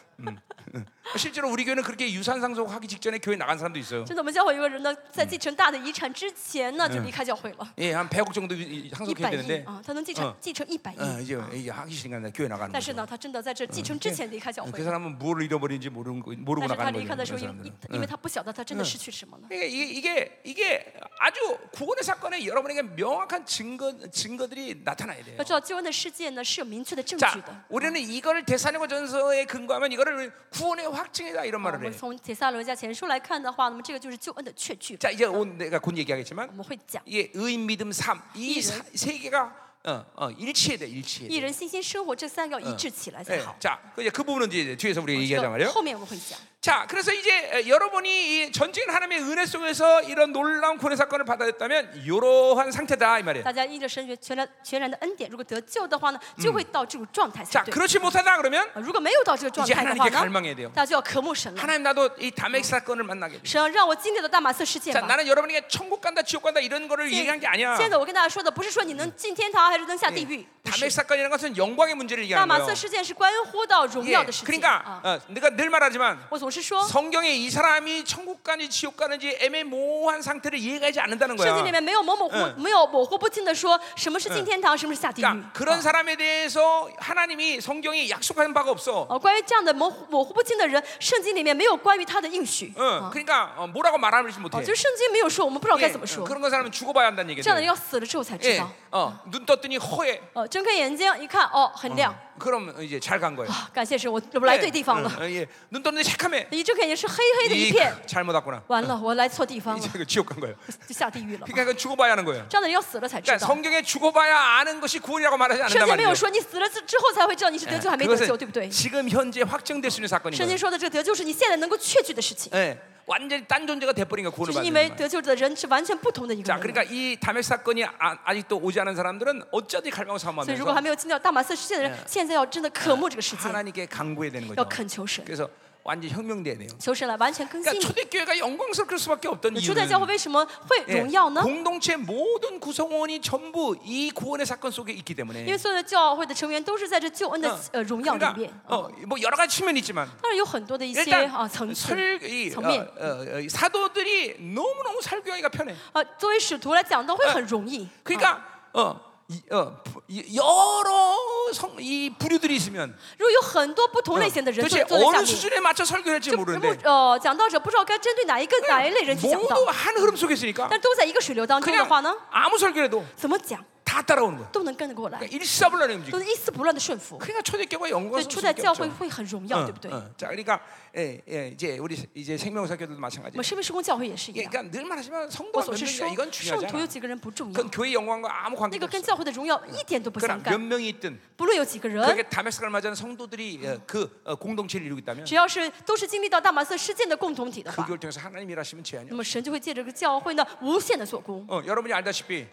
Speaker 1: 실제로 우리 교회는 그렇게 유산 상속하기 직전에 교회 나간 사람도 있어요.
Speaker 2: 真的，我们教会有个人呢，在继承大的遗产之前呢，就离开教会了，
Speaker 1: 예, 한 100억 정도 이- 어. 이-
Speaker 2: 一
Speaker 1: 상속해야
Speaker 2: 百亿
Speaker 1: 되는데
Speaker 2: 啊，嗯他能继承
Speaker 1: 嗯
Speaker 2: 继承一百亿
Speaker 1: 어, 。 이제
Speaker 2: 啊
Speaker 1: 이게 하기 싫으니까 교회 나가는
Speaker 2: 但是
Speaker 1: 거죠.
Speaker 2: 呢，他真的在这继承之前离开教
Speaker 1: 그
Speaker 2: 会，
Speaker 1: 사람은 뭘 잃어버린지 모르고,
Speaker 2: 但
Speaker 1: 모르고
Speaker 2: 是他
Speaker 1: 나가는
Speaker 2: 离
Speaker 1: 거죠.
Speaker 2: 开的时候，
Speaker 1: 그
Speaker 2: 因因
Speaker 1: 사람들은. 그러니까
Speaker 2: 因为他不晓得他真的失去什么了。
Speaker 1: 이게 이게 이게 아주 구원의 사건에 여러분에게 명확한 증거 증거들이 나타나야 돼요.
Speaker 2: 要知道救恩的世界呢是有明确的证据的
Speaker 1: 자 。 우리는 이걸 대사령과 전서에 근거하면 이거를 구원의 확증이다 이런
Speaker 2: 哦我
Speaker 1: 말을
Speaker 2: 们
Speaker 1: 해.
Speaker 2: 从铁萨罗尼迦前书来看的话，那么这个就是救恩的确据。
Speaker 1: 자, 이제 온 내가 곧
Speaker 2: 我
Speaker 1: 얘기하겠지만
Speaker 2: 们会讲
Speaker 1: 이게 의인 믿음
Speaker 2: 이름.
Speaker 1: 삶이세 개가 어, 어, 일치해야 돼, 일치해.
Speaker 2: 一人信心生活这三个要一致起来才好。
Speaker 1: 자, 그 이제 그 부분은 이제 뒤에서 우리가
Speaker 2: 这
Speaker 1: 얘기하자
Speaker 2: 嗯哎个
Speaker 1: 말이요.
Speaker 2: 后面我们会讲。哎
Speaker 1: 자, 그래서 이제 에, 여러분이 이 전적인 하나님의 은혜 속에서 이런 놀라운 구원 사건을 받아들였다면 이러한 상태다 이 말이에요.
Speaker 2: 大家因着神学全然全然的恩典，如果得救的话呢，就会到这种状态才
Speaker 1: 자,
Speaker 2: 对。
Speaker 1: 그렇지 못하다 그러면
Speaker 2: 啊如果没有到这个状态的
Speaker 1: 이제하나님께
Speaker 2: 话
Speaker 1: 갈망해야돼요
Speaker 2: 呢，大家就要渴慕神了。
Speaker 1: 하나님 나도 이 담액 사건을 만나게 돼.
Speaker 2: 神啊让我经历了大马色事件
Speaker 1: 자
Speaker 2: 吧。
Speaker 1: 나는 여러분에게 천국 간다 지옥 간다 이런 거를
Speaker 2: 现
Speaker 1: 얘기한 게 아니야.
Speaker 2: 现在我跟大家说的不是说你能进天嗯堂还是能下地狱，不
Speaker 1: 담액
Speaker 2: 是
Speaker 1: 사건이라는 것은 영광의 문제를
Speaker 2: 大
Speaker 1: 얘기하는
Speaker 2: 马
Speaker 1: 거예요.
Speaker 2: 色事件是关乎到荣
Speaker 1: 예,
Speaker 2: 耀的事情
Speaker 1: 그러니까
Speaker 2: 啊。
Speaker 1: 어, 내가 늘 말하지만
Speaker 2: 我总是说，
Speaker 1: 성경에 이 사람이 천국 가는지 지옥 가는지 애매모호한 상태를 이해하지 않는다는
Speaker 2: 圣经
Speaker 1: 거야.
Speaker 2: 里面没有模模糊，没有模糊不清的说什么是进天堂，什么是下地狱。
Speaker 1: 그러니까
Speaker 2: 啊
Speaker 1: 그런 사람에 대해서 하나님이 성경에 약속하는 바가 없어.
Speaker 2: 哦，关于这样的模糊模糊不清的人，圣经里面没有关于他的应许。
Speaker 1: 어,
Speaker 2: 啊
Speaker 1: 그러니까 어, 뭐라고 말하지
Speaker 2: 哦，
Speaker 1: 못해.
Speaker 2: 就是圣经没有说，我们不知道
Speaker 1: 예,
Speaker 2: 该怎么
Speaker 1: 어,
Speaker 2: 说。
Speaker 1: 그런 건 사람은 죽어봐야 한다는
Speaker 2: 这样的人
Speaker 1: 얘기죠.
Speaker 2: 要死了之后才知
Speaker 1: 예,
Speaker 2: 道。
Speaker 1: 어, 눈 떴더니 허해.
Speaker 2: 哦，睁开眼睛一看，哦，很亮。
Speaker 1: 그럼 이제 잘 간 거예요.
Speaker 2: 啊，感谢神，我我来
Speaker 1: 예,
Speaker 2: 对地方了。
Speaker 1: 어, 어, 예, 눈 떴는데 새카매.
Speaker 2: 一睁开眼是黑黑嗯的一
Speaker 1: 이
Speaker 2: 嗯片，
Speaker 1: 잘못 왔구나.
Speaker 2: 完了，我来错地方了
Speaker 1: 이제 ，그 지옥 간 거예요.
Speaker 2: 就下地狱了嘛。
Speaker 1: 그러니까 그건 죽어봐야 하는 거예요.
Speaker 2: 这样的人要死了才知
Speaker 1: 그러니까
Speaker 2: 道。
Speaker 1: 성경에 죽어봐야 아는 것이 구원이라고 말하지
Speaker 2: 圣
Speaker 1: 않는단
Speaker 2: 经没
Speaker 1: 말이에요.
Speaker 2: 有说你死了之之后才会知道你哎是得救还没得救，对不对
Speaker 1: 그것은 ？ 지금 현재 확정될 수 있는
Speaker 2: 圣经
Speaker 1: 사건입니다.
Speaker 2: 说的这个得救是你现在能够确据的事情，
Speaker 1: 예, 완전히 딴 존재가 돼버린 거
Speaker 2: 就
Speaker 1: 구원을
Speaker 2: 是因
Speaker 1: 받는
Speaker 2: 为
Speaker 1: 거예요.
Speaker 2: 得救的人是完全不同的一个
Speaker 1: 자,
Speaker 2: 人了。
Speaker 1: 그러니까 이 담액 사건이 아, 아직도 오지 않은 사람들은 어쩌지 갈망
Speaker 2: 所以，如果
Speaker 1: 사모하면서
Speaker 2: 还没有嗯进到大马色事件的人，现在要真的渴慕这个世界，
Speaker 1: 하나님께 강구해야 되는
Speaker 2: 要
Speaker 1: 거죠.
Speaker 2: 恳求神，
Speaker 1: 그래서 완전 히 혁명돼야 돼요.
Speaker 2: 求神来完全更新
Speaker 1: 그러니까
Speaker 2: 你。
Speaker 1: 초대교회가 영광스럽게 수밖에 없던
Speaker 2: 初代教会
Speaker 1: 이유는
Speaker 2: 为什么会
Speaker 1: 예,
Speaker 2: 荣耀呢？
Speaker 1: 공동체 모든 구성원이 전부 이 구원의 사건 속에 있기
Speaker 2: 因
Speaker 1: 때문에
Speaker 2: 为所有的教会的成员都是在这救恩的
Speaker 1: 어,
Speaker 2: 呃荣耀里
Speaker 1: 그러니까
Speaker 2: 面。
Speaker 1: 어, 뭐 여러 가지 측면이 있지만
Speaker 2: 当然有很多的一些啊
Speaker 1: 일단
Speaker 2: 层次。
Speaker 1: 설이 어,
Speaker 2: 정면.
Speaker 1: 어, 어, 사도들이 너무 너무 설교하기가 편해.
Speaker 2: 呃，嗯作为使徒来讲都会很容易。啊
Speaker 1: 그러니까 어, 이, 어, 부- 이- 여러 성, 이 부류들이 있으면 어,
Speaker 2: 如果有很多不同类型的人坐
Speaker 1: 도대체
Speaker 2: 坐在下
Speaker 1: 어느
Speaker 2: 面，
Speaker 1: 수준에 맞춰 설교할지
Speaker 2: 就不
Speaker 1: 모르는데
Speaker 2: 呃讲道者不知道该针对哪一个哪一类人去讲道
Speaker 1: 모두 ，한 흐름 속에 있으니까
Speaker 2: 但都在一个水流当中的
Speaker 1: 그냥
Speaker 2: 话呢，
Speaker 1: 아무 설교해도
Speaker 2: 怎么讲
Speaker 1: 다 따라오는 거야.
Speaker 2: 都能跟得过来，
Speaker 1: 그러니까 일사불란의 움직임.
Speaker 2: 都能一丝不乱的顺服。
Speaker 1: 그러니까 초대교회가
Speaker 2: 对，
Speaker 1: 영광스러운
Speaker 2: 初代教会
Speaker 1: 수밖에 없죠.
Speaker 2: 会很荣耀，对不对？
Speaker 1: 어,
Speaker 2: 我
Speaker 1: 어. 자, 그러니까 예, 예, 이제 우리 이제 생명사교들도 마찬가지.
Speaker 2: 们身为施工教会也是一
Speaker 1: 예,
Speaker 2: 样。
Speaker 1: 그러니까 늘 말하지만
Speaker 2: 我
Speaker 1: 성도가 몇
Speaker 2: 总是说
Speaker 1: 명이야 이건 ，
Speaker 2: 圣
Speaker 1: 중요하지
Speaker 2: 徒有
Speaker 1: 않아.
Speaker 2: 几个人不重要
Speaker 1: 그건 ， 교회 영광과 아무
Speaker 2: 那
Speaker 1: 관계가
Speaker 2: 个跟
Speaker 1: 없어.
Speaker 2: 教会的荣耀一点都不相
Speaker 1: 그러나 몇
Speaker 2: 干。
Speaker 1: 명이 있든
Speaker 2: 不论有几个人，
Speaker 1: 그렇게 담에스를 맞은 성도들이 어, 그 어, 공동체를 이루고 있다면
Speaker 2: 只要是都是经历到大马色事件的共同体的
Speaker 1: 그
Speaker 2: 话，
Speaker 1: 교회를 통해서 하나님 일하시면 제 아니야.
Speaker 2: 那么神就会借着这个教会呢无限的做工。
Speaker 1: 어, 여러분이 알다시피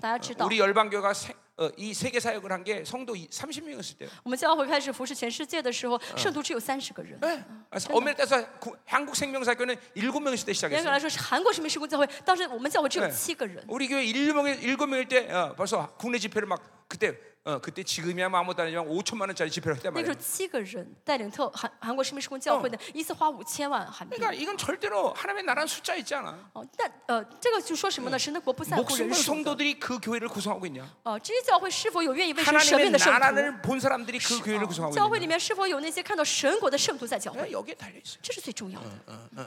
Speaker 2: 大家知道，
Speaker 1: 우리 열방교가 세, 어, 이 세계 사역을 한 게 성도 30명이었을 때요.
Speaker 2: 我们教会开始服侍全世界的时候，圣徒只有三十个人。
Speaker 1: 예. 그래서 어메리 따서 구- 한국 생명사교는 7명에서 때
Speaker 2: 严格来
Speaker 1: 시작했어요.
Speaker 2: 说，是韩国神明施工教会，当时我们教会只有
Speaker 1: 对
Speaker 2: 七个人。
Speaker 1: 우리 교회 7명일, 7명일 때 어, 벌써 국내 집회를 막 그때 어, 그때 지금이야 뭐 아무것도 아니지만 5천만 원짜리 집회를 했단
Speaker 2: 那个时
Speaker 1: 말이에요.
Speaker 2: 候七个人带领特韩韩国神明施工教会呢，一次花五千万韩币。
Speaker 1: 그러니까 이건 절대로 하나님의 나라는 숫자 있지 않아.
Speaker 2: 哦，但呃，这个就说什么呢？神的国不在乎
Speaker 1: 목숨
Speaker 2: 人
Speaker 1: 걸
Speaker 2: 数的。
Speaker 1: 성도들이 그 교회를 구성하고 있냐?
Speaker 2: 哦，这些教会是否有愿意为神舍
Speaker 1: 하나님의
Speaker 2: 命的圣徒？
Speaker 1: 나라를 본 사람들이 그 교회를
Speaker 2: 哦
Speaker 1: 구성하고
Speaker 2: 教会
Speaker 1: 있냐?
Speaker 2: 里面是否有那些看到神国的圣徒在教会？
Speaker 1: 예, 여기에 달려 있어.
Speaker 2: 这是最重要的，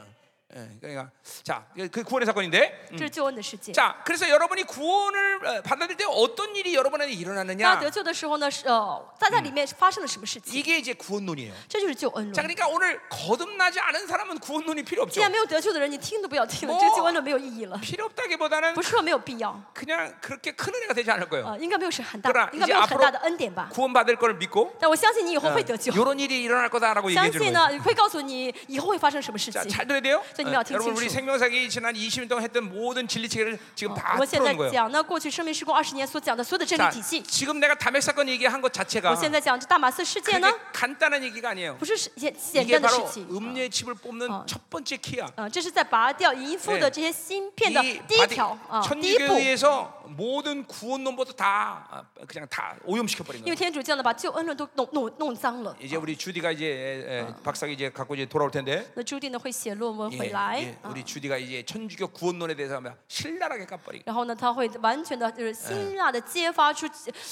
Speaker 1: 예, 그러니까 자, 예, 그 구원의 사건인데.
Speaker 2: 这是救恩的世界。
Speaker 1: 자, 그래서 여러분이 구원을 어, 받아들일 때 어떤 일이 여러분한테
Speaker 2: 大家
Speaker 1: 일어나느냐?
Speaker 2: 得救的时候呢，是呃，在那里面发生了什么事情？
Speaker 1: 이게 이제 구원론이에요.
Speaker 2: 这就是救恩
Speaker 1: 자,
Speaker 2: 论。
Speaker 1: 그러니까 오늘 거듭나지 않은 사람은 구원론이 필요
Speaker 2: 既
Speaker 1: 없죠.
Speaker 2: 然没有得救的人，你听都不要听了，
Speaker 1: 뭐
Speaker 2: 这救恩论没有意义了。
Speaker 1: 필요 없다기보다는
Speaker 2: 不是说没有必要啊、
Speaker 1: 그냥 그렇게 큰 은혜가 되지 않을 거예요.
Speaker 2: 呃应该没有是很大
Speaker 1: 그러나，
Speaker 2: 应该
Speaker 1: 이제
Speaker 2: 没有很大
Speaker 1: 앞으로
Speaker 2: 的恩典吧？
Speaker 1: 구원받을 걸 어, 믿고
Speaker 2: 但我相信你以后会得救，
Speaker 1: 이런 일이 일어날 거다라고
Speaker 2: 相
Speaker 1: 얘기해
Speaker 2: 信
Speaker 1: 주는 거예요.
Speaker 2: 呢会告诉你以后会发生什么事
Speaker 1: 자,
Speaker 2: 情。
Speaker 1: 잘 들어야 돼요.
Speaker 2: 자,
Speaker 1: 어,
Speaker 2: 이거 어떻게
Speaker 1: 여러분 우리
Speaker 2: 친추?
Speaker 1: 생명사기 지난 20년 동안 했던 모든 진리 체계를 지금 다
Speaker 2: 我们现在
Speaker 1: 풀어놓은 거예요.
Speaker 2: 讲呢，过去生命施工二十年所讲的所有的真理
Speaker 1: 자,
Speaker 2: 体系，
Speaker 1: 지금 내가 담액 사건 얘기한 것
Speaker 2: 我
Speaker 1: 자체가
Speaker 2: 现在讲这大马色事件
Speaker 1: 그게
Speaker 2: 呢，
Speaker 1: 간단한 얘기가 아니에요.
Speaker 2: 不是简简
Speaker 1: 이게 어.
Speaker 2: 单的事
Speaker 1: 바로
Speaker 2: 情。
Speaker 1: 음료의 칩을 뽑는 첫 번째 키야.
Speaker 2: 啊，这是在拔掉淫妇的这些芯片的
Speaker 1: 이
Speaker 2: 第一条啊，
Speaker 1: 바디-
Speaker 2: 第一步。
Speaker 1: 천주교에 의해서 모든 구원론부터 다 아, 그냥 다 오염시켜버린
Speaker 2: 因为
Speaker 1: 거예요.
Speaker 2: 天主教呢，把救恩论都弄弄弄脏了。
Speaker 1: 이제 우리 주디가 이제 에, 에, 박사가 이제 갖고 이제 돌아올 텐데.
Speaker 2: 那注定呢会写论文
Speaker 1: 예,
Speaker 2: 回来
Speaker 1: 예,
Speaker 2: 啊，
Speaker 1: 우리 주디가 이제 천주교 구원론에 대해서 하면 신랄하게 까버리고.
Speaker 2: 然后呢他会完全的就是辛辣的揭发出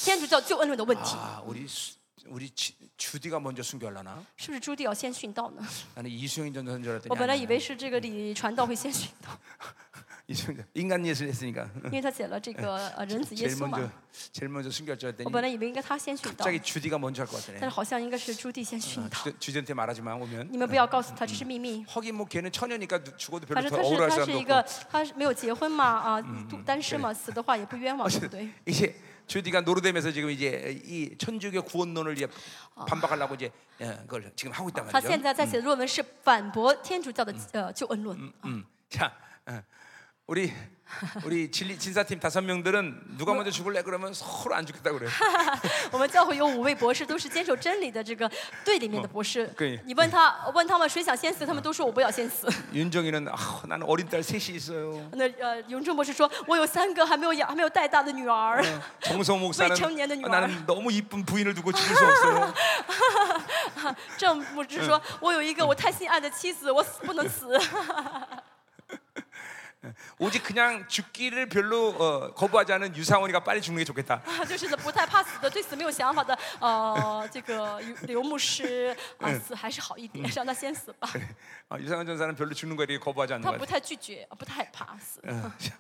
Speaker 2: 天主教救恩论的问题，
Speaker 1: 아, 우리 수- 우리 지- 주디가 먼저 순교하려나?
Speaker 2: 是不是朱棣要先殉道呢？
Speaker 1: 나는 이수영 전도사인 줄
Speaker 2: 我本来
Speaker 1: 알았더니
Speaker 2: 以为是这个李传道会先殉道，
Speaker 1: 이제 인간 예술 했으니까
Speaker 2: 因为他写 了这个呃人子耶
Speaker 1: 제일
Speaker 2: 稣嘛
Speaker 1: 먼저 。 제일 먼저 숨길 줄
Speaker 2: 我
Speaker 1: 알았더니
Speaker 2: 本来以为应该他先殉道，
Speaker 1: 갑자기 주디가 먼저 할 것
Speaker 2: 但是
Speaker 1: 같네.
Speaker 2: 好像应该啊是嗯朱棣先殉道。
Speaker 1: 주- 주디한테 말하지 마 오면.
Speaker 2: 你们不要告诉他这是秘密。
Speaker 1: 하긴 뭐 걔는 처녀니까 누- 죽어도
Speaker 2: 反
Speaker 1: 별로 더
Speaker 2: 正他是
Speaker 1: 억울할
Speaker 2: 他是
Speaker 1: 사람도
Speaker 2: 一
Speaker 1: 없고.
Speaker 2: 个，他是没有结婚嘛啊，独单身嘛，死的话也不冤枉，对不对？
Speaker 1: 아, 이제 주디가 노르뎀에서 지금 이제 이 천주교 구원론을 이제 반박하려고 이제 예, 그걸 지금 하고 있단
Speaker 2: 他现
Speaker 1: 말이죠.
Speaker 2: 在在写的论文是反驳天主教的呃救恩论。
Speaker 1: 음. 자, 어, 우리 우리 진리 진사팀 다섯 명들은 누가 먼저 죽을래 그러면 서로 안 죽겠다 그래.
Speaker 2: 我们教会有五位博士，都是坚守真理的这个队里面的博士
Speaker 1: 可以。
Speaker 2: 你问他问他们谁想先死，他们都说我不要先死。
Speaker 1: 윤정이는 아, 나는 어린 딸 셋이 있어요.
Speaker 2: 那呃，永正博士说，我有三个还没有养还没有带大的女儿。
Speaker 1: 정성 목사는
Speaker 2: 청년의
Speaker 1: 아,
Speaker 2: 유아.
Speaker 1: 나는 너무 이쁜 부인을 두고 죽을 수 없어요.
Speaker 2: 郑牧师说，我有一个我太心爱的妻子，我死不能死。
Speaker 1: 오직 그냥 죽기를 별로 어, 거부하지 않은 유상원이가 빨리 죽는 게 좋겠다.
Speaker 2: 就是不太怕死的，对死没有想法的，呃，这个刘牧师啊，死还是好一点，让他先死吧。
Speaker 1: 아, 유상원 전사는 별로 죽는 거에 되게 거부하지 않는
Speaker 2: 他
Speaker 1: 것
Speaker 2: 不
Speaker 1: 같아.
Speaker 2: 太拒绝，不太怕死，
Speaker 1: 어, 자,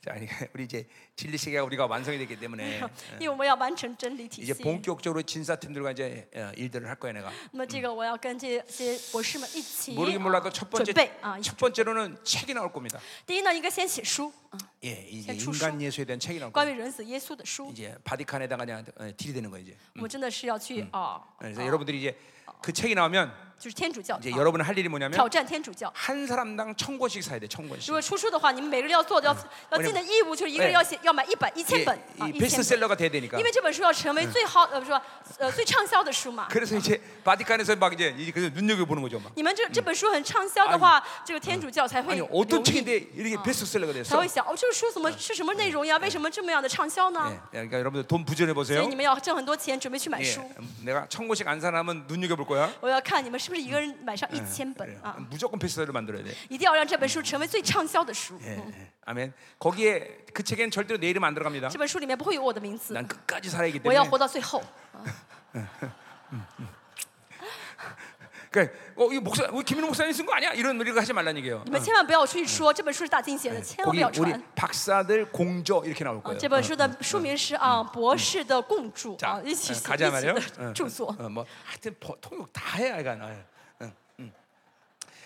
Speaker 1: 자, 그러니까 우리 이제 진리 세계가 우리가 완성이 되기 때문에
Speaker 2: 因为我们要完成真理体
Speaker 1: 이제
Speaker 2: 系。
Speaker 1: 본격적으로 진사 팀들과 이제 어, 일들을 할 거야 내가.
Speaker 2: 那么这个我要跟这些博士们一起
Speaker 1: 모르긴 몰라도 첫
Speaker 2: 准
Speaker 1: 번째
Speaker 2: 备啊。
Speaker 1: 첫 번째로는 책이 나올 겁니다.
Speaker 2: 第一呢，应该先写书啊，
Speaker 1: 예, 이제
Speaker 2: 그냥 추수.
Speaker 1: 인간 예수에 대한 책이 나올
Speaker 2: 关
Speaker 1: 겁니다.
Speaker 2: 于人死耶稣的书，
Speaker 1: 이제 바디칸에다가 그냥 어, 딜이 되는 거예요 이제.
Speaker 2: 我们真的是要去啊，
Speaker 1: 그래서 여러분들이 이제 그 책이 나오면
Speaker 2: 就是天主教
Speaker 1: 이제
Speaker 2: 啊
Speaker 1: 여러분 할 일이
Speaker 2: 挑
Speaker 1: 뭐냐면
Speaker 2: 战天主教。
Speaker 1: 한 사람당 천 권씩 사야 돼, 천
Speaker 2: 如
Speaker 1: 권씩.
Speaker 2: 果出书的话，你们每个人要做的要要尽的义务就是一个人要写要买一本一千
Speaker 1: 이게
Speaker 2: 本啊，
Speaker 1: 예, 아, 이
Speaker 2: 一千本。
Speaker 1: 베스트셀러가 돼야 되니까.
Speaker 2: 因为这本书要成为最好呃，不是说呃最畅销的书嘛。
Speaker 1: 그래서 이제 바티칸에서 막 이제 이제 그래서 눈여겨 보는 거죠. 막.
Speaker 2: 你们这这本书很畅销的话，这个天主教才会
Speaker 1: 아니
Speaker 2: 留
Speaker 1: 네. 어떤
Speaker 2: 意，
Speaker 1: 책인데 이렇게 베스트셀러가
Speaker 2: 才
Speaker 1: 됐어?
Speaker 2: 会想哦，这个书怎么是什么内容呀？为什么这么样的畅销
Speaker 1: 예,
Speaker 2: 呢？
Speaker 1: 그러니까 여러분들 돈 부전해
Speaker 2: 所
Speaker 1: 보세요.
Speaker 2: 以你们要挣很多钱，准备去买
Speaker 1: 예,
Speaker 2: 书。
Speaker 1: 내가 천 권씩 안 사람은 눈여겨 볼 거야.
Speaker 2: 我要看你们是不是一个人买上一千
Speaker 1: 예,
Speaker 2: 本啊！
Speaker 1: 무조건 베스트셀러 만들어야 돼.
Speaker 2: 一定要让这本书成为最畅销的书。
Speaker 1: 예, 예. 아멘. 거기에 그 책엔 절대로 내 이름 안 들어갑니다.
Speaker 2: 这本书里面不会有我的名字，
Speaker 1: 난 끝까지 살아야기
Speaker 2: 我要
Speaker 1: 때문에.
Speaker 2: 活到最后。
Speaker 1: 그러니까 어, 이 목사, 우리 김민호 목사님 쓴 거 아니야? 이런 우리가 하지 말란 얘기예요.
Speaker 2: 你们千万不要出去说这本书是大金写的，千万不
Speaker 1: 거기
Speaker 2: 要
Speaker 1: 우리
Speaker 2: 传。
Speaker 1: 박사들 공저 이렇게 나올
Speaker 2: 啊
Speaker 1: 거예요.
Speaker 2: 这本书的书名是啊，博士的共著啊，一起
Speaker 1: 어,
Speaker 2: 写一起
Speaker 1: 가자 말이요.
Speaker 2: 的著作。
Speaker 1: 뭐 하여튼 버- 통역 다 해야 이가 나. 응, 응.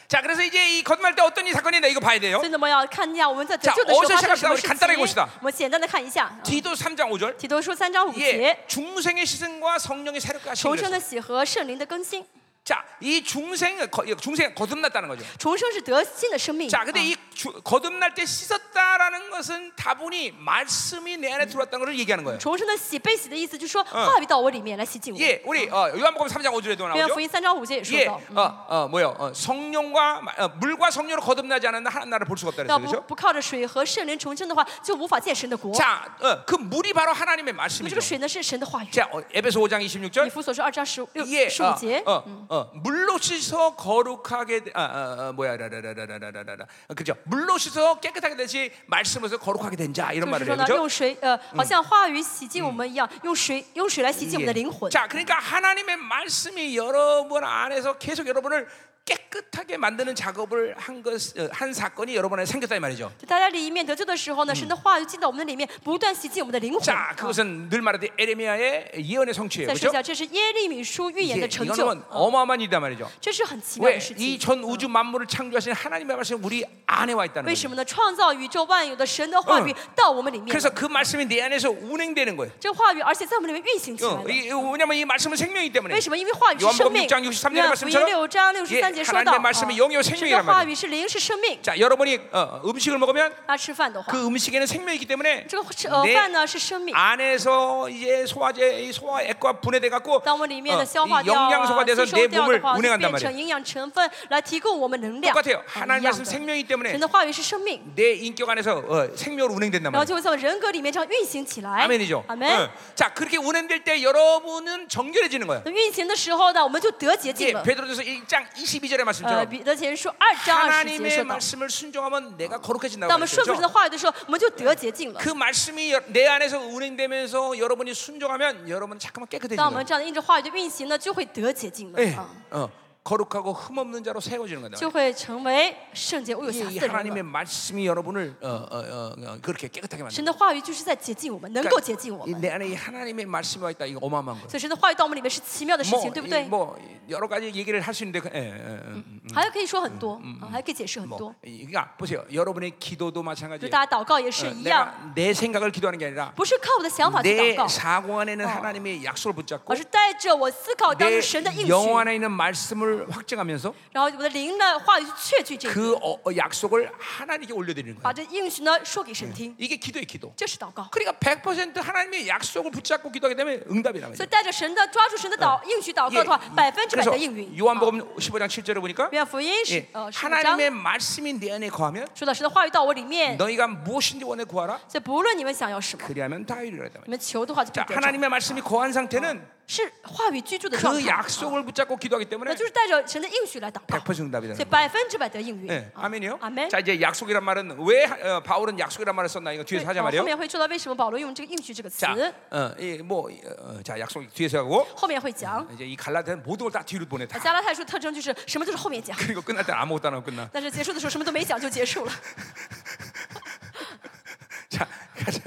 Speaker 1: 자, 그래서 이제 이 거듭말 때 어떤 이 사건이 나 이거 봐야 돼요.
Speaker 2: 所以呢，我们要看一下我们在得
Speaker 1: 자
Speaker 2: 救的时候
Speaker 1: 어디서
Speaker 2: 发生什么
Speaker 1: 시작합시다
Speaker 2: 事
Speaker 1: 우리간단하게봅시다
Speaker 2: 情。我们简单的看一下，啊
Speaker 1: 디도 3장 5절.
Speaker 2: 提多书三章五节，
Speaker 1: 예, 중생의 시승과 성령의 새롭게
Speaker 2: 重生
Speaker 1: 하시는
Speaker 2: 的喜和圣灵的更新，
Speaker 1: 자, 이 중생 중생 거듭났다는 거죠.
Speaker 2: 重生是得新的生命。
Speaker 1: 자, 근데
Speaker 2: 啊
Speaker 1: 이 주- 거듭날 때 씻었다라는 것은 다분히 말씀이 내 안에 들어왔다는 것을 얘기하는 거예요.
Speaker 2: 重生的喜被洗的意思，就是说话语到我里面来洗净我。
Speaker 1: 예, 우리 어, 요한복음 3장 5절에도
Speaker 2: 约翰
Speaker 1: 나오죠.
Speaker 2: 福音三章五节也说
Speaker 1: 예,
Speaker 2: 到，
Speaker 1: 어, 어, 뭐요? 어, 성령과 마- 어, 물과 성령으로 거듭나지 않은 하나님 나라를 볼 수가 없다 그랬어요,
Speaker 2: 要不
Speaker 1: 그렇죠?
Speaker 2: 不靠着水和圣灵重生的话，就无法见神的国。那
Speaker 1: 자, 어, 그 물이 바로 하나님의
Speaker 2: 么这个啊
Speaker 1: 말씀이죠.
Speaker 2: 水呢，是神的话语。
Speaker 1: 자, 어, 에베소 5장 26절.
Speaker 2: 以弗所说二章十五
Speaker 1: 예,
Speaker 2: 六十五
Speaker 1: 어,
Speaker 2: 节，
Speaker 1: 어, 어, 물로 씻어 거룩하게 되- 아, 아, 아, 뭐야, 라라라라라라라, 그죠? 물로 씻어 깨끗하게 되지 말씀으로서 거룩하게 된 자 이런
Speaker 2: 就是嗯
Speaker 1: 말을
Speaker 2: 说
Speaker 1: 해요,
Speaker 2: 呢，
Speaker 1: 그죠?
Speaker 2: 用水呃，好像话语洗净我们一样，用水用水来洗净我们的灵
Speaker 1: 예.
Speaker 2: 魂。
Speaker 1: 자, 그러니까 하나님의 말씀이 여러분 안에서 계속 여러분을 깨끗하게 만드는 작업을 한 것, 어, 한 사건이 여러분 안에 생겼다 이 말이죠.
Speaker 2: 就大家里面得救的时候呢，神的话语进到我们的里面，不断洗净我们的灵魂。
Speaker 1: 자,
Speaker 2: 啊
Speaker 1: 그것은 늘 말하듯 에레미야의 예언의 성취예요,
Speaker 2: 再说
Speaker 1: 그죠?
Speaker 2: 一下，这是耶利米书预言
Speaker 1: 예,
Speaker 2: 的成就，
Speaker 1: 이거는 어마어마한 일이다 말이죠.
Speaker 2: 这是很奇妙的
Speaker 1: 왜
Speaker 2: 事
Speaker 1: 이
Speaker 2: 情。
Speaker 1: 전 우주 만물을 창조하신 하나님의 말씀 우리 안에 와 있다는
Speaker 2: 为什
Speaker 1: 거죠.
Speaker 2: 么呢？创造宇宙万有的神的话语到我们里面，
Speaker 1: 그래서 그 말씀이 내 안에서 운행되는 거예요.
Speaker 2: 这话语而且在我们里面运行起来
Speaker 1: 어,
Speaker 2: 了。
Speaker 1: 이, 이- 왜냐면 이 말씀은 생명이기 때문에.
Speaker 2: 为什么？因为话语是生命。
Speaker 1: 요한복음6장63절의
Speaker 2: 约翰福音
Speaker 1: 말씀처럼
Speaker 2: 六章六十三节说到，
Speaker 1: 예하나님의말씀이영이요
Speaker 2: 啊
Speaker 1: 생명이란
Speaker 2: 神的话
Speaker 1: 말이에요
Speaker 2: 语是灵，是生命。
Speaker 1: 자, 여러분이 어, 음식을 먹으면
Speaker 2: 大家吃饭的话，
Speaker 1: 그 음식에는 생명이기 때문에
Speaker 2: 这个吃呃
Speaker 1: 내
Speaker 2: 饭呢是生命。
Speaker 1: 안에서 이제 소화제, 이 소화액과 분해돼 갖고
Speaker 2: 当我们里面
Speaker 1: 어,
Speaker 2: 的消化
Speaker 1: 이
Speaker 2: 掉啊、
Speaker 1: 嗯 영양소가
Speaker 2: 吸
Speaker 1: 돼서
Speaker 2: 收
Speaker 1: 내
Speaker 2: 掉的
Speaker 1: 몸을
Speaker 2: 话，就
Speaker 1: 운행한단
Speaker 2: 变
Speaker 1: 말이에요.
Speaker 2: 成营养成分来提供我们能量。
Speaker 1: 똑같아요.
Speaker 2: 啊一
Speaker 1: 하나님
Speaker 2: 样
Speaker 1: 말씀
Speaker 2: 的。
Speaker 1: 생명이기 때문에
Speaker 2: 神的话语是生命，
Speaker 1: 내 인격 안에서 어, 생명으로 운행된단
Speaker 2: 然后
Speaker 1: 말이에요.
Speaker 2: 就会在我人格里面这样运行起来。
Speaker 1: 아멘이죠. 嗯
Speaker 2: 阿门
Speaker 1: 어. 。 자, 그렇게 운행될 때 여러분은 정결해지는 거예요.
Speaker 2: 那运行的时候呢，我们就得洁
Speaker 1: 예,
Speaker 2: 净了。
Speaker 1: 베드로전서 1장 22절의
Speaker 2: 呃，
Speaker 1: 말씀처럼
Speaker 2: 彼得前书二章二十节
Speaker 1: 하나님의
Speaker 2: 说到，
Speaker 1: 말씀을 순종하면 내가
Speaker 2: 当
Speaker 1: 거룩해진다고
Speaker 2: 我们顺服神的
Speaker 1: 그랬죠.
Speaker 2: 话语的时候，我们就得洁净了
Speaker 1: 그 。 말씀이 여- 내 안에서 운행되면서 여러분이 순종하면 여러분 잠깐만
Speaker 2: 当
Speaker 1: 깨끗해지는
Speaker 2: 我
Speaker 1: 거예요.
Speaker 2: 们这样的印着话语的运行呢，就会得洁净了
Speaker 1: 예,
Speaker 2: 啊。
Speaker 1: 어, 거룩하고 흠없는 자로 세워지는 거다.
Speaker 2: 就会成为圣洁、我有瑕
Speaker 1: 이
Speaker 2: 疵的人
Speaker 1: 하나님의
Speaker 2: 了。
Speaker 1: 말씀이 여러분을 어, 어, 어, 어, 그렇게 깨끗하게
Speaker 2: 神
Speaker 1: 만든다.
Speaker 2: 的话语就是在洁净我们，能够洁净我
Speaker 1: 이-
Speaker 2: 们。
Speaker 1: 내 안에 이 하나님의 말씀이 와 있다. 이거 어마어마한 거예요.
Speaker 2: 所以神的话语到我们里面是奇妙的事
Speaker 1: 뭐
Speaker 2: 情，对不对？
Speaker 1: 뭐, 여러 가지 얘기를 할 수 있는데 그- 예, 예, 예.
Speaker 2: 还可以说很多，啊还可以解释很多
Speaker 1: 뭐 。 이- 그러니까 보세요. 여러분의 기도도
Speaker 2: 就
Speaker 1: 마찬가지예요.
Speaker 2: 大家祷告也是
Speaker 1: 어,
Speaker 2: 一样，
Speaker 1: 내가 내 생각을 기도하는 게 아니라
Speaker 2: 不是靠我的想法去
Speaker 1: 내
Speaker 2: 祷告，
Speaker 1: 사고 안에는 하나님의 약속을 붙잡고
Speaker 2: 而是带着我思考当
Speaker 1: 내
Speaker 2: 中神的应许
Speaker 1: 영혼 ， 안에 있는 말씀을 확증하면서
Speaker 2: 然后我的灵呢话语去确据这个，
Speaker 1: 그 어- 어, 약속을 하나님께 올려드리는 거예요.
Speaker 2: 把这应许呢说给神听，
Speaker 1: 이게 기도의 기도.
Speaker 2: 这是祷告。
Speaker 1: 그러니까 100% 하나님의 약속을 붙잡고 기도하게 되면 응답이라는
Speaker 2: 所以
Speaker 1: 거죠.
Speaker 2: 带着神的抓住神的祷应许祷告的
Speaker 1: 예.
Speaker 2: 话，百分之百
Speaker 1: 그래서
Speaker 2: 的应允。啊
Speaker 1: 요한복음 15장 7절을 보니까
Speaker 2: 约翰福音是
Speaker 1: 예,
Speaker 2: 呃十五章
Speaker 1: 하나님의 말씀이 내 안에 거하면
Speaker 2: 说到神的话语到我里面，
Speaker 1: 너희가 무엇인지 원해 구하라
Speaker 2: 所以不论你们想要什么，
Speaker 1: 그리하면 다 이루리라.
Speaker 2: 你们求的话就
Speaker 1: 자,
Speaker 2: 必得着。
Speaker 1: 하나님의 말씀이 거한 상태는
Speaker 2: 是话语居住的状
Speaker 1: 그렇죠. 그
Speaker 2: 态，
Speaker 1: 약속을 붙잡고 기도하기
Speaker 2: 那
Speaker 1: 때문에
Speaker 2: 就是带着神的应许来祷告，
Speaker 1: 100% 응답이라는
Speaker 2: 所
Speaker 1: 거예요.
Speaker 2: 以百分之百的应允
Speaker 1: 예, 。 아멘이요.
Speaker 2: 阿门。
Speaker 1: 자, 이제 약속이란 말은 왜 어, 바울은 약속이란 말을 썼나 이거
Speaker 2: 对
Speaker 1: 뒤에서 하자
Speaker 2: 哦后
Speaker 1: 말이에요.
Speaker 2: 面会说到为什么保罗用这个“应许”这个词
Speaker 1: 자, ， 어, 이, 뭐, 이, 어, 자, 약속 뒤에서 하고
Speaker 2: 后面会讲。呃
Speaker 1: 이제 이 갈라디아는 모든 걸 다 뒤로 보내 다.
Speaker 2: 加拉太书特征就是什么都是后面 讲，
Speaker 1: 그리고 끝날 때 아무것도 안 하고 끝나.
Speaker 2: 但是结束的时候什么都没讲就结束了。
Speaker 1: 자, 가자.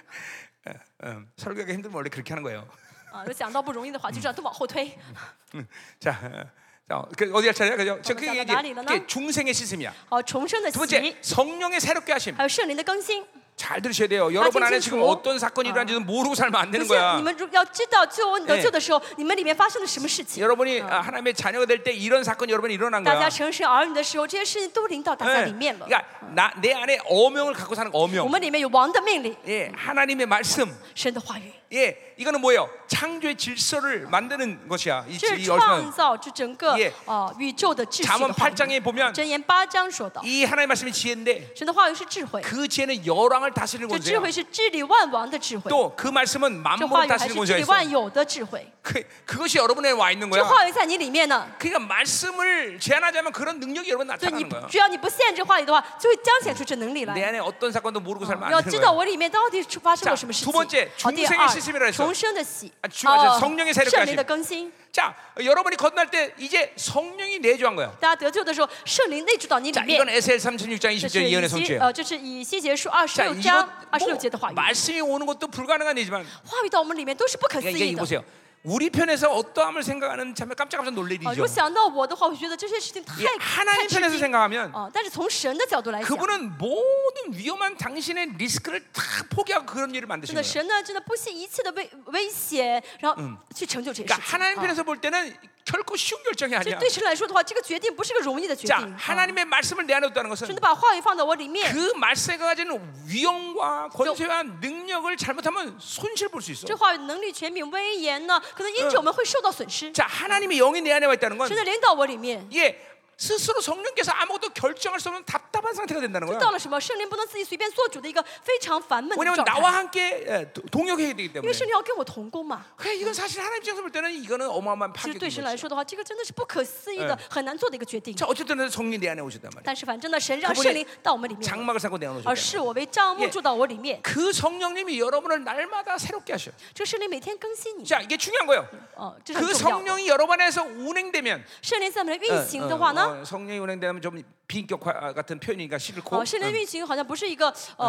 Speaker 1: 어, 어, 설교하기 힘들면 원래 그렇게 하는 거예요.
Speaker 2: 啊，有讲到不容易的话，就这样都往后推。
Speaker 1: 자, 자, 어, 그 어디 할 차례야? 그죠? 저 그게 이제
Speaker 2: 나리, 나나?
Speaker 1: 그게 중생의 시스템이야.
Speaker 2: 好，重生的
Speaker 1: 두
Speaker 2: 洗
Speaker 1: 번째, ， 성령의 새롭게 하심.
Speaker 2: 还有圣灵的更新。
Speaker 1: 잘 들으셔야 돼요. 여러분 안에 지금
Speaker 2: 진심으로.
Speaker 1: 어떤 사건이 일어난지도 모르고 살면 안
Speaker 2: 不
Speaker 1: 되는
Speaker 2: 是
Speaker 1: 거야.
Speaker 2: 你们如要知道救恩得
Speaker 1: 예
Speaker 2: 救的时候，你们里面发生了什么事情？
Speaker 1: 여러분이 아, 하나님의 자녀가 될 때 이런 사건이 여러분이 일어난
Speaker 2: 大
Speaker 1: 거야.
Speaker 2: 家成神儿女的时候，这些事情都临到大家
Speaker 1: 예.
Speaker 2: 里面了。
Speaker 1: 그러니까 나, 내 안에 어명을 갖고 사는 거,
Speaker 2: 我
Speaker 1: 어명.
Speaker 2: 们里面有王的命令，
Speaker 1: 예, 하나님의 말씀.
Speaker 2: 神的话语，
Speaker 1: 예, 이거는 뭐예요? 창조의 질서를 만드는 것이야. 이,
Speaker 2: 这是
Speaker 1: 이 얼마나
Speaker 2: 创造这整个
Speaker 1: 예
Speaker 2: 啊宇宙的秩序的
Speaker 1: 잠언
Speaker 2: 话语。
Speaker 1: 8장에 보면
Speaker 2: 箴言八章说到，
Speaker 1: 이 하나님의 말씀이 지혜인데
Speaker 2: 神的话语是智慧，
Speaker 1: 그 지혜는 열왕을 다스리는
Speaker 2: 这智
Speaker 1: 권세야.
Speaker 2: 慧是治理万王的智慧，
Speaker 1: 또 그 말씀은
Speaker 2: 这话
Speaker 1: 만물을
Speaker 2: 语还
Speaker 1: 다스리는
Speaker 2: 是
Speaker 1: 권세가
Speaker 2: 啊治理
Speaker 1: 있어.
Speaker 2: 万有的智慧。
Speaker 1: 그, 그것이 여러분에 와 있는
Speaker 2: 这
Speaker 1: 거야.
Speaker 2: 话语在你里面呢，
Speaker 1: 그러니까 말씀을 제한하자면 그런 능력이 여러분
Speaker 2: 所以你
Speaker 1: 나타나는 거야.
Speaker 2: 只要你不限制话语的话，就会彰显出这能力来
Speaker 1: 내 。 안에 어떤 사건도 모르고 살면
Speaker 2: 要
Speaker 1: 안
Speaker 2: 知
Speaker 1: 되는
Speaker 2: 道
Speaker 1: 거야.
Speaker 2: 我里面到底是发生了什么事
Speaker 1: 자
Speaker 2: 情。
Speaker 1: 두번째
Speaker 2: 好第
Speaker 1: 중생의시스템이라고
Speaker 2: 二，
Speaker 1: 했어
Speaker 2: 重生的喜，
Speaker 1: 아, 주- 맞아.
Speaker 2: 哦
Speaker 1: 성령의 새롭게
Speaker 2: 圣灵
Speaker 1: 하심.
Speaker 2: 的更新。
Speaker 1: 자, 여러분이 건널 때 이제 성령이 내주한 거야.
Speaker 2: 大家得救的时候，圣灵内住到你里
Speaker 1: 자,
Speaker 2: 面
Speaker 1: 이건 。 네. 에셀 36장
Speaker 2: 这
Speaker 1: 20절
Speaker 2: 是
Speaker 1: 예언의
Speaker 2: 以西
Speaker 1: 성취예요.
Speaker 2: 呃，这是以西结束二十
Speaker 1: 자,
Speaker 2: 六
Speaker 1: 이거
Speaker 2: 章二十六节的话
Speaker 1: 뭐
Speaker 2: 语，
Speaker 1: 말씀이 오는 것도 불가능한 일이지만
Speaker 2: 话语到我们里面都是不可思
Speaker 1: 그러니까 이게
Speaker 2: 议
Speaker 1: 이거
Speaker 2: 的。
Speaker 1: 보세요. 우리 편에서 어떠함을 생각하는 참 깜짝깜짝 놀랄
Speaker 2: 啊，
Speaker 1: 어,
Speaker 2: 如果
Speaker 1: 일이죠.
Speaker 2: 想到我的话，我觉得这些事情太
Speaker 1: 예,
Speaker 2: 太
Speaker 1: 하나님
Speaker 2: 吃
Speaker 1: 편에서
Speaker 2: 惊。
Speaker 1: 생각하면
Speaker 2: 啊，但是从神的角度来讲，
Speaker 1: 그분은 모든 위험한 당신의 리스크를 다 포기하고 그런 일을
Speaker 2: 真
Speaker 1: 만드신
Speaker 2: 的
Speaker 1: 거예요.
Speaker 2: 神呢，真的不惜一切的危危险，然后去成就这些事
Speaker 1: 그러니까
Speaker 2: 情。
Speaker 1: 하나님
Speaker 2: 啊
Speaker 1: 편에서 볼 때는 결코 쉬운 결정이
Speaker 2: 这
Speaker 1: 아니야.
Speaker 2: 对神来说的话，这个决定不是个容易的决
Speaker 1: 자
Speaker 2: 定。啊
Speaker 1: 하나님의 말씀을 내 안에 뒀다는
Speaker 2: 真
Speaker 1: 것은
Speaker 2: 的把话语放到我里面，
Speaker 1: 그 말씀이 가지는 위험과 권세와 능력을 잘못하면 손실 볼 수 있어.
Speaker 2: 这话语能力、权柄、威严呢，可能因着我们会受到损失。
Speaker 1: 자 하나님의 영이 내 안에 와 있다는 건
Speaker 2: 神的领导我里面，
Speaker 1: 예, 스스로 성령께서 아무것도 결정할 수 없는 답답한 상태가 된다는 거야.
Speaker 2: 到了什么圣灵不能自己随便做主的一个非常烦闷的
Speaker 1: 왜냐면
Speaker 2: 状态。
Speaker 1: 나와 함께 예, 도- 동역해야 되기
Speaker 2: 因
Speaker 1: 때문에.
Speaker 2: 为圣灵要跟我同工嘛。
Speaker 1: 그래 이건 사실 하나님 입장에서 볼 때는 이거는 어마어마한
Speaker 2: 其实对
Speaker 1: 파괴인
Speaker 2: 神来
Speaker 1: 거지.
Speaker 2: 说的话，这个真的是不可思议的、很难做的一个决定。
Speaker 1: 자 어쨌든 성령이 내 안에 오셨단 말이야.
Speaker 2: 但是反正呢，神让
Speaker 1: 그분이
Speaker 2: 圣灵到我们里面，
Speaker 1: 장막을 삼고 아, 내 안에
Speaker 2: 而
Speaker 1: 오셨단
Speaker 2: 视
Speaker 1: 말이야.
Speaker 2: 我为帐幕
Speaker 1: 예
Speaker 2: 住到我里面。
Speaker 1: 그 성령님이 여러분을 날마다 새롭게 하셔.
Speaker 2: 这个圣灵每天更新你，
Speaker 1: 자 이게 중요한 거예요.
Speaker 2: 哦，这是
Speaker 1: 그
Speaker 2: 很重要的。
Speaker 1: 성령이 여러분 안에서 운행되면
Speaker 2: 圣灵在我们
Speaker 1: 어,
Speaker 2: 的运行的话
Speaker 1: 어,
Speaker 2: 呢，
Speaker 1: 어, 성령이 운행되면 좀 비인격화 같은 표현이니까 싫고
Speaker 2: 哦，圣灵的运行好像不是一
Speaker 1: 嗯
Speaker 2: 个呃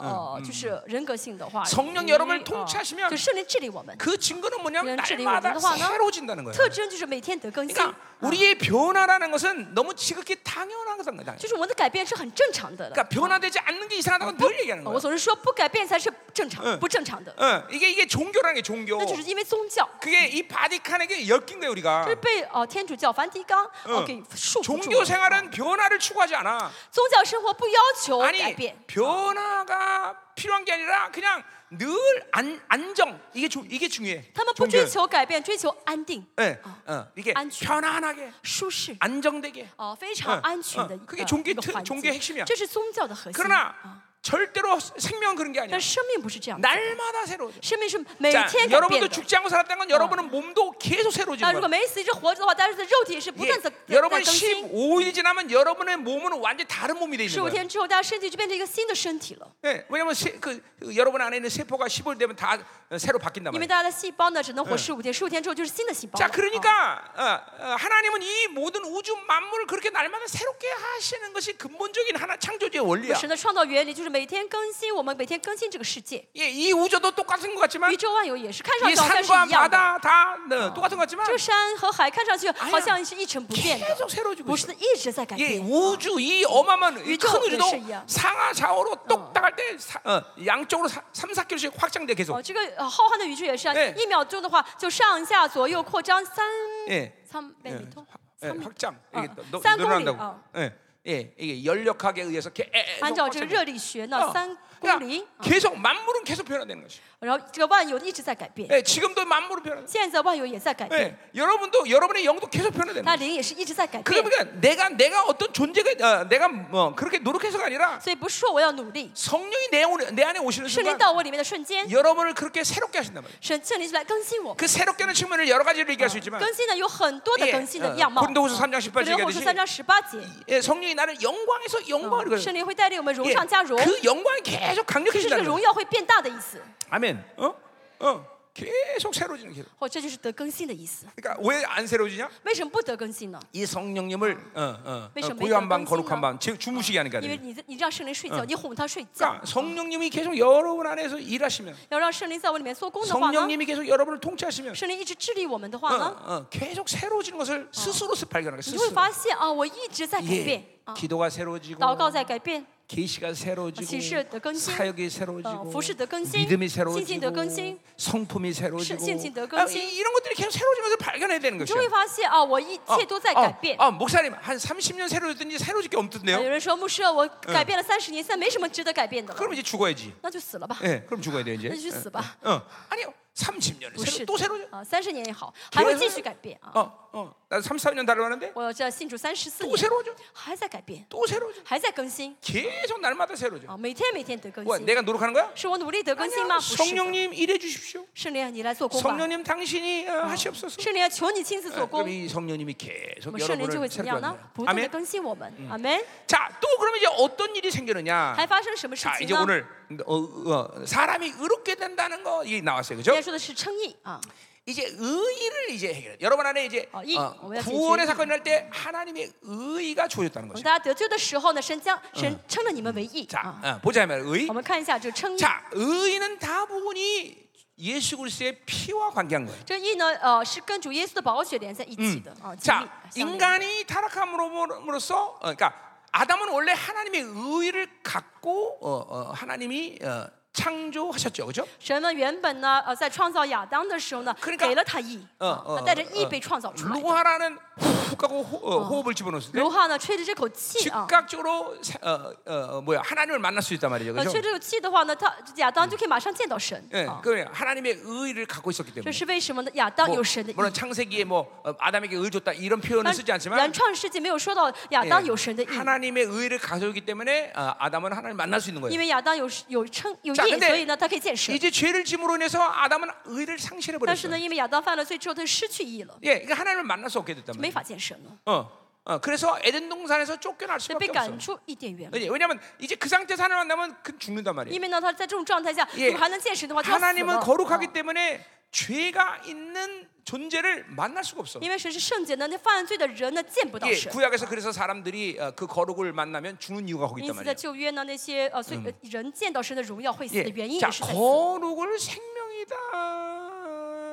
Speaker 2: 呃，就是人格性的话语。
Speaker 1: 성령
Speaker 2: 嗯
Speaker 1: 여러분을
Speaker 2: 哦
Speaker 1: 통치하시면
Speaker 2: 就圣灵治理我们，
Speaker 1: 그 증거는 뭐냐면
Speaker 2: 이런 진리
Speaker 1: 날마다
Speaker 2: 운행의 화나?
Speaker 1: 새로워진다는 거예요.
Speaker 2: 特征就是每天得更新，
Speaker 1: 그러니까 우리의 변화라는 것은 너무 지극히 당연한 거잖아요.
Speaker 2: 就是我们的改变是很正常的了。
Speaker 1: 그러니까 변화되지 않는 게 이상하다고 늘 얘기하는
Speaker 2: 哦我
Speaker 1: 거예요.
Speaker 2: 总是说不改变才是正常，
Speaker 1: 嗯嗯
Speaker 2: 不正常的，
Speaker 1: 어, 이게 이게 종교라는 게 종교.
Speaker 2: 那就是因为宗教。
Speaker 1: 그게 이 바디칸에게 엮인 거예요 우리가.
Speaker 2: 这是被呃天主教梵蒂冈呃
Speaker 1: 嗯
Speaker 2: 给束缚住
Speaker 1: 종교
Speaker 2: 了。
Speaker 1: 생활은 변화를 추구하지 않아.
Speaker 2: 宗教生活不要求
Speaker 1: 어,
Speaker 2: 改
Speaker 1: 아니 예.
Speaker 2: 变，
Speaker 1: 변화가 필요한 게 아니라 그냥 늘 안, 안정 이게 주, 이게 중요해.
Speaker 2: 他们不
Speaker 1: 종교는.
Speaker 2: 追求改变，追求安定、
Speaker 1: 예, 어, 이게
Speaker 2: 안주.
Speaker 1: 편안하게 아,
Speaker 2: 舒适，
Speaker 1: 안정되게.
Speaker 2: 哦，非常
Speaker 1: 嗯
Speaker 2: 安全的
Speaker 1: 嗯
Speaker 2: 一
Speaker 1: 그게
Speaker 2: 个
Speaker 1: 종교의
Speaker 2: 一个
Speaker 1: 특
Speaker 2: 环
Speaker 1: 종교의
Speaker 2: 境
Speaker 1: 핵심이야 。
Speaker 2: 这是宗教的核心。
Speaker 1: 그러나 절대로 생명은 그런 게 아니야.
Speaker 2: 但生命不是这样的，
Speaker 1: 날마다 새로워져.
Speaker 2: 生命是每
Speaker 1: 자
Speaker 2: 天改变
Speaker 1: 여러분도
Speaker 2: 的。
Speaker 1: 죽지 않고 살았다는 건 여러분은 몸도 계속
Speaker 2: 啊，
Speaker 1: 새로워지는
Speaker 2: 如
Speaker 1: 거예요.
Speaker 2: 果没死一直活着的话，但是肉体是不
Speaker 1: 예,
Speaker 2: 断的在在
Speaker 1: 여러분
Speaker 2: 更新。
Speaker 1: 15일이 지나면 여러분의 몸은 완전히 다른 몸이 돼
Speaker 2: 十
Speaker 1: 있는
Speaker 2: 五
Speaker 1: 거예요.
Speaker 2: 天之后，大家身体就变成一个新的身体了，
Speaker 1: 예, 왜냐면 세, 그, 그 여러분 안에 있는 세포가 15일 되면 다 어, 새로 바뀐단
Speaker 2: 因为
Speaker 1: 말이에요.
Speaker 2: 大家的细胞呢只能活十五天，十五天之后就是新的细胞了。
Speaker 1: 자,
Speaker 2: 啊
Speaker 1: 그러니까 어, 어, 하나님은 이 모든 우주 만물을 그렇게 날마다 새롭게 하시는 것이 근본적인 하나 창조주의 원리야.
Speaker 2: 神的创造原理就是每天更新，我们每天更新这个世界。
Speaker 1: 예, 이 우주도 똑같은 것
Speaker 2: 宇
Speaker 1: 같지만
Speaker 2: 宙万有也是看上
Speaker 1: 이
Speaker 2: 去好像是
Speaker 1: 산과
Speaker 2: 一样的，
Speaker 1: 바다 다 네, 똑같은 것 같지만
Speaker 2: 这个山和海看上去
Speaker 1: 呀
Speaker 2: 好像是一成不变的，
Speaker 1: 계속 새로워지고
Speaker 2: 哎不
Speaker 1: 있어.
Speaker 2: 是的一直在改
Speaker 1: 예,
Speaker 2: 变。
Speaker 1: 우주 이 어마어마한 이
Speaker 2: 위조
Speaker 1: 큰 우주도 어.
Speaker 2: 글씨야.
Speaker 1: 상하 좌우로 똑딱할 때 사- 어, 양쪽으로 사, 3, 4km씩 확장돼 계속.
Speaker 2: 哦，这个呃浩瀚的宇宙也是啊
Speaker 1: 哎，
Speaker 2: 一秒钟的话就上下左右扩张三
Speaker 1: 예.
Speaker 2: 三百
Speaker 1: 예,
Speaker 2: 米通
Speaker 1: 확- ， 예,
Speaker 2: 三米
Speaker 1: 확장
Speaker 2: 어,
Speaker 1: 이게 너-
Speaker 2: 쌍
Speaker 1: 늘어난다고.
Speaker 2: 공리, 어.
Speaker 1: 예, 예, 이게 열역학에 의해서 계속
Speaker 2: 按照这个
Speaker 1: 확장돼.
Speaker 2: 热力学
Speaker 1: 어.
Speaker 2: 呢，三
Speaker 1: 그러니까
Speaker 2: 公里，
Speaker 1: 계속 만물은 계속 변화되는 거지.
Speaker 2: 然后这个万有一直在改变，
Speaker 1: 예, 지금도 만물은 변화.
Speaker 2: 现在万有也在改变，
Speaker 1: 예, 여러분도 여러분의 영도 계속 변화되는
Speaker 2: 那
Speaker 1: 거지.
Speaker 2: 灵也是一直在改变，
Speaker 1: 그러니까 내가 내가 어떤 존재가 어, 내가 뭐 그렇게 노력해서가 아니라
Speaker 2: 所以不是说我要努力，
Speaker 1: 성령이 내, 오는- 내 안에 오시는
Speaker 2: 圣灵
Speaker 1: 순간
Speaker 2: 到我里面的瞬间，
Speaker 1: 여러분을 그렇게 새롭게 하신단 말이에요.
Speaker 2: 圣圣灵就来更新我。
Speaker 1: 그 새롭게는 측면을 여러 가지로 얘기할 수 있지만
Speaker 2: 更新呢有很多的更新
Speaker 1: 예
Speaker 2: 的样貌。
Speaker 1: 呃，고린도후서3章18节
Speaker 2: 格林后书三章十八节，
Speaker 1: 예, 성령이 나를 영광에서 영광으로
Speaker 2: 어
Speaker 1: 이끌어요.
Speaker 2: 圣灵会带领我们荣
Speaker 1: 예,
Speaker 2: 上加荣，
Speaker 1: 그 영광이 계속
Speaker 2: 就是这个
Speaker 1: 강력해진다는 거예요.
Speaker 2: 荣耀会变大的意思。
Speaker 1: 아멘. 어? 어. 계속 새로워지는 계속.
Speaker 2: 哦，这就是得更新的意思。
Speaker 1: 그러니까 왜 안 새로워지냐?
Speaker 2: 为什么不得更新呢？
Speaker 1: 이 성령님을 어, 어,
Speaker 2: 왜
Speaker 1: 어,
Speaker 2: 좀
Speaker 1: 고요한
Speaker 2: 매일
Speaker 1: 밤
Speaker 2: 깜깜이나?
Speaker 1: 거룩한 밤 즉, 주무시게 하니까
Speaker 2: 因为
Speaker 1: 그래요.
Speaker 2: 你你让圣灵睡觉，你哄他睡觉
Speaker 1: 그러니까 ， 성령님이 계속 여러분 안에서 일하시면
Speaker 2: 要让圣灵在我里面嗯做工的话呢，
Speaker 1: 성령님이 계속 여러분을 통치하시면
Speaker 2: 圣灵一直治理我们的
Speaker 1: 어,
Speaker 2: 话呢，
Speaker 1: 어, 계속 새로워지는 것을 스스로 발견하게
Speaker 2: 你会
Speaker 1: 스스로
Speaker 2: 发现啊，我一直在改变
Speaker 1: 예,
Speaker 2: 啊，
Speaker 1: 기도가
Speaker 2: 祷
Speaker 1: 새로워지고
Speaker 2: 告在改变，
Speaker 1: 계시가 새로워지고
Speaker 2: 아, 지시得更新,
Speaker 1: 사역이 새로워지고
Speaker 2: 어, 服饰得更新,
Speaker 1: 믿음이 새로워지고
Speaker 2: 信心得更新,
Speaker 1: 성품이 새로워지고
Speaker 2: 信心得更新.
Speaker 1: 아, 이, 이런 것들이 계속 새로워지는 것을 발견해야 되는
Speaker 2: 你就会
Speaker 1: 것이에요.
Speaker 2: 发现啊，哦我一切都在改变。
Speaker 1: 어, 목사님 한 30년 새로워졌더니 새로워질 게
Speaker 2: 啊
Speaker 1: 없던데요.
Speaker 2: 有人说牧师，我改变了三十年，现在没什么值得改变的了，
Speaker 1: 그럼 이제 죽어야지.
Speaker 2: 那就死了吧，
Speaker 1: 예, 그럼 죽어야 돼
Speaker 2: 那
Speaker 1: 이제.
Speaker 2: 就去死吧。
Speaker 1: 어, 아니요. 30년
Speaker 2: 不
Speaker 1: 새로,
Speaker 2: 是
Speaker 1: 또 새로워져.
Speaker 2: 啊，三十年也好，还会继续改变啊。
Speaker 1: 어, 어. 나 33년 달려가는데
Speaker 2: 我这信主三十四
Speaker 1: 또
Speaker 2: 年，
Speaker 1: 새로워져.
Speaker 2: 还在改变，
Speaker 1: 또 새로워져.
Speaker 2: 还在更新
Speaker 1: 계속 날마다 새로워져.
Speaker 2: 啊，每天每天得更
Speaker 1: 뭐야,
Speaker 2: 新。
Speaker 1: 내가 노력하는 거야?
Speaker 2: 是我努力得更新
Speaker 1: 아니야,
Speaker 2: 吗？不是的。
Speaker 1: 성령님 일해 주십시오.
Speaker 2: 圣灵啊，你来做工吧。
Speaker 1: 성령님 당신이 어, 하시옵소서.
Speaker 2: 圣灵啊，求你亲自做
Speaker 1: 예,
Speaker 2: 工，
Speaker 1: 그럼 이 성령님이 계속
Speaker 2: 我们圣灵就会
Speaker 1: 여러분을
Speaker 2: 怎么样
Speaker 1: 새롭게
Speaker 2: 呢
Speaker 1: 하는 ？ 거예요.
Speaker 2: 不断嗯啊的
Speaker 1: 아멘.
Speaker 2: 更新我们。阿门。
Speaker 1: 자, 또 그러면 이제 어떤 일이 생기느냐?
Speaker 2: 还发生了什么事
Speaker 1: 자,
Speaker 2: 情
Speaker 1: 이제
Speaker 2: 呢？
Speaker 1: 오늘 어, 어, 사람이 의롭게 된다는 거 이게 나왔어요.
Speaker 2: 今
Speaker 1: 그죠?
Speaker 2: 天说的是称义啊，
Speaker 1: 이제 의의를 이제 해결해. 여러분 안에 이제
Speaker 2: 어, 이,
Speaker 1: 어,
Speaker 2: 뭐야,
Speaker 1: 구원의
Speaker 2: 지금
Speaker 1: 사건이 날 때 하나님의 의의가 주어졌다는
Speaker 2: 我们
Speaker 1: 거죠.
Speaker 2: 大家得救的时候呢，神将
Speaker 1: 嗯
Speaker 2: 神称了你们为义
Speaker 1: 자,
Speaker 2: 啊。
Speaker 1: 어, 보자 면 의의.
Speaker 2: 我们看一下这个称义，
Speaker 1: 자, 의의는 대부분이 예수 그리스도의 피와 관계한 거예요.
Speaker 2: 这义呢，呃，是跟主耶稣的宝血连在一起的
Speaker 1: 嗯
Speaker 2: 啊。亲密
Speaker 1: 자,
Speaker 2: 相连
Speaker 1: 인간이 타락함으로써 어, 그러니까 아담은 원래 하나님의 의의를 갖고 어, 어, 하나님이 어, 창조하셨죠. 그렇죠?
Speaker 2: 神呢，原本呢，呃，在创造亚当的时候呢
Speaker 1: 그러니까，
Speaker 2: 给了他义，
Speaker 1: 嗯
Speaker 2: 啊
Speaker 1: 嗯
Speaker 2: 他带着义被创造出来。
Speaker 1: 어, 루하라는 훅 하고 호, 어, 호흡을 집어넣었을 때
Speaker 2: 如浩呢，吹着这口气啊，
Speaker 1: 즉각적으로 사- 어, 어, 어, 뭐야 하나님을 만날 수 있단 말이죠.
Speaker 2: 呃，
Speaker 1: 그렇죠?
Speaker 2: 吹这口气的话呢，他亚当就可以马上见到神
Speaker 1: 예,
Speaker 2: 啊。
Speaker 1: 그 하나님의 의를 갖고 있었기
Speaker 2: 这
Speaker 1: 때문에.
Speaker 2: 是为什么呢？亚当
Speaker 1: 뭐,
Speaker 2: 有神的义，
Speaker 1: 물론 창세기에 뭐 어, 아담에게 의 줬다 이런 표현은
Speaker 2: 但
Speaker 1: 쓰지
Speaker 2: 原
Speaker 1: 않지만
Speaker 2: 创世纪没有说到亚
Speaker 1: 예,
Speaker 2: 当有神的义，
Speaker 1: 하나님의 의를 가져오기 때문에 아, 아담은 하나님 만날 수 있는
Speaker 2: 因
Speaker 1: 거예요.
Speaker 2: 为亚当有有称有
Speaker 1: 자
Speaker 2: 义，
Speaker 1: 근데
Speaker 2: 所以呢，他可以见神。
Speaker 1: 이제 죄를 짐으로 인해서 아담은 의를 상실해
Speaker 2: 但是呢，
Speaker 1: 버렸어요.
Speaker 2: 因为亚当犯了罪之后，他就失去义了，
Speaker 1: 예, 그러니까 하나님을 만날 수 없게 됐단
Speaker 2: 没
Speaker 1: 말이에요.
Speaker 2: 法见神了，
Speaker 1: 어, 어, 그래서 에덴 동산에서 쫓겨날
Speaker 2: 所以被
Speaker 1: 수밖에
Speaker 2: 赶
Speaker 1: 없어.
Speaker 2: 出伊甸园了。
Speaker 1: 왜냐하면 이제 그 상태에서 하나님 만나면 그 죽는단 말이에요.
Speaker 2: 因为呢，他在这种状态下，
Speaker 1: 예
Speaker 2: 如果还能见神的话，就要死了。
Speaker 1: 하나님은
Speaker 2: 啊
Speaker 1: 거룩하기 때문에 죄가 있는 존재를 만날 수가 없어.
Speaker 2: 因为神是圣洁的，那犯罪的人呢见不到
Speaker 1: 예,
Speaker 2: 神。
Speaker 1: 구약에서 그래서 사람들이 어, 그 거룩을 만나면 죽는 이유가 거기
Speaker 2: 因
Speaker 1: 있단
Speaker 2: 此，在
Speaker 1: 말이에요.
Speaker 2: 旧约呢，那些呃，
Speaker 1: 嗯
Speaker 2: 所以呃人见到神的荣耀会死的
Speaker 1: 예,
Speaker 2: 原因
Speaker 1: 자
Speaker 2: 也是在此。
Speaker 1: 거룩을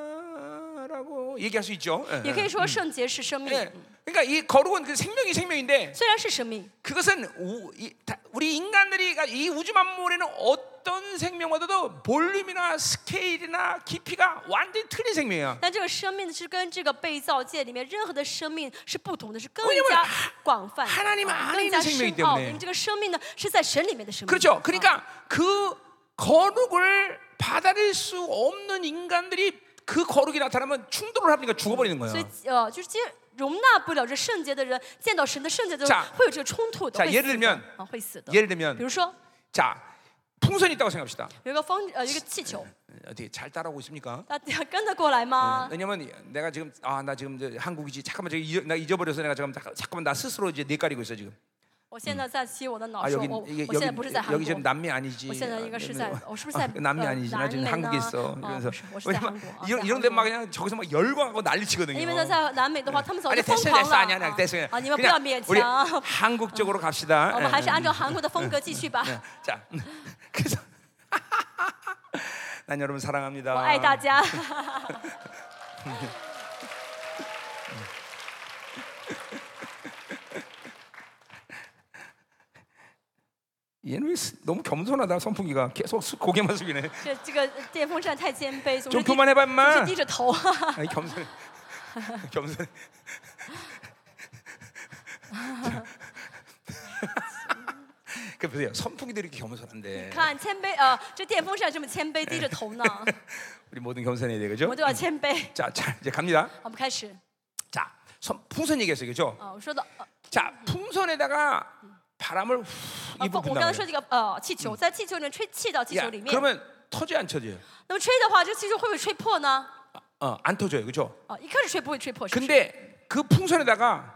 Speaker 1: 생명이다라고 얘기할 수 있죠. 예,
Speaker 2: 也可以说圣洁是生
Speaker 1: 예.
Speaker 2: 命，
Speaker 1: 예. 그러니까 이 거룩은 그 생명이 생명인데
Speaker 2: 虽然是生命，
Speaker 1: 그것은 우, 이, 다, 우리 인간들이 가- 이 우주 만물에는 어떤 생명보다도 볼륨이나 스케일이나 깊이가 완전히 틀린 생명이야.
Speaker 2: 但这个生命是跟这个被造界里面任何的生命是不同的，是更
Speaker 1: 왜냐면
Speaker 2: 加
Speaker 1: 하
Speaker 2: 广泛
Speaker 1: 하나님，안에
Speaker 2: 啊
Speaker 1: 있는
Speaker 2: 更加
Speaker 1: 생명이기
Speaker 2: 深
Speaker 1: 때문에
Speaker 2: 奥。因为这个生命呢是在神里面的生命。
Speaker 1: 그렇죠.
Speaker 2: 啊
Speaker 1: 그러니까 그 거룩을 받아들일 수 없는 인간들이 그 거룩이 나타나면 충돌을 하니까 죽어버리는
Speaker 2: 所
Speaker 1: 거예요.
Speaker 2: 以呃，就是接容纳不了这圣洁的人，见到神的圣洁的
Speaker 1: 자
Speaker 2: 人会有这个冲突的，
Speaker 1: 자
Speaker 2: 会死
Speaker 1: 예를들면
Speaker 2: 的啊，会死的。
Speaker 1: 예를
Speaker 2: 比
Speaker 1: 들면
Speaker 2: 如说，
Speaker 1: 자 풍선이 있다고 생각합시다.
Speaker 2: 有一个风呃有一个气球，
Speaker 1: 어떻게 잘 따라오고 있습니까?
Speaker 2: 大家跟得过来吗？
Speaker 1: 왜냐면 내가 지금 아 나 지금 저 한국이지 잠깐만 저기 잊어, 나 잊어버려서 내가 지금 잠깐- 잠깐만 나 스스로 이제 내까리고 있어 지금
Speaker 2: 我
Speaker 1: 嗯
Speaker 2: 现在在骑我的脑
Speaker 1: 아
Speaker 2: 说，
Speaker 1: 여기
Speaker 2: 我我
Speaker 1: 이게
Speaker 2: 现
Speaker 1: 여기
Speaker 2: 在不是在韩
Speaker 1: 여기 지금
Speaker 2: 国。啊
Speaker 1: 남미 아니지
Speaker 2: 我现在应该是在，我是不是在
Speaker 1: 아, 남미
Speaker 2: 呃
Speaker 1: 아니지
Speaker 2: 南
Speaker 1: 나
Speaker 2: 美
Speaker 1: 지금
Speaker 2: 呢？
Speaker 1: 한국에 있어
Speaker 2: 哦
Speaker 1: 그래서
Speaker 2: 不是，我是在韩
Speaker 1: 왜냐면
Speaker 2: 国。啊
Speaker 1: 이런
Speaker 2: 在
Speaker 1: 이런
Speaker 2: 韩
Speaker 1: 데
Speaker 2: 国
Speaker 1: 막 아, 그냥 저기서 막 열광하고 난리치거든요
Speaker 2: 因为呢，在南美的话，他们早
Speaker 1: 아니
Speaker 2: 就疯
Speaker 1: 됐어
Speaker 2: 狂
Speaker 1: 됐어
Speaker 2: 了
Speaker 1: 아니 아니
Speaker 2: 啊
Speaker 1: 됐어
Speaker 2: 啊！你们不要
Speaker 1: 그냥
Speaker 2: 勉
Speaker 1: 우리
Speaker 2: 强，啊
Speaker 1: 한국적으로 갑시다
Speaker 2: 我
Speaker 1: 예,
Speaker 2: 们
Speaker 1: 예.
Speaker 2: 还是按照韩国的风格继续吧。
Speaker 1: 자, 그래서 난 여러분
Speaker 2: 我爱大
Speaker 1: 사랑합니다.
Speaker 2: 家，
Speaker 1: 얘는 왜 스- 너무 겸손하다 선풍기가 계속 수- 고개만 숙이네.
Speaker 2: 这这个电风扇太谦卑，总
Speaker 1: 좀
Speaker 2: 是低
Speaker 1: 그만해봐
Speaker 2: 总是
Speaker 1: 임마.
Speaker 2: 低着头。
Speaker 1: 아니, 겸손해. 겸손해. 그 보세요. 선풍기도 이렇게 겸손한데
Speaker 2: 看谦卑，呃，这电风扇这么谦卑，低着头呢，
Speaker 1: 우리 모든 겸손해야 돼,
Speaker 2: 我
Speaker 1: 그죠?
Speaker 2: 们都要谦卑。
Speaker 1: 자, 자, 이제 갑니다.
Speaker 2: 好我们开始
Speaker 1: 자, 선, 풍선 얘기했어요, 그죠?
Speaker 2: 啊，我说的，呃
Speaker 1: 자,风선에다가 바람을 후,
Speaker 2: 啊不，
Speaker 1: 입을
Speaker 2: 我刚才
Speaker 1: 분다.
Speaker 2: 说这个呃气球，在气球里面吹气到气
Speaker 1: 야,
Speaker 2: 球里面，
Speaker 1: 그러면 터져요, 안 터져요?
Speaker 2: 那么吹的话，这气球会不会吹破呢？
Speaker 1: 어, 안 터져요, 그죠?
Speaker 2: 啊，一开始吹不会吹破，是不是？
Speaker 1: 근데 그 풍선에다가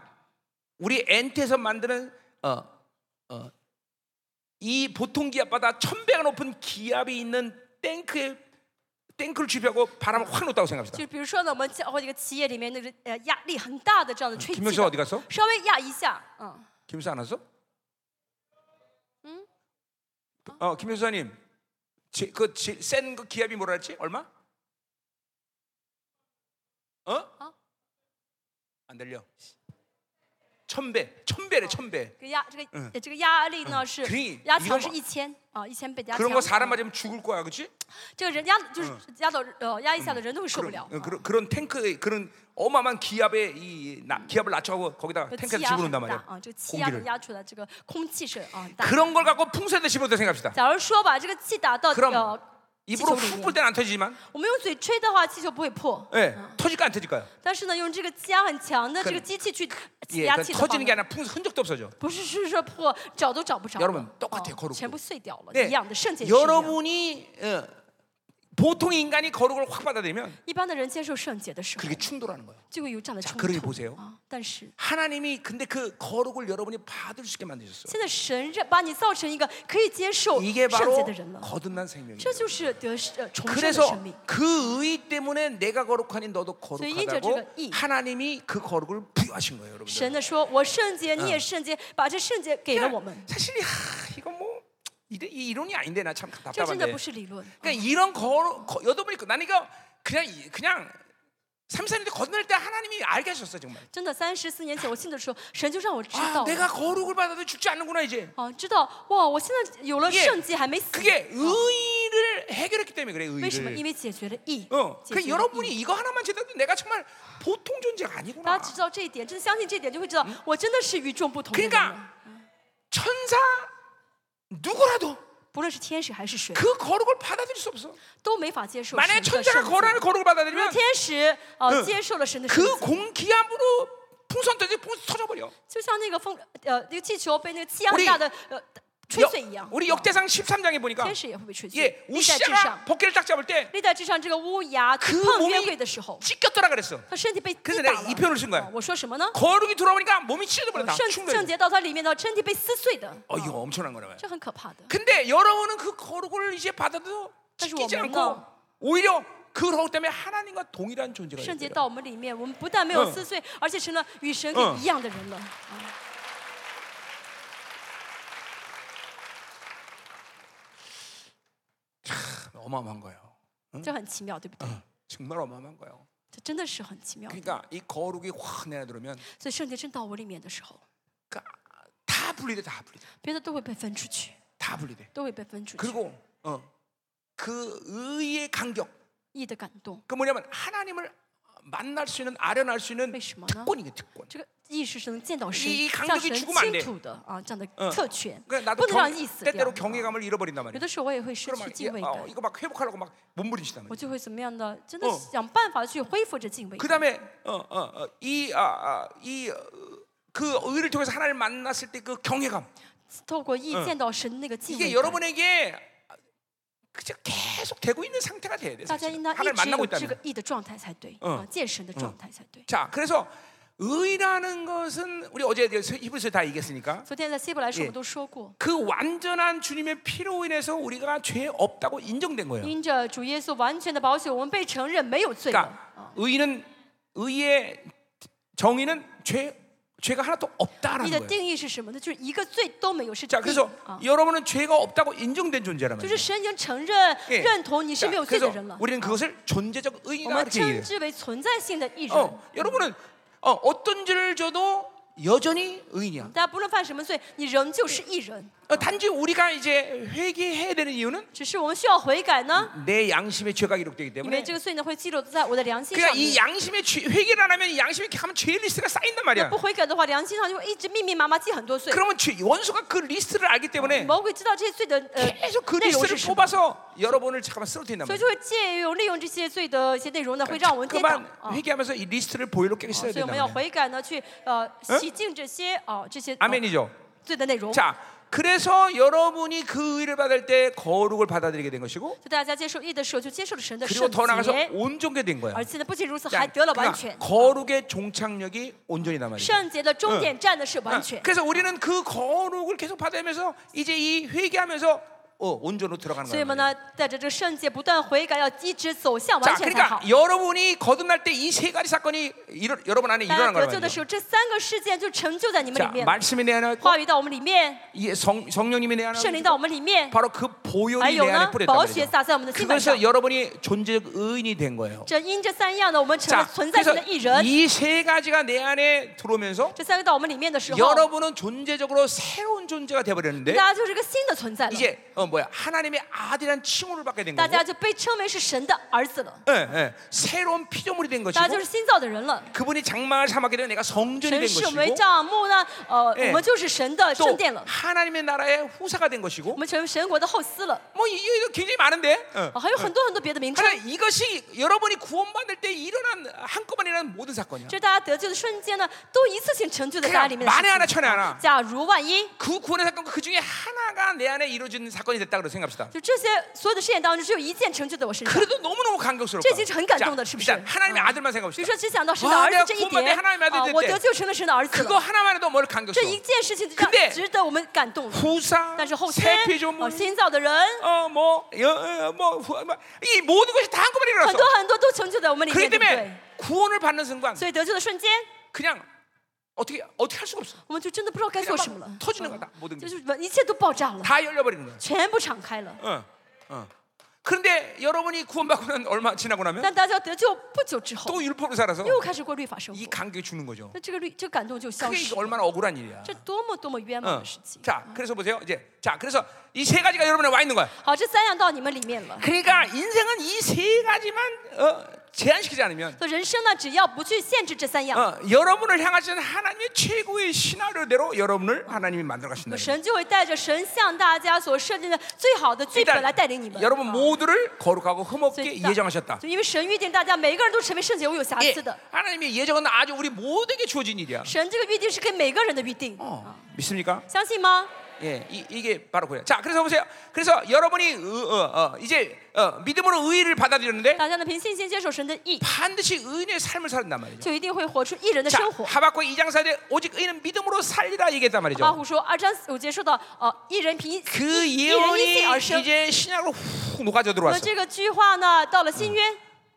Speaker 1: 우리 엔트에서 만드는 어, 어, 이 보통 기압보다 천 배가 높은 기압이 있는 탱크에 탱크를 주입하고 바람을 확 넣었다고
Speaker 2: 就
Speaker 1: 생각합시다.
Speaker 2: 是比如说呢，我们教会这个企业里面那个呃压力很大的这样的吹气
Speaker 1: 김효수
Speaker 2: 的，
Speaker 1: 어디 갔어?
Speaker 2: 稍微压一下，嗯，
Speaker 1: 김효수 안 왔어?
Speaker 2: 응?
Speaker 1: 어, 김효수님, 그센그 기압이 뭐라 했지? 얼마? 어?
Speaker 2: 어?
Speaker 1: 안 들려. 천 배, 천 배래, 천 배.
Speaker 2: 这个压这个、呃这个压力呢是
Speaker 1: 可以
Speaker 2: 压
Speaker 1: 你
Speaker 2: 强
Speaker 1: 干
Speaker 2: 是
Speaker 1: 嘛
Speaker 2: 一千啊，一千倍的压
Speaker 1: 그런 거
Speaker 2: 强。嗯
Speaker 1: 사람 맞으면 죽을 거야, 그렇지?
Speaker 2: 这个人压就是压到呃压一下的人都会受不
Speaker 1: 그런,
Speaker 2: 了。
Speaker 1: 어, 그런, 그런 탱크에 그런 어마어마한 기압에 이 나, 기압을 낮춰가고 거기다가
Speaker 2: 这个
Speaker 1: 탱크에
Speaker 2: 气压很
Speaker 1: 그 집어넣는단
Speaker 2: 大
Speaker 1: 말이야.
Speaker 2: 啊，这个气压能
Speaker 1: 공기를.
Speaker 2: 压出来，这个空气是啊很大。
Speaker 1: 그런 걸 갖고 풍선에다 집어넣다 생각합시다.
Speaker 2: 假如说把这个气打到
Speaker 1: 그럼
Speaker 2: 呃，
Speaker 1: 입으로
Speaker 2: 지속을 위해.
Speaker 1: 훅불 때는 안 터지지만,
Speaker 2: 我们用嘴吹的话，气球不会破。
Speaker 1: 예, 터질까 안 터질까요?
Speaker 2: 但是呢，用这个气压很强的
Speaker 1: 그
Speaker 2: 这个机器去
Speaker 1: 예,
Speaker 2: 压
Speaker 1: 그러니까
Speaker 2: 气的话
Speaker 1: 터지는
Speaker 2: 呢
Speaker 1: 게 아니라 풍선 흔적도 없어져.
Speaker 2: 不是是说破，找都找不着了。哦
Speaker 1: 여러분똑같아요거룩도
Speaker 2: 全部碎掉了，
Speaker 1: 네,
Speaker 2: 一样的圣洁是一样的。
Speaker 1: 여러분이 어, 보통 인간이 거룩을 확 받아들이면
Speaker 2: 一般的人接受圣洁的时候
Speaker 1: 그렇게 ， 충돌하는 거예요.
Speaker 2: 就会有这样的冲
Speaker 1: 그러게보세
Speaker 2: 突
Speaker 1: 요
Speaker 2: 啊。但是
Speaker 1: 하나님이 근데 그 거룩을 여러분이 받을 수 있게 만드셨어요.
Speaker 2: 现在神让把你造成一个可以接受
Speaker 1: 이게
Speaker 2: 圣洁
Speaker 1: 바로
Speaker 2: 的人了，
Speaker 1: 거듭난 생명이에요.
Speaker 2: 这就是得呃重生的
Speaker 1: 그래서
Speaker 2: 生命。
Speaker 1: 그 의의 때문에 내가 거룩하니 너도
Speaker 2: 저희가
Speaker 1: 거룩하다고
Speaker 2: 이-
Speaker 1: 하나님이 그 거룩을 부여하신 거예요,
Speaker 2: 神
Speaker 1: 여러분들.
Speaker 2: 的说：“我圣洁，
Speaker 1: 嗯
Speaker 2: 你也圣洁，把这圣洁给了我们。
Speaker 1: 그러니까 사실 이- 하, 이거 뭐 이래- 이 이론이 아닌데 나 참 ”
Speaker 2: 这真的
Speaker 1: 답답한데.
Speaker 2: 不是理论，
Speaker 1: 그러니까 이런 거룩 거- 여러분이 그- 나는 이거 그냥 이- 그냥 삼사년대 거듭날 때 하나님이 알게 하셨어 정말.
Speaker 2: 真的三十四年前我信的时候，神就让我知
Speaker 1: 아
Speaker 2: 道了
Speaker 1: 내가 거룩을 받아도 죽지 않는구나 이제.
Speaker 2: 啊，知道哇！我现在有了
Speaker 1: 예
Speaker 2: 圣洁还没死，
Speaker 1: 그게 의를 해결했기 때문에 그래
Speaker 2: 为什么？因
Speaker 1: 의를.
Speaker 2: 为解决了义，
Speaker 1: 어,
Speaker 2: 解
Speaker 1: 그
Speaker 2: 决了义
Speaker 1: 여러분이 이거 하나만 제대로 내가 정말 보통 존재가
Speaker 2: 大
Speaker 1: 아니구나.
Speaker 2: 家知道这一点，真的相信这一点，就会知道我真的是与众不同的人了
Speaker 1: 그러니까 。 천사 누구라도
Speaker 2: 不论是天使还是谁，
Speaker 1: 그 거룩을 받아들일 수 없어.
Speaker 2: 都没法接受神
Speaker 1: 만약에
Speaker 2: 的圣洁。
Speaker 1: 천사가
Speaker 2: 如
Speaker 1: 거룩하는 거룩을
Speaker 2: 果
Speaker 1: 받아들이면
Speaker 2: 天使呃
Speaker 1: 嗯
Speaker 2: 接受了神的圣
Speaker 1: 그
Speaker 2: 洁，
Speaker 1: 공기압으로 풍선 터지 풍선 터져버려.
Speaker 2: 就像那个风呃那个气球被那个气压
Speaker 1: 우리
Speaker 2: 大的呃吹碎
Speaker 1: 역,
Speaker 2: 一样，
Speaker 1: 우리 역대상 13장에 보니까
Speaker 2: 天使也啊会被吹碎
Speaker 1: 예 。
Speaker 2: 历代至上
Speaker 1: 우시아가 ， 벗기를 딱 잡을 때
Speaker 2: 历代至上这个乌鸦去
Speaker 1: 그 몸이
Speaker 2: 碰约柜的时候，
Speaker 1: 찢겼더라 그랬어.
Speaker 2: 他身体被
Speaker 1: 래서
Speaker 2: 击打
Speaker 1: 내가이표현을쓴거야
Speaker 2: 了。啊我说什么呢？
Speaker 1: 거룩이 돌아오니까 몸이 찢어버려 다
Speaker 2: 圣圣
Speaker 1: 충돌.
Speaker 2: 洁到它里面的身体被撕碎的，
Speaker 1: 어 이거 엄청난 거라 말이야.
Speaker 2: 这很可怕的。
Speaker 1: 근데 여러분은 그 거룩을 이제 받아도
Speaker 2: 사실
Speaker 1: 찢기지
Speaker 2: 없는
Speaker 1: 않고 오히려 그 거룩 때문에 하나님과 동일한 존재가
Speaker 2: 圣洁
Speaker 1: 되어요.
Speaker 2: 到我们里面，我们不但没有
Speaker 1: 嗯
Speaker 2: 撕碎，而且成了与神给一样的人了。
Speaker 1: 어마어마한 거예요.
Speaker 2: 这很奇妙，对不对？
Speaker 1: 嗯 정말 어마어마한 거예요.
Speaker 2: 这真的是很奇妙。
Speaker 1: 그러니까 이 거룩이 확 내려들면
Speaker 2: 所以圣洁真到我里面的时候，
Speaker 1: 다 분리돼 다 분리돼
Speaker 2: 别的都会被分出去，
Speaker 1: 다 분리돼
Speaker 2: 都会被分出去。
Speaker 1: 그리고 어 그 의의 간격
Speaker 2: 义的感动，
Speaker 1: 그 뭐냐면 하나님을 만날 수 있는 아련할 수 있는
Speaker 2: 为什么呢？
Speaker 1: 특권이게 특권
Speaker 2: 这个义是能见到神
Speaker 1: 이이，강력이
Speaker 2: 向神
Speaker 1: 죽으면안
Speaker 2: 倾
Speaker 1: 돼
Speaker 2: 吐的啊，这样的
Speaker 1: 嗯
Speaker 2: 特权，
Speaker 1: 그러니까
Speaker 2: 不
Speaker 1: 나도
Speaker 2: 能
Speaker 1: 경
Speaker 2: 让义死
Speaker 1: 때때로
Speaker 2: 掉。
Speaker 1: 경외감을 잃어버린단 말이야
Speaker 2: 有的时候我也会失
Speaker 1: 그럼
Speaker 2: 去
Speaker 1: 막
Speaker 2: 敬畏
Speaker 1: 이- 어,
Speaker 2: 感，
Speaker 1: 이거 막 회복하려고 막 몸부림치단
Speaker 2: 我
Speaker 1: 말이야
Speaker 2: 就会怎么样的？真的
Speaker 1: 哦
Speaker 2: 想办法去恢复这敬畏
Speaker 1: 그
Speaker 2: 感。
Speaker 1: 다음에 어, 아, 어어이아이그 의를 통해서 하나님을 만났을 때 그 경외감
Speaker 2: 透过义见到神那个敬
Speaker 1: 이게
Speaker 2: 畏感，
Speaker 1: 여러분에게 지금 계속 되고 있는 상태가 돼야 돼.
Speaker 2: 大家
Speaker 1: 사실은.
Speaker 2: 应当一
Speaker 1: 하나님
Speaker 2: 直
Speaker 1: 만나고
Speaker 2: 有这
Speaker 1: 있다면.
Speaker 2: 个义的状态才对，
Speaker 1: 嗯
Speaker 2: 啊，健身的状态才对。
Speaker 1: 자, 그래서 의라는 것은 우리 어제 그 히브리서 다 얘기했으니까
Speaker 2: 昨天在希伯来书
Speaker 1: 예
Speaker 2: 我们都说过，
Speaker 1: 그 완전한 주님의 피로 인해서 우리가 죄 없다고 인정된 거예요.
Speaker 2: 因着主耶稣完全的保血，我们被承认没有罪了。
Speaker 1: 그러니까 의는 의의 정의는 죄 죄가 하나도
Speaker 2: 义
Speaker 1: 없다라는
Speaker 2: 的
Speaker 1: 거예요.
Speaker 2: 定义是什么呢？就是一个罪都没有，是义嗯
Speaker 1: 자, 그래서
Speaker 2: 啊，
Speaker 1: 여러분은 죄가 없다고 인정된 존재라는
Speaker 2: 就是
Speaker 1: 거예요.
Speaker 2: 神已经承认、
Speaker 1: 예
Speaker 2: 认同嗯你是
Speaker 1: 자,
Speaker 2: 没有罪的
Speaker 1: 그래서
Speaker 2: 人了。
Speaker 1: 우리는 그것을 존재적
Speaker 2: 我
Speaker 1: 의가
Speaker 2: 们
Speaker 1: 이렇게
Speaker 2: 称
Speaker 1: 얘기해요.
Speaker 2: 之为存在性的义人。
Speaker 1: 어, 여러분은 어, 어떤 죄를 져도 여전히 의인이야.
Speaker 2: 大家不论犯什么罪，你仍旧是义人。
Speaker 1: 어, 단지 우리가 이제 회개해야 되는 이유는
Speaker 2: 只是我们需要悔改呢，
Speaker 1: 내 양심의 죄가 기록되기
Speaker 2: 因为
Speaker 1: 때문에
Speaker 2: 这个罪呢会记录在我的良心上
Speaker 1: 그러니까 이
Speaker 2: 面。
Speaker 1: 양심의 죄, 회개를 안 하면 이 양심이 가면 죄 리스트가 쌓인단 말이야.
Speaker 2: 不悔改的话，良心上就会一直密密麻麻记很多罪。
Speaker 1: 그러면 죄, 원수가 그 리스트를 알기 때문에
Speaker 2: 魔鬼知道这些罪的呃
Speaker 1: 계속 그
Speaker 2: 内容是
Speaker 1: 리스트를
Speaker 2: 什么，
Speaker 1: 뽑아서 여러분을 잠깐만 쓰러뜨린단
Speaker 2: 所以
Speaker 1: 말이야.
Speaker 2: 就会借用利用这些罪的一些内容呢，会让我们跌倒
Speaker 1: 만
Speaker 2: 啊。
Speaker 1: 회개하면서 이 리스트를 어, 보일로 깨게 써야
Speaker 2: 所以我
Speaker 1: 된다.
Speaker 2: 们要悔改呢，去呃洗净这些啊这些啊
Speaker 1: 아멘이죠.
Speaker 2: 罪的内容。所
Speaker 1: 자, 그래서 여러분이 그 의를 받을 때 거룩을 받아들이게 된 것이고
Speaker 2: 以大家接受义的时候，就接受了神的圣
Speaker 1: 그리고 더 나가서
Speaker 2: 洁，
Speaker 1: 온전게 된 거야.
Speaker 2: 而且呢，不仅如此，
Speaker 1: 자,
Speaker 2: 还得了完
Speaker 1: 그러니까
Speaker 2: 全。
Speaker 1: 거룩의 종착역이 온전이란 말이야.
Speaker 2: 圣洁的终点站呢是完全。
Speaker 1: 그래서 우리는 그 거룩을 계속 받으면서 이제 이 회개하면서 어, 온전으로 들어가는
Speaker 2: 所
Speaker 1: 거예요.
Speaker 2: 以我们呢，带着这个圣洁不断悔改，要一直走向
Speaker 1: 자,
Speaker 2: 完全才
Speaker 1: 그러니까
Speaker 2: 好。
Speaker 1: 여러분이 거듭날 때 이 세 가지 사건이 일어, 여러분 안에
Speaker 2: 大家
Speaker 1: 일어난
Speaker 2: 得
Speaker 1: 거란
Speaker 2: 救的时
Speaker 1: 말이에요.
Speaker 2: 候，这三个事件就成就在你们
Speaker 1: 자,
Speaker 2: 里面了。
Speaker 1: 말씀이 그렇죠. 내 안에 있고
Speaker 2: 话语到我们里面，
Speaker 1: 이 성, 성령님이 내 안에
Speaker 2: 圣灵
Speaker 1: 있고
Speaker 2: 到我们里面，
Speaker 1: 바로 그
Speaker 2: 还
Speaker 1: 보혈이
Speaker 2: 有
Speaker 1: 내 안에
Speaker 2: 呢，
Speaker 1: 뿌렸단
Speaker 2: 宝血
Speaker 1: 말이죠.
Speaker 2: 洒在我们的心板上
Speaker 1: 그래서 。 여러분이 존재적 의인이 된 거예요.
Speaker 2: 这因这三样呢，我们成
Speaker 1: 자,
Speaker 2: 了存在性
Speaker 1: 그래서
Speaker 2: 的艺人。
Speaker 1: 이 세 가지가 내 안에 들어오면서
Speaker 2: 这三个到我们里面的时候，
Speaker 1: 여러분은 존재적으로 새로운 존재가 되어버렸는데
Speaker 2: 大家就是个新的存在了。
Speaker 1: 이제 어 뭐야 하나님의 아들이란 칭호를 받게 된
Speaker 2: 大
Speaker 1: 거고
Speaker 2: 家就被称为是神的儿子了，
Speaker 1: 예, 예. 새로운 피조물이 된
Speaker 2: 大
Speaker 1: 것이고
Speaker 2: 家就是新造的人了。
Speaker 1: 그분이 장막을 삼았게 되면 내가 성전이 된
Speaker 2: 神视我们为
Speaker 1: 것이고
Speaker 2: 帐幕呢，呃，
Speaker 1: 예
Speaker 2: 我们就是神的圣
Speaker 1: 또
Speaker 2: 殿了，
Speaker 1: 하나님의 나라의 후사가 된
Speaker 2: 我
Speaker 1: 것이고
Speaker 2: 们成为神国的后嗣了。
Speaker 1: 뭐 이게 이거 굉장히 많은데 어.
Speaker 2: 啊，还有很多很多别的名称，
Speaker 1: 하나 이것이 여러분이 구원받을 때 일어난 한꺼번에 일어난 모든 사건이야
Speaker 2: 这是大家得救的瞬间呢，都一次性成就在大家哎里
Speaker 1: 그냥
Speaker 2: 面的事啊
Speaker 1: 만에
Speaker 2: 情
Speaker 1: 하나 천에 하나
Speaker 2: 假如万一，
Speaker 1: 그 구원의 사건 그 중에 하나가 내 안에 이루어진 사건이 됐다고 생각합시다
Speaker 2: 就这些所有的事件当中，只有一件成就在我身上。
Speaker 1: 그래도 너무너무 감격스럽고
Speaker 2: 这已经是很感动的，是不是？
Speaker 1: 일단 하나님의
Speaker 2: 嗯
Speaker 1: 아들만
Speaker 2: 比如
Speaker 1: 생각합시다
Speaker 2: 说，只想到神的
Speaker 1: 哇
Speaker 2: 儿子
Speaker 1: 내가
Speaker 2: 这一
Speaker 1: 구원받은
Speaker 2: 点，
Speaker 1: 하나님의아들이
Speaker 2: 啊
Speaker 1: 됐대
Speaker 2: 我得救成了神的儿子
Speaker 1: 그거
Speaker 2: 了。
Speaker 1: 하나만 해도 뭘 감격스러워
Speaker 2: 这一件事情就让
Speaker 1: 근데
Speaker 2: 值得我们感动了。
Speaker 1: 후사
Speaker 2: 但是后天
Speaker 1: 어, 새 ，
Speaker 2: 啊，
Speaker 1: 피조물 어, 뭐,
Speaker 2: 新造的人，
Speaker 1: 어뭐뭐이 모든 것이 다 한꺼번에
Speaker 2: 很
Speaker 1: 일어났어.
Speaker 2: 多很多都成就在我们里面，
Speaker 1: 그렇기
Speaker 2: 对不对
Speaker 1: 때문에 ？ 구원을 받는 순간
Speaker 2: 所以得救的瞬间，
Speaker 1: 그냥 어떻게 어떻게 할 수가 없어.
Speaker 2: 我们就真的不知道该做什么了
Speaker 1: 그냥막터지는거다모든 게
Speaker 2: 嗯就是一切都爆炸了，
Speaker 1: 다 열려버리는 거야.
Speaker 2: 全部敞开了。
Speaker 1: 어, 어. 그런데 여러분이 구원받고는 얼마 지나고 나면
Speaker 2: 但大家得救不久之后，
Speaker 1: 또 율법으로 살아서
Speaker 2: 又开始过律法生活
Speaker 1: 이 ， 감격이 주는 거죠.
Speaker 2: 那这个律这个感动就消
Speaker 1: 그게
Speaker 2: 失
Speaker 1: 이게
Speaker 2: 了，
Speaker 1: 얼마나 억울한 일이야.
Speaker 2: 这多么多么冤
Speaker 1: 어.
Speaker 2: 枉的事情。
Speaker 1: 자, 그래서 보세요. 이제 자, 그래서 이 세 가지가 여러분에 와 있는 거야.
Speaker 2: 好，这三样到你们里面了。
Speaker 1: 그러니까 인생은 이 세 가지만 어, 제한시키지 않으면
Speaker 2: 所以人生呢，只要不去限制这三样，
Speaker 1: 어, 여러분을 향하시는 하나님의 최고의 시나리오대로 여러분을 하나님이 만들어 가신다.
Speaker 2: 神就会带着神向大家所设定的最好的剧本来带领你们。
Speaker 1: 여러분
Speaker 2: 啊
Speaker 1: 모두를 거룩하고 흠없게
Speaker 2: 所以大-
Speaker 1: 예정하셨다.
Speaker 2: 就因为神预定大家每个人都成为圣洁无有瑕
Speaker 1: 예,
Speaker 2: 疵的，
Speaker 1: 하나님의 예정은 아주 우리 모두에게 주어진 일이야.
Speaker 2: 神这个预定是给每个人的预定，
Speaker 1: 어, 믿습니까?
Speaker 2: 相信吗？
Speaker 1: 예, 이, 게 바로 그예요. 자, 그래서 보세요. 그래서 여러분이 의- 어, 어, 이제 어, 믿음으로 의를 받아들였는데
Speaker 2: 大家呢凭信心接受神的意，
Speaker 1: 반드시 의인의 삶을 살았단 말이죠.
Speaker 2: 就一定会活出一人的
Speaker 1: 자,
Speaker 2: 生活。
Speaker 1: 하박국 2장 4절에 오직 의인은 믿음으로 살리라 얘기했단
Speaker 2: 巴
Speaker 1: 말이죠.
Speaker 2: 胡说二章五节说到，呃，一人凭一
Speaker 1: 그
Speaker 2: 一人
Speaker 1: 아,
Speaker 2: 因
Speaker 1: 예언이
Speaker 2: 信而生。
Speaker 1: 이제 신약으로 훅 녹아져
Speaker 2: 那
Speaker 1: 들어왔어.
Speaker 2: 这个句话呢，到了新约，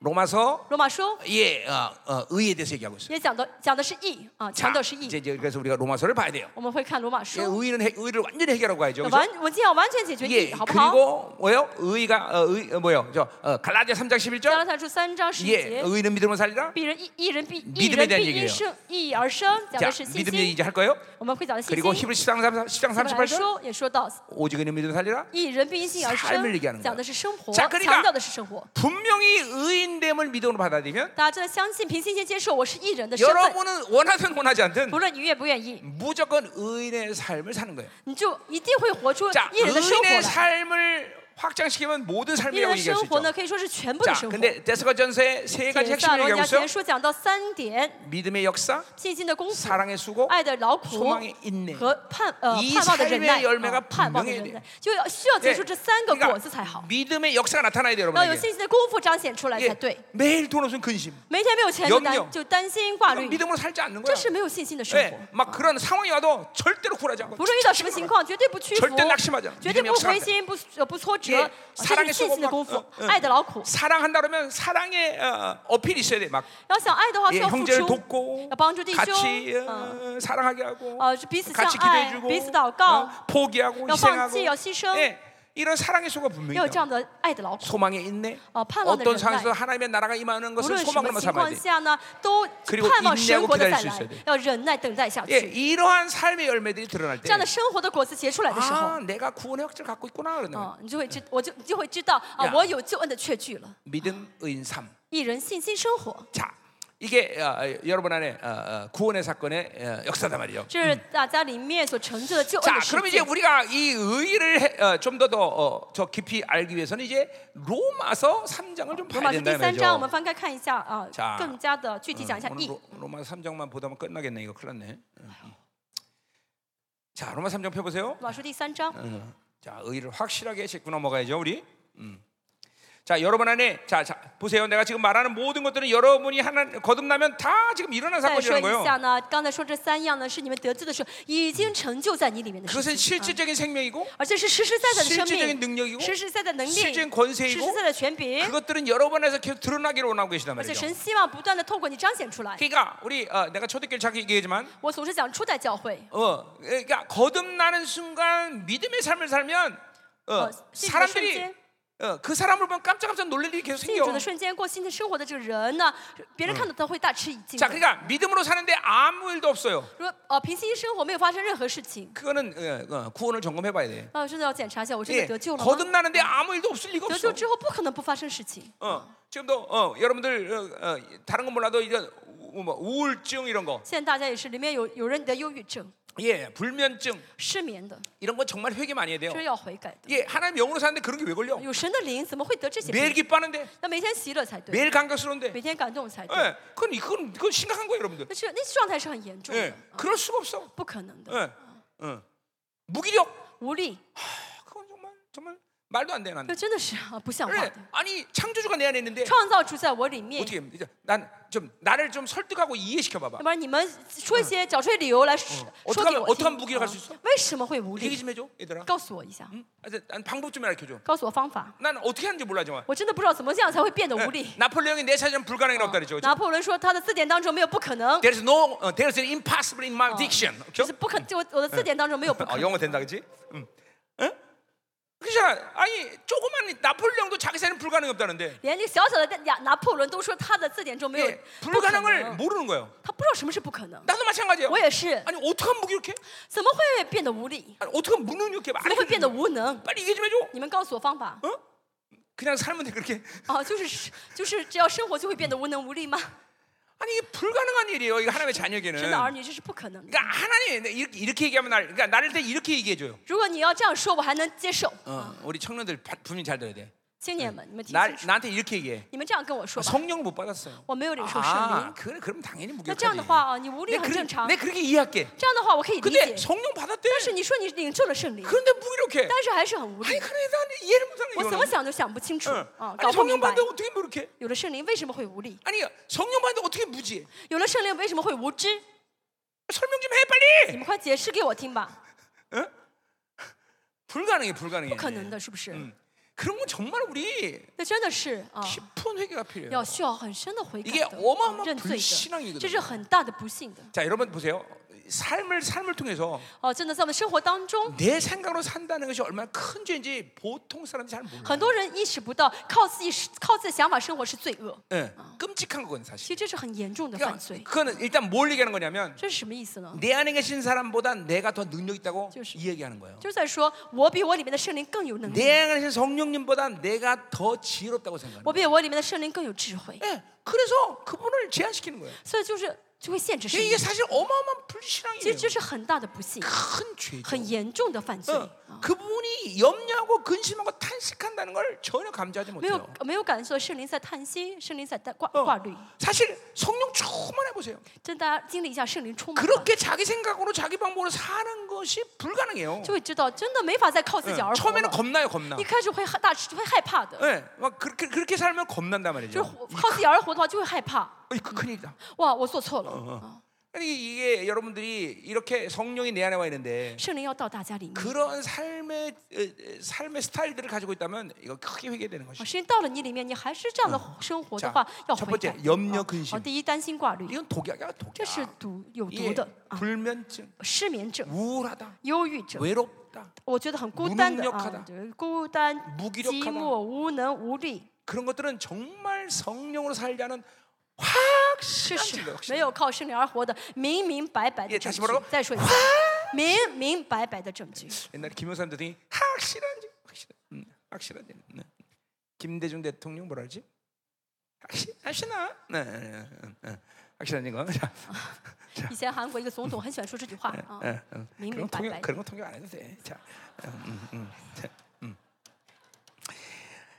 Speaker 1: 로마서
Speaker 2: 罗马书
Speaker 1: 예, 어, 어, 의에 대해서 얘기하고 있어요.
Speaker 2: 也讲到讲的是义啊，
Speaker 1: 자,
Speaker 2: 强调是
Speaker 1: 이제,
Speaker 2: 义。
Speaker 1: 이제 그래서 우리가 로마서를 봐야 돼요.
Speaker 2: 我们会看罗马
Speaker 1: 예,
Speaker 2: 书，
Speaker 1: 의는 해, 의를 완전히 해결하고 가야죠. 그죠?
Speaker 2: 完我今天要完全解决
Speaker 1: 예,
Speaker 2: 义，好不好？
Speaker 1: 그리고 뭐요? 의가 어, 의 어, 뭐요? 저 어, 갈라디아 3장
Speaker 2: 加拉
Speaker 1: 11절.
Speaker 2: 太书三章十
Speaker 1: 예,
Speaker 2: 节，
Speaker 1: 의는 믿음으로 살리라.
Speaker 2: 必人一一人必一
Speaker 1: 믿음에
Speaker 2: 人
Speaker 1: 대한
Speaker 2: 必因
Speaker 1: 얘기예요
Speaker 2: 生义而生，讲
Speaker 1: 자,
Speaker 2: 的是信
Speaker 1: 믿음 얘기
Speaker 2: 心。
Speaker 1: 이제 할 거예요.
Speaker 2: 我们会讲的信
Speaker 1: 그리고
Speaker 2: 心。
Speaker 1: 히브리 10장 3 10장
Speaker 2: 本来
Speaker 1: 38절.
Speaker 2: 说也说到，
Speaker 1: 오직 의는 믿음으로 살리라.
Speaker 2: 一人必因信而
Speaker 1: 삶을얘기하는 거야，
Speaker 2: 生讲的是生活，
Speaker 1: 자그러니까
Speaker 2: 强调的是生活。
Speaker 1: 분명히 의인됨을 믿음으로 받아들이면
Speaker 2: 大家真的相信，凭信心接受我是一人的身份，
Speaker 1: 여러분은 원하든 원하지 않든
Speaker 2: 不论你愿不愿意，
Speaker 1: 무조건 의인의 삶을 사는 거예요.
Speaker 2: 你就一定会活出
Speaker 1: 자
Speaker 2: 一人的生活
Speaker 1: 의인의
Speaker 2: 来。
Speaker 1: 삶을 확장시키면 모든
Speaker 2: 一
Speaker 1: 삶이라고
Speaker 2: 人的
Speaker 1: 얘기할
Speaker 2: 生
Speaker 1: 수
Speaker 2: 活
Speaker 1: 있죠.
Speaker 2: 呢，可以说是全部的
Speaker 1: 자,
Speaker 2: 生活。
Speaker 1: 근데 데스가 전서의 세
Speaker 2: 铁
Speaker 1: 가지
Speaker 2: 萨
Speaker 1: 핵심을
Speaker 2: 罗尼
Speaker 1: 얘기하고
Speaker 2: 亚
Speaker 1: 있어.
Speaker 2: 前书讲到三点：
Speaker 1: 믿음의 역사,
Speaker 2: 信心的功夫、
Speaker 1: 사랑의 수고, 예.
Speaker 2: 爱的劳
Speaker 1: 소망의인
Speaker 2: 苦
Speaker 1: 내
Speaker 2: 和盼呃
Speaker 1: 이
Speaker 2: 盼望的
Speaker 1: 삶의
Speaker 2: 忍耐，
Speaker 1: 열매가
Speaker 2: 呃盼望的
Speaker 1: 분명해야
Speaker 2: 忍
Speaker 1: 돼
Speaker 2: 耐，就要需要结
Speaker 1: 예,
Speaker 2: 出这三个
Speaker 1: 그러니까
Speaker 2: 果子才好，
Speaker 1: 믿음의 역사가 나타나야 돼요,
Speaker 2: 要有
Speaker 1: 여러분.
Speaker 2: 信心的功夫彰显出来才对。
Speaker 1: 매일 돈 없으면 근심.
Speaker 2: 每天没有钱就
Speaker 1: 염려
Speaker 2: 担就担心挂
Speaker 1: 그러니까
Speaker 2: 虑，
Speaker 1: 믿음으로 살지 않는 거야.
Speaker 2: 这是没有信心的生
Speaker 1: 예,
Speaker 2: 活。
Speaker 1: 막 그런 상황이 와도 절대로 굴하지 않고.
Speaker 2: 不论遇到什么情况，绝对不屈服
Speaker 1: 절대낙심하지않아，
Speaker 2: 绝对
Speaker 1: 믿음이
Speaker 2: 不
Speaker 1: 역사한다
Speaker 2: 灰心，不呃不挫折
Speaker 1: 예，
Speaker 2: 这
Speaker 1: 사랑의
Speaker 2: 是信
Speaker 1: 수고
Speaker 2: 心的
Speaker 1: 막
Speaker 2: 功夫
Speaker 1: 어 ，
Speaker 2: 爱的劳苦。
Speaker 1: 사랑한다 그러면 사랑의 어, 어필이 있어야 돼. 막
Speaker 2: 要想爱的话，需
Speaker 1: 예,
Speaker 2: 要付
Speaker 1: 형제를
Speaker 2: 出，
Speaker 1: 돕고
Speaker 2: 要帮助弟兄，
Speaker 1: 같이 어, 아,
Speaker 2: 嗯，
Speaker 1: 사랑하게 하고
Speaker 2: 呃，是彼此相
Speaker 1: 같이
Speaker 2: 爱，
Speaker 1: 기도해주고
Speaker 2: 彼此祷告
Speaker 1: 어, ， 포기하고
Speaker 2: 要放
Speaker 1: 희생하고
Speaker 2: 弃，要牺牲，
Speaker 1: 예, 이런 사랑의 수가 분명히
Speaker 2: 要有这
Speaker 1: 있다.
Speaker 2: 样的爱的劳苦。
Speaker 1: 소망의 인내
Speaker 2: 어,盼望的
Speaker 1: 어떤
Speaker 2: 忍耐。
Speaker 1: 상황에서 하나님의 나라가 임하는
Speaker 2: 无
Speaker 1: 것을
Speaker 2: 论什么
Speaker 1: 소망으로만
Speaker 2: 情
Speaker 1: 삼아야
Speaker 2: 况
Speaker 1: 돼.
Speaker 2: 下呢，都
Speaker 1: 그리고
Speaker 2: 盼望
Speaker 1: 인내하고
Speaker 2: 神国的再
Speaker 1: 기다릴수있어야
Speaker 2: 来
Speaker 1: 돼 ，
Speaker 2: 要忍耐等待下
Speaker 1: 예,
Speaker 2: 去。
Speaker 1: 이러한 삶의 열매들이 드러날 때
Speaker 2: 这样的生活的果子结出来的时候，
Speaker 1: 아, 내가 구원의 확증을 갖고 있구나 그러네.
Speaker 2: 啊，你就会知，我就你就会知道啊
Speaker 1: 야 ，
Speaker 2: 我有救恩的确据了。
Speaker 1: 믿음 의인 삶.
Speaker 2: 一人信心生活，
Speaker 1: 자, 이게 어, 어, 여러분 안에 어, 어, 구원의 사건의 어, 역사다 말이죠.
Speaker 2: 这是大家里面所成就的救恩
Speaker 1: 자,
Speaker 2: 的实
Speaker 1: 그럼 이제
Speaker 2: 践。
Speaker 1: 우리가 이 의의를 좀 더 더 어, 더 깊이 알기 위해서는 이제 로마서 3장을 좀
Speaker 2: 罗
Speaker 1: 봐야
Speaker 2: 马书第
Speaker 1: 된다는
Speaker 2: 三章，我们
Speaker 1: 말이죠.
Speaker 2: 翻开看一下啊
Speaker 1: 자 ，嗯
Speaker 2: 更加的具体讲一下
Speaker 1: 오늘
Speaker 2: 义。
Speaker 1: 로, 로마 3장만 보다면 끝나겠네. 이거 큰일 났네. 어, 자, 로마 3장 펴 보세요.
Speaker 2: 罗马书第三章，
Speaker 1: 어. 자, 의를 확실하게 짚고 넘어가야죠, 우리. 음. 자, 여러분 안에 자, 자, 보세요. 내가 지금 말하는 모든 것들은 여러분이 하나 거듭나면 다 지금 일어난
Speaker 2: 再说
Speaker 1: 사건이라는
Speaker 2: 一下
Speaker 1: 거예요.
Speaker 2: 呢，刚才说这三样呢，是你们得救的时候已经成就在你里面的事
Speaker 1: 그것은
Speaker 2: 情，
Speaker 1: 실질적인 생명이고
Speaker 2: 而且是实实在在的生
Speaker 1: 실질적인능력이고
Speaker 2: 命，实实在在的能力，
Speaker 1: 실질적인권세이고
Speaker 2: 实实在在的权柄，
Speaker 1: 그것들은 여러분에서 계속 드러나기를 원하고 계시단
Speaker 2: 而且
Speaker 1: 말이죠.
Speaker 2: 神希望不断的透过你彰显出来。
Speaker 1: 그러니까 우리 어, 내가 초대교회 자꾸 얘기하지만
Speaker 2: 我总是讲初代教会，
Speaker 1: 어, 그러니까 거듭나는 순간 믿음의 삶을 살면 어,
Speaker 2: 어, 신의
Speaker 1: 사람들이
Speaker 2: 순간.
Speaker 1: 어, 그 사람을 보면 깜짝깜짝 놀랄 일이 계속
Speaker 2: 信主
Speaker 1: 생겨.
Speaker 2: 的瞬间过新的生活的这个人呢，别人看到他会大吃一惊
Speaker 1: 자,
Speaker 2: 的。
Speaker 1: 그러니까 믿음으로 사는데 아무 일도 없어요.
Speaker 2: 如果呃平心生活，没有发生任何事情，
Speaker 1: 그거는 어, 어, 구원을 점검해봐야 돼.
Speaker 2: 那我真的要检查一下，我真
Speaker 1: 예,
Speaker 2: 的得救了吗？
Speaker 1: 거듭나는데 아무 일도 없을 리가
Speaker 2: 得
Speaker 1: 없어.
Speaker 2: 救之后不可能不发生事情。
Speaker 1: 어, 지금도 어, 여러분들 어, 어, 다른 건 몰라도 이제 우- 뭐 우울증 이런 거,
Speaker 2: 现在大家也是，里面有有人得忧郁症、
Speaker 1: 예, 불면증
Speaker 2: 失眠的，
Speaker 1: 이런 거 정말 회개 많이 해야
Speaker 2: 这
Speaker 1: 돼요.
Speaker 2: 是要悔改的。
Speaker 1: 예, 하나님 영으로 사는데 그런 게 왜 걸려?
Speaker 2: 有神的灵，怎么会得这些病？
Speaker 1: 매일 기뻐하는데,
Speaker 2: 那每天喜乐才对，
Speaker 1: 매일 감격스러운데,
Speaker 2: 每天感动才对。
Speaker 1: 예, 그건 이건 그건 심각한 거예요, 여러분들.
Speaker 2: 那是那状态是很严重
Speaker 1: 예,
Speaker 2: 的，啊
Speaker 1: 그럴 수가 없어.
Speaker 2: 不可能的，
Speaker 1: 예, 어. 무기력,
Speaker 2: 无力，
Speaker 1: 아, 그건 정말 정말 말도 안 되는. 안 돼.
Speaker 2: 这真的是啊不像话
Speaker 1: 예,
Speaker 2: 的。
Speaker 1: 아니 창조주가 내 안에 있는데
Speaker 2: 创造主在我里面，
Speaker 1: 어떻게 이제 난좀 나를 좀 설득하고 이해시켜 봐봐.
Speaker 2: 要不然你们说一些，找出一些理由来说
Speaker 1: 어떡하면
Speaker 2: 说给嗯我听
Speaker 1: 어떡하면무기력할수있어
Speaker 2: 啊为什么会无
Speaker 1: 얘기
Speaker 2: 力？
Speaker 1: 좀 해줘, 얘들아.
Speaker 2: 告诉我一下，
Speaker 1: 응? 하여튼 난 방법 좀 알려줘.
Speaker 2: 告诉我方法。
Speaker 1: 난 어떻게 하는지 몰라 정말.
Speaker 2: 我真的不知道怎么样才会变得无力。啊
Speaker 1: 나폴레옹이 내 사전 불가능이라고 그랬죠.
Speaker 2: 拿破仑说他的字典当中没有不可能，
Speaker 1: There is no, uh, there is an impossible in my diction.
Speaker 2: 就
Speaker 1: 그죠?
Speaker 2: 是不可，就我我的字典当中没有不
Speaker 1: 어,
Speaker 2: 可能。
Speaker 1: 영어 된다, 그렇지? 응. 응? 그잖아. 아니 조그만 나폴레옹도 자기 사전 불가능이 없다는데.
Speaker 2: 连这个小小的拿拿破仑都说他的字典中没有
Speaker 1: 예,
Speaker 2: 不可
Speaker 1: 불가능을
Speaker 2: 能，
Speaker 1: 모르는 거예요.
Speaker 2: 他不知道什么是不可能。
Speaker 1: 나도 마찬가지예요.
Speaker 2: 我也是，
Speaker 1: 아니 어떻게 하면 무기력해?
Speaker 2: 怎么会变得无力？
Speaker 1: 아니, 어떻게 하면 무능력해?
Speaker 2: 怎么
Speaker 1: 아니,
Speaker 2: 会变得无能？
Speaker 1: 빨리 얘기 좀 해줘.
Speaker 2: 你们告诉我方法
Speaker 1: 어? 그냥 살면 돼 그렇게.
Speaker 2: 啊！就是就是，只要生活就会变得无能无力吗？
Speaker 1: 아니 이게 불가능한 일이에요. 이거 하나님의
Speaker 2: 神的
Speaker 1: 자녀에게는.
Speaker 2: 儿女这是不可能的。
Speaker 1: 그러니까 하나님 이렇게, 이렇게 얘기하면 날 그러니까 나를 때 이렇게 얘기해 줘요.
Speaker 2: 如果你要这样说，我还能接受。
Speaker 1: 어, 우리 청년들 바- 분명히 잘 들어야 돼.
Speaker 2: 青年们，你们听
Speaker 1: 날
Speaker 2: 清楚，
Speaker 1: 나한테 이렇게 얘기해.
Speaker 2: 你们这样跟我说吧，
Speaker 1: 성령 못 받았어요.
Speaker 2: 我没有领受圣灵
Speaker 1: 아, 。 그, 그럼 당연히
Speaker 2: 那这样
Speaker 1: 무기력하지.
Speaker 2: 的话啊，你无力
Speaker 1: 내,
Speaker 2: 很
Speaker 1: 그,
Speaker 2: 正常
Speaker 1: 내 。 그렇게 이해할게.
Speaker 2: 这样的话，我可以理
Speaker 1: 근데
Speaker 2: 解。
Speaker 1: 성령 받았대.
Speaker 2: 但是你说你领受了圣灵，
Speaker 1: 그런데 무기력해.
Speaker 2: 但是还是很无
Speaker 1: 아니
Speaker 2: 力。
Speaker 1: 그래 난 이해를 못하는
Speaker 2: 我怎
Speaker 1: 거야.
Speaker 2: 么想都想不清楚
Speaker 1: 응.
Speaker 2: 啊，搞
Speaker 1: 아니
Speaker 2: 不
Speaker 1: 성령
Speaker 2: 明白
Speaker 1: 받는데 。 어, 그러니까 어떻게 무력해?
Speaker 2: 有了圣灵为什么会无力？
Speaker 1: 아니 성령 받는데 어떻게 무지?
Speaker 2: 有了圣灵为什么会无知？
Speaker 1: 설명 좀 해
Speaker 2: 你
Speaker 1: 빨리.
Speaker 2: 们快解释给我听吧！
Speaker 1: 불가능해 불가능해.
Speaker 2: 不可能的，是不是？
Speaker 1: 음. 그런 건 정말 우리
Speaker 2: 那真的嗯是
Speaker 1: 아.
Speaker 2: 啊，
Speaker 1: 깊은 회개가 필요해요.
Speaker 2: 要需要很深的悔改
Speaker 1: 이게
Speaker 2: 的
Speaker 1: 어마어마한
Speaker 2: 认罪
Speaker 1: 불신앙이거든 요
Speaker 2: 的，这是很大的不幸的。
Speaker 1: 자 여러분 보세요. 삶을 삶을 통해서
Speaker 2: 哦，真的在我们生活当中，
Speaker 1: 내 생각으로 산다는 것이 얼마나 큰 죄인지 보통 사람들이 잘 몰라.
Speaker 2: 很多人意识不到靠自己靠自己的想法生活是罪恶，
Speaker 1: 예, 끔찍한 거건
Speaker 2: 其
Speaker 1: 사실.
Speaker 2: 实这是很严重的犯
Speaker 1: 그러니까
Speaker 2: 罪。
Speaker 1: 그거는 일단 뭘 얘기하는 거냐면
Speaker 2: 这是什么意思呢？
Speaker 1: 내 안에 계신 사람보다 내가 더 능력 있다고
Speaker 2: 就是-
Speaker 1: 이 얘기하는 거예요.
Speaker 2: 就是在说我比我里面的圣灵更有能力，
Speaker 1: 내 안에 계신 성령님보다 내가 더 지혜롭다고 생각하는
Speaker 2: 我比我里面的圣灵更有智慧，
Speaker 1: 거예요. 예, 그래서 그분을 제한시키는 거예요.
Speaker 2: 所以就是就会限制圣
Speaker 1: 이게
Speaker 2: 灵。
Speaker 1: 사실 어마어마한
Speaker 2: 其
Speaker 1: 불신앙이에요.
Speaker 2: 实这是很大的不幸，
Speaker 1: 큰 죄죠.
Speaker 2: 很严重的犯罪。
Speaker 1: 어, 그분이 염려하고 근심하고 탄식한다는 걸 전혀 감지하지
Speaker 2: 没
Speaker 1: 못해요.
Speaker 2: 有没有感受圣灵在叹息，圣灵在担挂
Speaker 1: 어,
Speaker 2: 挂虑。
Speaker 1: 사실 성령 충만해 보세요.
Speaker 2: 真大家经历一下圣灵充满吧，
Speaker 1: 그렇게 자기 생각으로 자기 방법으로 사는 것이 불가능해요.
Speaker 2: 就会知道真的没法再靠自
Speaker 1: 예,
Speaker 2: 己而活
Speaker 1: 처음에는
Speaker 2: 了。
Speaker 1: 겁나요, 겁나.
Speaker 2: 一开始会害大会害怕的，
Speaker 1: 예, 막 그렇게 그렇게 살면 겁난단
Speaker 2: 就
Speaker 1: 말이죠.
Speaker 2: 是活靠自己而活的话就会害怕。
Speaker 1: 이, 그 큰일이다.
Speaker 2: 哇，我做错了。
Speaker 1: 아니, 이게 여러분들이 이렇게 성령이 내 안에 와 있는데
Speaker 2: 圣灵要到大家里面，
Speaker 1: 그런 삶의 에, 에, 삶의 스타일들을 가지고 있다면 이거 크게 회개되는
Speaker 2: 啊
Speaker 1: 것이.
Speaker 2: 圣灵到了你里面，你还是这样的生活的话
Speaker 1: 자，
Speaker 2: 要
Speaker 1: 첫
Speaker 2: 悔改
Speaker 1: 번째염려근
Speaker 2: 啊
Speaker 1: 심
Speaker 2: 好，第一担心挂虑，
Speaker 1: 이건 독약이야, 독약.
Speaker 2: 这是毒有
Speaker 1: 이게
Speaker 2: 毒的啊，
Speaker 1: 불면증,
Speaker 2: 失眠者、
Speaker 1: 우울하다,
Speaker 2: 忧郁者，
Speaker 1: 외롭다
Speaker 2: 我觉得很孤单的
Speaker 1: 무능력하 다，
Speaker 2: 啊就是孤单、
Speaker 1: 무기력하다
Speaker 2: 寂寞、无能、无力，
Speaker 1: 그런 것들은 정말 성령으로 살자는 확실한
Speaker 2: 这
Speaker 1: 증거.
Speaker 2: 是没有靠圣灵而活的明明白白
Speaker 1: 예
Speaker 2: 的证
Speaker 1: 다시
Speaker 2: 据
Speaker 1: 말하고 。
Speaker 2: 再说一次，明明白白的证 据。
Speaker 1: 옛날에 김영삼 대통령이 확실한 증거, 확실한, 음, 확실한 증거. 네. 김대중 대통령 뭐라 그러지? 확실, 확실한, 네, 네, 네, 네. 확실한 증거. 자,
Speaker 2: 以前韩国一个总统很喜欢说这句话啊
Speaker 1: 예, 예. ，
Speaker 2: 明
Speaker 1: 그런
Speaker 2: 明白
Speaker 1: 통역
Speaker 2: 白的。
Speaker 1: 그런 거 통역 안 해도 돼. 자, 음, 음, 자, 음.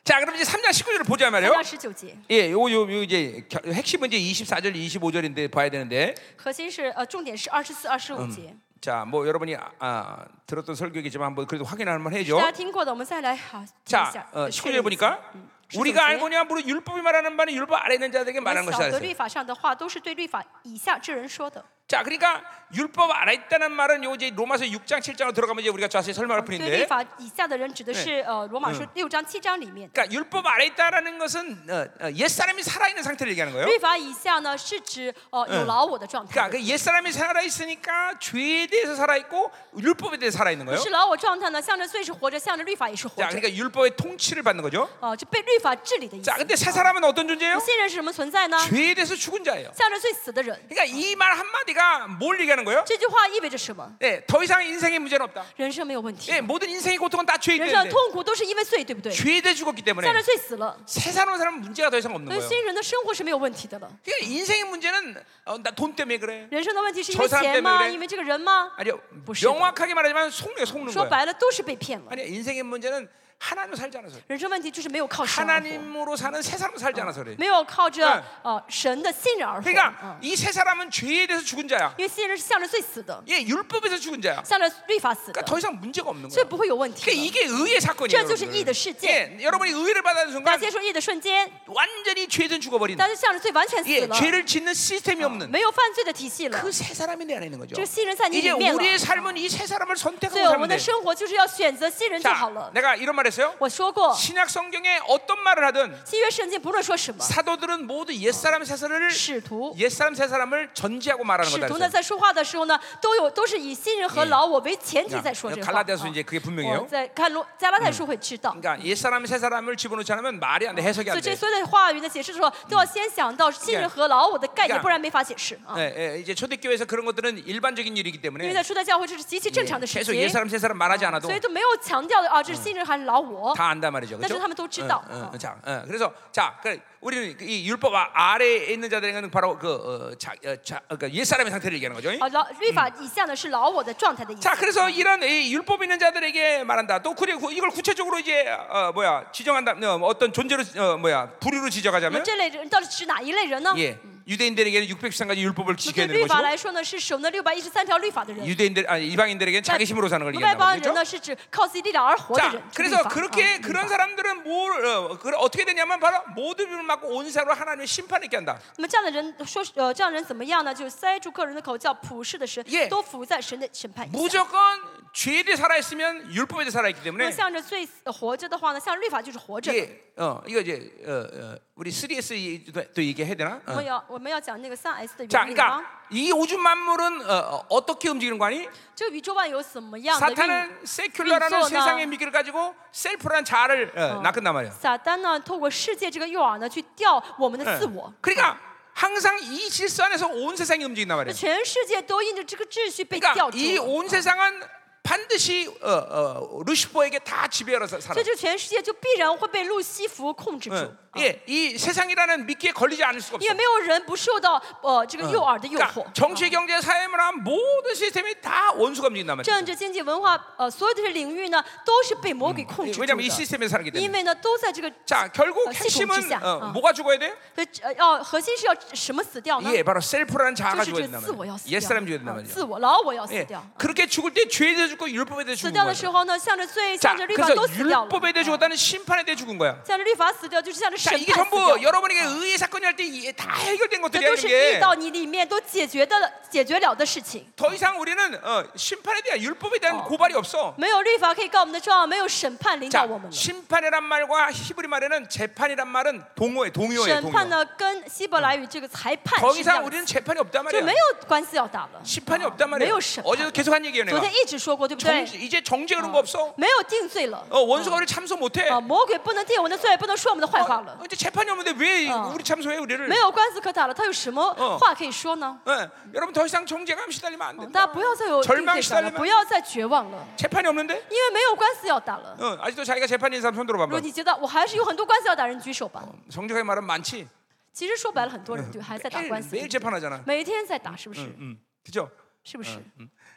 Speaker 1: 자, 그럼 이제 3장 19절을 보자
Speaker 2: 三
Speaker 1: 말이에요.
Speaker 2: 章十九节，
Speaker 1: 예, 요, 요, 요 이제 겨- 핵심은 이제 24절, 25절인데 봐야 되는데,
Speaker 2: 核心是呃，重点是二十四、二十五节。
Speaker 1: 자, 뭐 여러분이 아, 아, 들었던 설교이지만 한번 그래도 확인할 만
Speaker 2: 大
Speaker 1: 해죠.
Speaker 2: 家听过的，我们再来好听一
Speaker 1: 자, 음.
Speaker 2: 下。
Speaker 1: 어,
Speaker 2: 确
Speaker 1: 19절
Speaker 2: 认一下
Speaker 1: 보니까
Speaker 2: 嗯
Speaker 1: 우리가
Speaker 2: 19
Speaker 1: 알고
Speaker 2: 节
Speaker 1: 있냐 무릇 율법이 말하는 바는 율법 아래 있는 자들에게
Speaker 2: 我们
Speaker 1: 말하는
Speaker 2: 晓
Speaker 1: 것이다.
Speaker 2: 得
Speaker 1: 그랬어요.
Speaker 2: 律法上的话，都是对律法以下之人说的。
Speaker 1: 자, 그러니까 율법 아래 있다는 말은 요 이제 로마서 6장 7장으로 들어가면 이제 우리가 자세히 설명할
Speaker 2: 对
Speaker 1: 뿐인데.
Speaker 2: 律法以下的人指的是呃罗马书六章七章里面。
Speaker 1: 그러니까 율법 아래 있다라는 것은 어, 어, 옛사람이 살아있는 상태를 얘기하는 거예요.
Speaker 2: 律法以下呢，是指呃有老我的状态
Speaker 1: 그러니까 。그 옛사람이 살아있으니까 죄에 대해서 살아있고 율법에 대해서 살아있는 거예요.
Speaker 2: 是老我状态呢，向着罪是活着，向着律法也是活
Speaker 1: 자,
Speaker 2: 着。
Speaker 1: 그러니까 율법의 통치를 받는 거죠.
Speaker 2: 哦，这被律法治理的意思
Speaker 1: 자, 。 근데 새 사람은 어떤 존재예요?
Speaker 2: 新人是什么存在呢？
Speaker 1: 죄에 대해서 죽은 자예요.
Speaker 2: 向着罪死的人。
Speaker 1: 그러니까 이 말 한마디가 뭘 얘기하는 거예요?
Speaker 2: 这句话意味着什么？
Speaker 1: 예, 더 이상 인생의 문제는 없다.
Speaker 2: 人生没有问题，
Speaker 1: 예, 모든 인생의 고통은 다 죄에
Speaker 2: 人生
Speaker 1: 있는데
Speaker 2: 的痛苦都是因为罪，对不对？
Speaker 1: 죄에 대해 죽었기
Speaker 2: 向
Speaker 1: 때문에
Speaker 2: 着罪死了，
Speaker 1: 새 사람 사람은 문제가 더 이상 없는
Speaker 2: 所以
Speaker 1: 거예요.
Speaker 2: 新人的生活是没有问题的了。
Speaker 1: 그러니까 인생의 문제는 어, 나 돈 때문에 그래.
Speaker 2: 人生的问题是因
Speaker 1: 저
Speaker 2: 为
Speaker 1: 사람
Speaker 2: 钱
Speaker 1: 때문에
Speaker 2: 吗？
Speaker 1: 그래
Speaker 2: 因为这个人吗？
Speaker 1: 아니요,
Speaker 2: 보시죠.
Speaker 1: 명확하게 말하지만 속는 속는
Speaker 2: 说
Speaker 1: 거예요.
Speaker 2: 白了都是被骗了。
Speaker 1: 아니 인생의 문제는 하나님으로 살지 않아서. 그래요.
Speaker 2: 人生问题就是没有靠神而活，
Speaker 1: 하나님으로 사는 새 사람 살지 않아서 그래.
Speaker 2: 没有靠着
Speaker 1: 嗯
Speaker 2: 呃神的信任而活。
Speaker 1: 그러니까
Speaker 2: 嗯，
Speaker 1: 이 새 사람은 죄에 대해서 죽은 자야.
Speaker 2: 因为信任是向着罪死的，
Speaker 1: 예, 율법에서 죽은 자야.
Speaker 2: 向着律法死的
Speaker 1: 그러니까 ，더 이상 문제가 없는
Speaker 2: 所以
Speaker 1: 거예요.
Speaker 2: 不会有问题
Speaker 1: 그러니까
Speaker 2: 的。
Speaker 1: 이게 의의 사건이에요.
Speaker 2: 这就是
Speaker 1: 여러분들.
Speaker 2: 义的世界。
Speaker 1: 예, 여러분이 의를 받는
Speaker 2: 大
Speaker 1: 순간
Speaker 2: 家接受义的瞬间，
Speaker 1: 완전히 죄에서 죽어버린.
Speaker 2: 大家向着罪完全
Speaker 1: 예,
Speaker 2: 死了，
Speaker 1: 죄를 짓는 시스템이 없는
Speaker 2: 没有犯罪的体系了。
Speaker 1: 그 세 네. 사람이 내 안에 있는 거죠.
Speaker 2: 저 신은
Speaker 1: 이제
Speaker 2: 사람이
Speaker 1: 우리의 삶은 이 세 사람을
Speaker 2: 所以
Speaker 1: 선택하고
Speaker 2: 我们
Speaker 1: 사면 돼.
Speaker 2: 的生活就是要选择新人就好
Speaker 1: 자,
Speaker 2: 了。
Speaker 1: 내가 이런 말했어요.
Speaker 2: 我说过，
Speaker 1: 신약 성경에 어떤 말을 하든
Speaker 2: 新约圣经不论说什么，
Speaker 1: 사도들은 모두 옛 사람 세 사람을
Speaker 2: 使徒。
Speaker 1: 옛 사람 세 사람을 전제하고 말하는
Speaker 2: 使
Speaker 1: 거다.
Speaker 2: 徒呢，
Speaker 1: 그랬어요.
Speaker 2: 在说话嗯的时候呢，都有都是以新人和老我为前提
Speaker 1: 자,
Speaker 2: 在说这个话。
Speaker 1: 갈라디아서
Speaker 2: 啊
Speaker 1: 이제 그게
Speaker 2: 我
Speaker 1: 분명해요.
Speaker 2: 在看罗加拉太书会知道。
Speaker 1: 그러니까 옛 사람 세 사람을 집어넣지 않으면 말이 안 돼, 해석이
Speaker 2: 所
Speaker 1: 안
Speaker 2: 以嗯这
Speaker 1: 돼.
Speaker 2: 所有的话语的解释的时候，都要先想到新人和老我的概
Speaker 1: 그러니까
Speaker 2: 念，不然没法解释啊。
Speaker 1: 예, 예, 이제 초대교회에서 그런 것들은 일반적인 일이기
Speaker 2: 因为
Speaker 1: 때문에
Speaker 2: 在初代教会，这是极其正常的
Speaker 1: 예,
Speaker 2: 事
Speaker 1: 계속 옛
Speaker 2: 情，
Speaker 1: 사람 세 사람 말하지 않아도
Speaker 2: 嗯哎所以都没有强调的啊，这是新人还是老我。
Speaker 1: 다 안다 말이죠. 그렇죠?
Speaker 2: 但是他们都知道。
Speaker 1: 응, 응,
Speaker 2: 어.
Speaker 1: 자, 응, 그래서 자, 그 우리는 이 율법 아래에 있는 자들에게는 바로 그 어, 자, 어, 자, 그러니까 옛 사람의 상태를 얘기하는 거죠.
Speaker 2: 啊，老律法以下呢是老我的状态的意思
Speaker 1: 자, 。 그래서 이런 이 율법 있는 자들에게 말한다. 또 그래 구- 이걸 구체적으로 이제 어, 뭐야 지정한다. 어, 떤 존재로 어, 뭐야 부류로
Speaker 2: 那
Speaker 1: 지적하자면
Speaker 2: 这类人到底指哪一类人呢？
Speaker 1: 예, 유대인들에게는 613가지 율법을
Speaker 2: 那
Speaker 1: 지켜야
Speaker 2: 对
Speaker 1: 되는
Speaker 2: 律法
Speaker 1: 것이고
Speaker 2: 来说呢，是守那六百一十三条律法的人；
Speaker 1: 유대인들 아니 이방인들에게는 자기 힘으로 사는 걸
Speaker 2: 那外
Speaker 1: 얘기한다
Speaker 2: 邦人
Speaker 1: 말이죠.
Speaker 2: 呢，是指靠自己力量而活的
Speaker 1: 자,
Speaker 2: 人。是律
Speaker 1: 그래서
Speaker 2: 法
Speaker 1: 그렇게
Speaker 2: 啊
Speaker 1: 그런 사람들은 뭘 어, 그 어떻게 되냐면 바로 모든 을 맞고 온 사람으로 하나님의 심판을 있게 한다.
Speaker 2: 那么这样的人说，呃，这样的人怎么样呢？就塞住个人的口，叫普世的神
Speaker 1: Yeah
Speaker 2: 都服在神的审判以下。
Speaker 1: 무조건 죄에 대해 살아 있으면 율법에 대해 살아 있기
Speaker 2: 那么
Speaker 1: 때문에
Speaker 2: 向着罪死活着的话呢，向律法就是活着的。
Speaker 1: 이게 어 이거 이제 어, 어, 우리 3S 또 얘기해야 되나?
Speaker 2: 我
Speaker 1: 어.
Speaker 2: 们要我们要讲那个三 S 的
Speaker 1: 자,
Speaker 2: 原理啊，
Speaker 1: 그러니까 이 우주 만물은 어, 떻게 움직이는 거 아니?
Speaker 2: 这个宇宙万有怎么样的运？
Speaker 1: 사탄은 세큘러라는
Speaker 2: 민소나.
Speaker 1: 세상의 미끼를 가지고 셀프란 자아를 어, 낚은단 말이야.
Speaker 2: 撒旦呢，透过世界这个诱饵呢，去钓我们的
Speaker 1: 예.
Speaker 2: 自我。
Speaker 1: 그러니까 항상 이 질서 안에서 온 세상이 움직인단
Speaker 2: 那
Speaker 1: 말이야.
Speaker 2: 全世界都因着这个秩序被
Speaker 1: 그러니까
Speaker 2: 吊住了。
Speaker 1: 이 온 세상은 반드시 어, 어, 루시퍼에게 다 지배하러 사-
Speaker 2: 所
Speaker 1: 살아.
Speaker 2: 以这全世界就必然会被路西弗控制住，
Speaker 1: 어,
Speaker 2: 啊
Speaker 1: 예, 이 세상이라는 미끼에 걸리지 않을 수가
Speaker 2: 因
Speaker 1: 없어.
Speaker 2: 为没有人不受到呃这个诱饵的诱惑
Speaker 1: 그러니까 。 정치, 경제, 사회, 문화 모든 시스템이 다 원수가 움직인단 말이야.
Speaker 2: 政治、经济、文化，呃，所有的这领域呢，都是被魔鬼控制住
Speaker 1: 예, 왜냐하면 이
Speaker 2: 的。
Speaker 1: 시스템에서 살기
Speaker 2: 因
Speaker 1: 때문에.
Speaker 2: 为呢，都在这个，
Speaker 1: 자, 결국
Speaker 2: 어,
Speaker 1: 핵심은
Speaker 2: 시스템
Speaker 1: 어,
Speaker 2: 지자. 어.
Speaker 1: 뭐가 죽어야 돼요?
Speaker 2: 呃，呃要核心是要什么死掉呢？
Speaker 1: 예, 바로 셀프라는
Speaker 2: 就
Speaker 1: 자아가
Speaker 2: 是
Speaker 1: 죽어야
Speaker 2: 这
Speaker 1: 된단
Speaker 2: 自我要
Speaker 1: 말이에요.
Speaker 2: 死掉，
Speaker 1: 옛사람 죽어야 된단
Speaker 2: 啊
Speaker 1: 말이에요.
Speaker 2: 自我老我要死
Speaker 1: 예,
Speaker 2: 掉。
Speaker 1: 그렇게 죽을 때 죄에 대해 죽고 율법에 대해
Speaker 2: 死
Speaker 1: 죽은
Speaker 2: 掉
Speaker 1: 거야.
Speaker 2: 的时候呢，向着罪，
Speaker 1: 자,
Speaker 2: 向着律法
Speaker 1: 그래서
Speaker 2: 都死掉了。
Speaker 1: 율법에 대해
Speaker 2: 啊
Speaker 1: 죽었다는 심판에 대해 죽은 거야.
Speaker 2: 向着律法死掉，就是向着审
Speaker 1: 자,
Speaker 2: 判死
Speaker 1: 이게 전부
Speaker 2: 掉。
Speaker 1: 여러분에게 의의 사건이 할 때 다 해결된
Speaker 2: 这
Speaker 1: 것들이야
Speaker 2: 都是遇
Speaker 1: 어. 이게.
Speaker 2: 到你里面都解决的解决了的事情。
Speaker 1: 더 이상 우리는 어, 심판에 대한 율법에 대한 고발이 없어.
Speaker 2: 没有律法可以告我们的状，没有审判领导
Speaker 1: 자,
Speaker 2: 我们了。
Speaker 1: 심판이란 말과 히브리 말에는 재판이란 말은 동어에 동요예요.
Speaker 2: 审
Speaker 1: 동요.
Speaker 2: 判呢，跟希伯来语这个裁判
Speaker 1: 더
Speaker 2: 是嗯一样
Speaker 1: 이상
Speaker 2: 的
Speaker 1: 우리는 재판이 없단
Speaker 2: 就
Speaker 1: 말이야.
Speaker 2: 没有官司要打了。
Speaker 1: 심판이
Speaker 2: 啊
Speaker 1: 없단
Speaker 2: 没
Speaker 1: 말이야.
Speaker 2: 有审判。
Speaker 1: 어제도 계속 한 얘기야
Speaker 2: 昨
Speaker 1: 내가.
Speaker 2: 天一直说过，对不对？
Speaker 1: 정죄, 이제 정죄 그런 거 없어.
Speaker 2: 没有定罪了。
Speaker 1: 어, 원수가 우리 참소 못해.
Speaker 2: 啊，魔鬼不能定我们的罪，不能说我们的坏话
Speaker 1: 어,
Speaker 2: 了。
Speaker 1: 이제 재판이 없는데 왜
Speaker 2: 어.
Speaker 1: 우리 참소해 우리를?
Speaker 2: 没有官司可打了，他有什么话可以说呢？
Speaker 1: 어, 여러분 더 이상 정죄감 시달리면 안
Speaker 2: 大
Speaker 1: 된다.
Speaker 2: 家不要再有
Speaker 1: 절망
Speaker 2: 定罪感了，
Speaker 1: 시달리면
Speaker 2: 不要再绝望了，
Speaker 1: 재판이 없는데?
Speaker 2: 因为没有官司要打了。
Speaker 1: 어, 아직도 자기가 재판인 사람 손 들어봐
Speaker 2: 如果
Speaker 1: 한번.
Speaker 2: 你觉得我还是有很多官司要打，人举手吧。
Speaker 1: 성적의 말은 많지.
Speaker 2: 其实说白了，很多人对还在打
Speaker 1: 매일,
Speaker 2: 官司，
Speaker 1: 매일 재판하잖아.
Speaker 2: 每天在打，是不是？
Speaker 1: 음, 그죠?
Speaker 2: 是不是？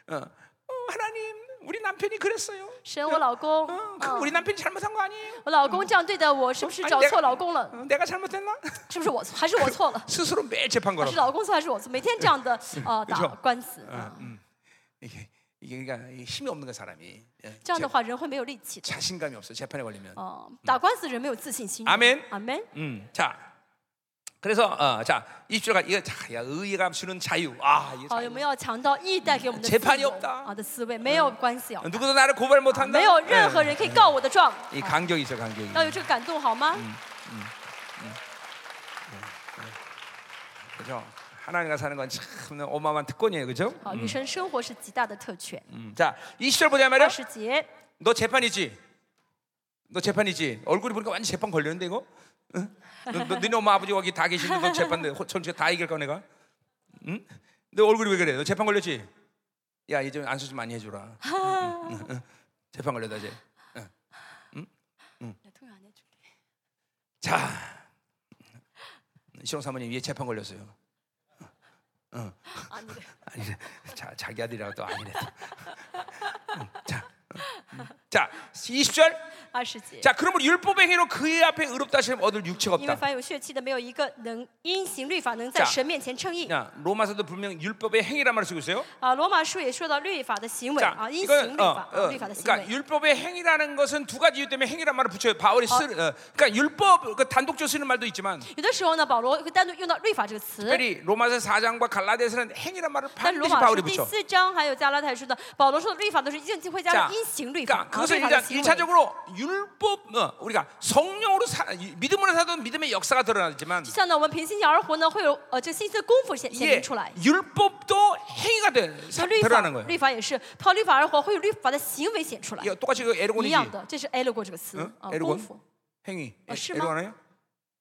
Speaker 1: 어. 어, 하나님, 우리 남편이 그랬어요.
Speaker 2: 神，我老公，
Speaker 1: 어,
Speaker 2: 啊
Speaker 1: 그 ， 우리 남편이 잘못한 거 아니에요?
Speaker 2: 我老公这样对待我，是不是
Speaker 1: 아니
Speaker 2: 找
Speaker 1: 내가
Speaker 2: 错老公了？
Speaker 1: 어, 내가 잘못했나?
Speaker 2: 是不是我错？还是我 错了？
Speaker 1: 스스로 매일 재판
Speaker 2: 啊是
Speaker 1: 걸어.
Speaker 2: 老公错还是我错？每天这样的呃打
Speaker 1: 그쵸
Speaker 2: 官司，啊
Speaker 1: 이게 이게 그러니까 이게 힘이 없는 거 사람이. 예,
Speaker 2: 这样
Speaker 1: 재-
Speaker 2: 的话人会没有力气的。
Speaker 1: 자신감이 없어 재판에 걸리면.
Speaker 2: 哦，打官司人没有自信心的。
Speaker 1: 阿门
Speaker 2: 阿门。
Speaker 1: 음, 자. 그래서 어, 자, 입주가 이거 자, 야, 의의가 주는 자유. 아, 이게
Speaker 2: 好，
Speaker 1: 자유.
Speaker 2: 我们要强调义带给我们的
Speaker 1: 재판이
Speaker 2: 自由
Speaker 1: 없다
Speaker 2: 啊的思维，没有官司要，
Speaker 1: 아, 누구도 나를 고발 못
Speaker 2: 啊
Speaker 1: 한다.
Speaker 2: 没有任何人可以告我的状，
Speaker 1: 예, 이
Speaker 2: 啊
Speaker 1: 간격이 있어, 간격이.
Speaker 2: 要有这个感动好吗？
Speaker 1: 그죠? 하나님과 사는 건 참 어마어마한 특권이에요. 그죠?
Speaker 2: 好，与神生活是极大的特权。
Speaker 1: 음, 자, 20절 보자면은
Speaker 2: 二十节，
Speaker 1: 너 재판이지? 너 재판이지? 얼굴이 보니까 완전 재판 걸렸는데 이거? 응? 너, 너, 너네 엄마 아버지 여기 다 계시는 너 재판데 전체 다 이길 거 내가? 응? 너 얼굴이 왜 그래? 너 재판 걸렸지? 야 이제 안수 좀 많이 해줘라. 응, 응, 응. 재판 걸렸다 이제. 자, 시롱 사모님 얘 재판 걸렸어요.
Speaker 2: 啊，你的
Speaker 1: 아니, 자 자기 아들이라고 또 아니래. 또. 응, 자, 응. 자 20절.
Speaker 2: 二十节。
Speaker 1: 자 그러므로 율법의 행위로 그의 앞에 의롭다 하시면 얻을 육체가
Speaker 2: 因为
Speaker 1: 없다.
Speaker 2: 凡有血气的，没有一个能因行律法能在
Speaker 1: 자
Speaker 2: 神面前称义。
Speaker 1: 야, 로마서도 분명 율법의 행위란 말을 쓰고 있어요.
Speaker 2: 啊，罗马书也说到律法的行为啊，因行
Speaker 1: 이건
Speaker 2: 律法
Speaker 1: 어, ，
Speaker 2: 啊
Speaker 1: 어,
Speaker 2: 律法的行
Speaker 1: 그러니까
Speaker 2: 为。
Speaker 1: 율법의 행위라는 것은 두 가지 이유 때문에 행위란 말을 붙여요. 바울이 쓰, 어, 네? 그러니까 율법 그 단독적으로 쓰는 말도 있지만
Speaker 2: 有的时候呢，保罗会单独用到律法这个词，
Speaker 1: 특별히 로마서 4장과 갈라디아서는 행위란 말을
Speaker 2: 但罗
Speaker 1: 반드시
Speaker 2: 马书
Speaker 1: 바울이
Speaker 2: 第
Speaker 1: 붙여.
Speaker 2: 四章还有加拉太书的，保罗说的律法都是一定会加上因行律法
Speaker 1: 그러니까 ，
Speaker 2: 啊，
Speaker 1: 그것은
Speaker 2: 律法的
Speaker 1: 일단
Speaker 2: 行为。
Speaker 1: 일차적으로 율법 어, 우리가 성령으로 사, 이- 믿음으로 사던 믿음의 역사가 드러나지만
Speaker 2: 就像呢，我们凭信仰而活呢，会有呃这新的功夫显显
Speaker 1: 이게
Speaker 2: 明出来。
Speaker 1: 율법도 행위가 돼, 사,
Speaker 2: 那律法
Speaker 1: 드러나는 ， 거예요.
Speaker 2: 律法也是靠律法而活，会有律法的行为显出来。
Speaker 1: 이거 똑같이 그
Speaker 2: 一
Speaker 1: 에르곤이지
Speaker 2: 样的，这是 e l o 这个词
Speaker 1: 嗯
Speaker 2: 啊，
Speaker 1: eloquent
Speaker 2: 功夫
Speaker 1: 행위
Speaker 2: 어, 실망?
Speaker 1: 에르곤이에요.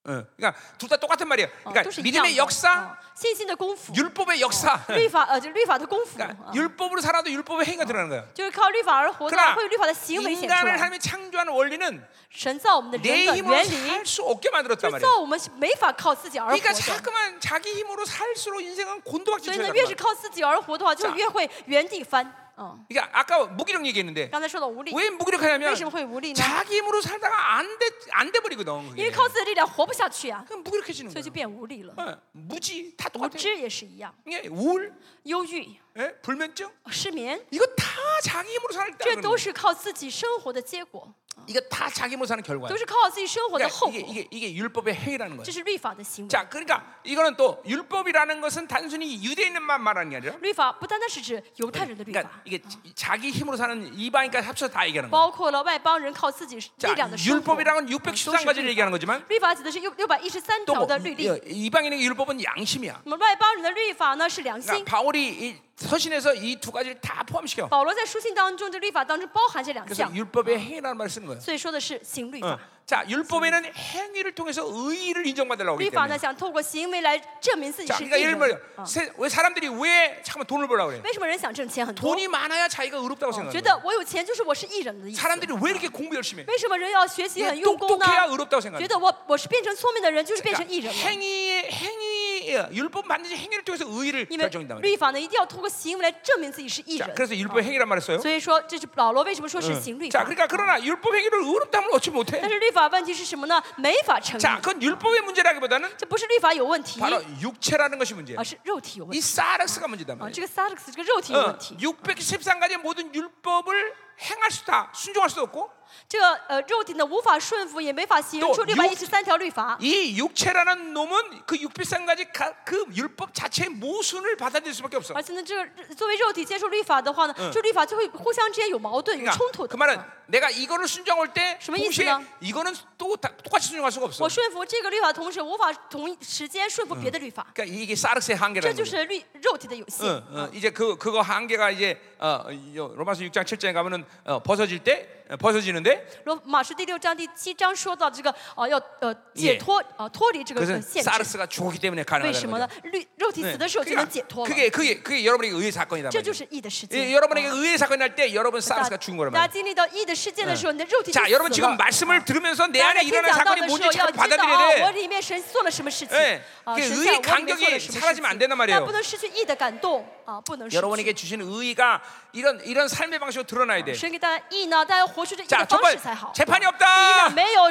Speaker 1: 응. 그러니까 둘 다 똑같은 말이에요.
Speaker 2: 啊，
Speaker 1: 그러니까
Speaker 2: 都是一样
Speaker 1: 믿음의
Speaker 2: 的。
Speaker 1: 역사,
Speaker 2: 啊信心的功夫，
Speaker 1: 율법의 역사.
Speaker 2: 律法呃，就律法的功夫。
Speaker 1: 그러니까
Speaker 2: 啊
Speaker 1: 율법으로 살아도 율법의 행위가 드러나는 거예요.
Speaker 2: 就是靠律法而活的，
Speaker 1: 그러나
Speaker 2: 会有律法的行为显出
Speaker 1: 인간을 아,
Speaker 2: 来。
Speaker 1: 하나님이 창조하는 원리는
Speaker 2: 神造我们的
Speaker 1: 내
Speaker 2: 人的
Speaker 1: 힘으로
Speaker 2: 原理，
Speaker 1: 살 수 없게
Speaker 2: 就
Speaker 1: 만들었단
Speaker 2: 是
Speaker 1: 말이에요.
Speaker 2: 造我们是没法靠自己而活
Speaker 1: 그러니까
Speaker 2: 的。
Speaker 1: 자꾸만 자기 힘으로 살수록 인생은 곤두박질
Speaker 2: 所以
Speaker 1: 쳐야
Speaker 2: 呢，
Speaker 1: 단
Speaker 2: 越是
Speaker 1: 말이에요.
Speaker 2: 靠自己而活的话，就
Speaker 1: 자
Speaker 2: 越会原地翻。嗯，
Speaker 1: 그러니까 아까 무기력 얘기했는데
Speaker 2: 刚才说的无力，
Speaker 1: 왜
Speaker 2: 为
Speaker 1: 무기력하냐면
Speaker 2: 什么会无力呢？
Speaker 1: 자기 힘으로 살다가 안돼안 돼버리거든.
Speaker 2: 因
Speaker 1: 그게.
Speaker 2: 为靠自己的力量活不下去啊，
Speaker 1: 그럼 무기력해지는
Speaker 2: 所以就
Speaker 1: 거예요.
Speaker 2: 变无力了。
Speaker 1: 어, 무지 다
Speaker 2: 无
Speaker 1: 똑같아.
Speaker 2: 知也是一样，
Speaker 1: 이게 우울,
Speaker 2: 忧郁、
Speaker 1: 예? 불면증
Speaker 2: 失眠，
Speaker 1: 이거 다 자기 힘으로 살다.
Speaker 2: 这都是靠自己生活的结果，
Speaker 1: 이거 다 자기 힘으로 사는 결과야.
Speaker 2: 哎都是靠自己生活的
Speaker 1: 그러니까
Speaker 2: 后
Speaker 1: 이게,
Speaker 2: 果。
Speaker 1: 이게 이게 율법의 행위라는 거예요.
Speaker 2: 这是律法的行为。
Speaker 1: 자, 그러니까 이거는 또 율법이라는 것은 단순히 유대인만 말하는 게 아니라
Speaker 2: 律法不单单是指犹太人的律
Speaker 1: 그러니까 뭐
Speaker 2: 法，
Speaker 1: 이게 지- 자기 힘으로 사는 이방인까지 합쳐 서다 얘기하는 거예요.
Speaker 2: 包括了外邦人靠自己力
Speaker 1: 자,
Speaker 2: 量的生活。
Speaker 1: 율법이라는 건 613가지를 얘기하는 거지만
Speaker 2: 律法指的是六六百一十三
Speaker 1: 또
Speaker 2: 条
Speaker 1: 뭐,
Speaker 2: 的律例。
Speaker 1: 이- 이방인의 율법은 양심이야.
Speaker 2: 我们外邦人的律法呢是良心
Speaker 1: 그러니까 。 바울이 이 서신에서 이 두 가지를 다 포함시켜.
Speaker 2: 保罗在书信当中，这律法当中包含这两
Speaker 1: 그래서
Speaker 2: 项，
Speaker 1: 율법의 행위라는 말을 쓰는 되는 거예요.
Speaker 2: 所以说的是行律
Speaker 1: 어.
Speaker 2: 法。
Speaker 1: 자, 율법에는 행위를 통해서 의의를 인정받으려고
Speaker 2: 律
Speaker 1: 하기
Speaker 2: 法呢，
Speaker 1: 때문에.
Speaker 2: 想透过行为来证明自己
Speaker 1: 자,
Speaker 2: 是义
Speaker 1: 그러니까 예를
Speaker 2: 人。
Speaker 1: 들면
Speaker 2: 啊
Speaker 1: 세- 왜 사람들이 왜 어, 잠깐 돈을 벌라고 그래?
Speaker 2: 为什么人想挣钱很多？
Speaker 1: 돈이 많아야 자기가 의롭다고
Speaker 2: 哦
Speaker 1: 생각하는
Speaker 2: 觉
Speaker 1: 거예요.
Speaker 2: 得我有钱就是我是艺人的意思。
Speaker 1: 사람들이 왜 이렇게 공부 열심히 해?
Speaker 2: 为什么人要学习很
Speaker 1: 이게
Speaker 2: 用功呢？
Speaker 1: 똑똑해야 의롭다고
Speaker 2: 觉
Speaker 1: 생각해. 그러니까
Speaker 2: 得我我是变成聪明的人，就是变成艺人了。
Speaker 1: 행위 행위 예, 율법 반드시 행위를 통해서 의의를
Speaker 2: 因为
Speaker 1: 결정된다.
Speaker 2: 律法呢，一定要通过行为来证明自己是嗯艺
Speaker 1: 자,
Speaker 2: 人。
Speaker 1: 그래서 율법 행위란 말했어요.
Speaker 2: 所以说，这是保罗为什么说是行律
Speaker 1: 자,
Speaker 2: 法。
Speaker 1: 그러니까 그러나 율법 행위를 의롭다면 어찌
Speaker 2: 但
Speaker 1: 못해?
Speaker 2: 是律法问题是什么呢？没法成立
Speaker 1: 자, 。 그건 율법의 문제라기보다는
Speaker 2: 这不是律法有问题，
Speaker 1: 바로 육체라는 것이 문제예요.
Speaker 2: 而是肉体有问
Speaker 1: 이
Speaker 2: 题。
Speaker 1: 사르스가 문제단
Speaker 2: 啊，
Speaker 1: 말이에요.
Speaker 2: 这个 sarx 这个肉体嗯有
Speaker 1: 어,
Speaker 2: 问题，
Speaker 1: 613가지 모든 율법을 행할 수다 순종할 수도 없고
Speaker 2: 这个呃肉体呢无法顺服，也没法行
Speaker 1: 또
Speaker 2: 出六百一十三条律法。
Speaker 1: 이 육체라는 놈은 그 613가지 가, 그 율법 자체의 모순을 받아들일 수밖에 없어.
Speaker 2: 而且呢，这个作为肉体接受律法的话呢，这律法就会互相之间有矛盾、有冲突
Speaker 1: 그
Speaker 2: 的。
Speaker 1: 말은
Speaker 2: 啊
Speaker 1: 내가 이거를 뭐 순종할 때
Speaker 2: 什么意思呢?
Speaker 1: 동시에 이거는 또 다, 똑같이 순종할 수가 없어.
Speaker 2: 我顺服这个律法，同时无法同一时间顺服别的律法，
Speaker 1: 그러니까 이게 사르스의
Speaker 2: 这
Speaker 1: 한계라는
Speaker 2: 就
Speaker 1: 거죠.
Speaker 2: 是律肉体的有限。
Speaker 1: 어, 어, 이제 그 그거 한계가 이제 어, 이 로마서 6장 7장에 가면은 어, 벗어질 때 어, 벗어지는데
Speaker 2: 罗马书第六章第七章说到这个啊，要呃解
Speaker 1: Yeah.
Speaker 2: 脱啊，脱离这个呃
Speaker 1: 그것은
Speaker 2: 限制。
Speaker 1: 사르스가 죽었기 때문에
Speaker 2: 为什
Speaker 1: 가능하다는
Speaker 2: 么呢
Speaker 1: 거죠. ？
Speaker 2: 律肉体
Speaker 1: 네.
Speaker 2: 死的时候就能解脱了，
Speaker 1: 그게 그게 그게 여러분에게 의의 사건이다
Speaker 2: 这就
Speaker 1: 말이죠.
Speaker 2: 是义的世界。
Speaker 1: 예, 여러분에게 의의 사건이 날 때 여러분 사르스가
Speaker 2: 大
Speaker 1: 죽은 거란
Speaker 2: 大家
Speaker 1: 말이에요.
Speaker 2: 经历到义的事件的时候，你的肉体就死
Speaker 1: 자, 여러분 지금
Speaker 2: 了。
Speaker 1: 말씀을 들으면서 내
Speaker 2: 大家
Speaker 1: 안에
Speaker 2: 听讲
Speaker 1: 일어난
Speaker 2: 到
Speaker 1: 사건이
Speaker 2: 的时
Speaker 1: 뭔지
Speaker 2: 候
Speaker 1: 잘
Speaker 2: 要知道啊，
Speaker 1: 받아들여야 돼.
Speaker 2: 我里面神做了什么事情
Speaker 1: 예,
Speaker 2: 啊，
Speaker 1: 그
Speaker 2: 神
Speaker 1: 의의
Speaker 2: 在我里面做了
Speaker 1: 감격이
Speaker 2: 什么事
Speaker 1: 사라지면
Speaker 2: 情
Speaker 1: 안 된단 ，
Speaker 2: 但
Speaker 1: 말이에요.
Speaker 2: 不能失去义的感动啊，不能失
Speaker 1: 여러분에게
Speaker 2: 去。
Speaker 1: 주신 의의가 이런 이런 삶의 방식으로 드러나야 돼.
Speaker 2: 神给大家义呢，大家活出这义
Speaker 1: 자,
Speaker 2: 的方式
Speaker 1: 정말
Speaker 2: 才好。
Speaker 1: 어. 재판이
Speaker 2: 义
Speaker 1: 없다.
Speaker 2: 呢，没有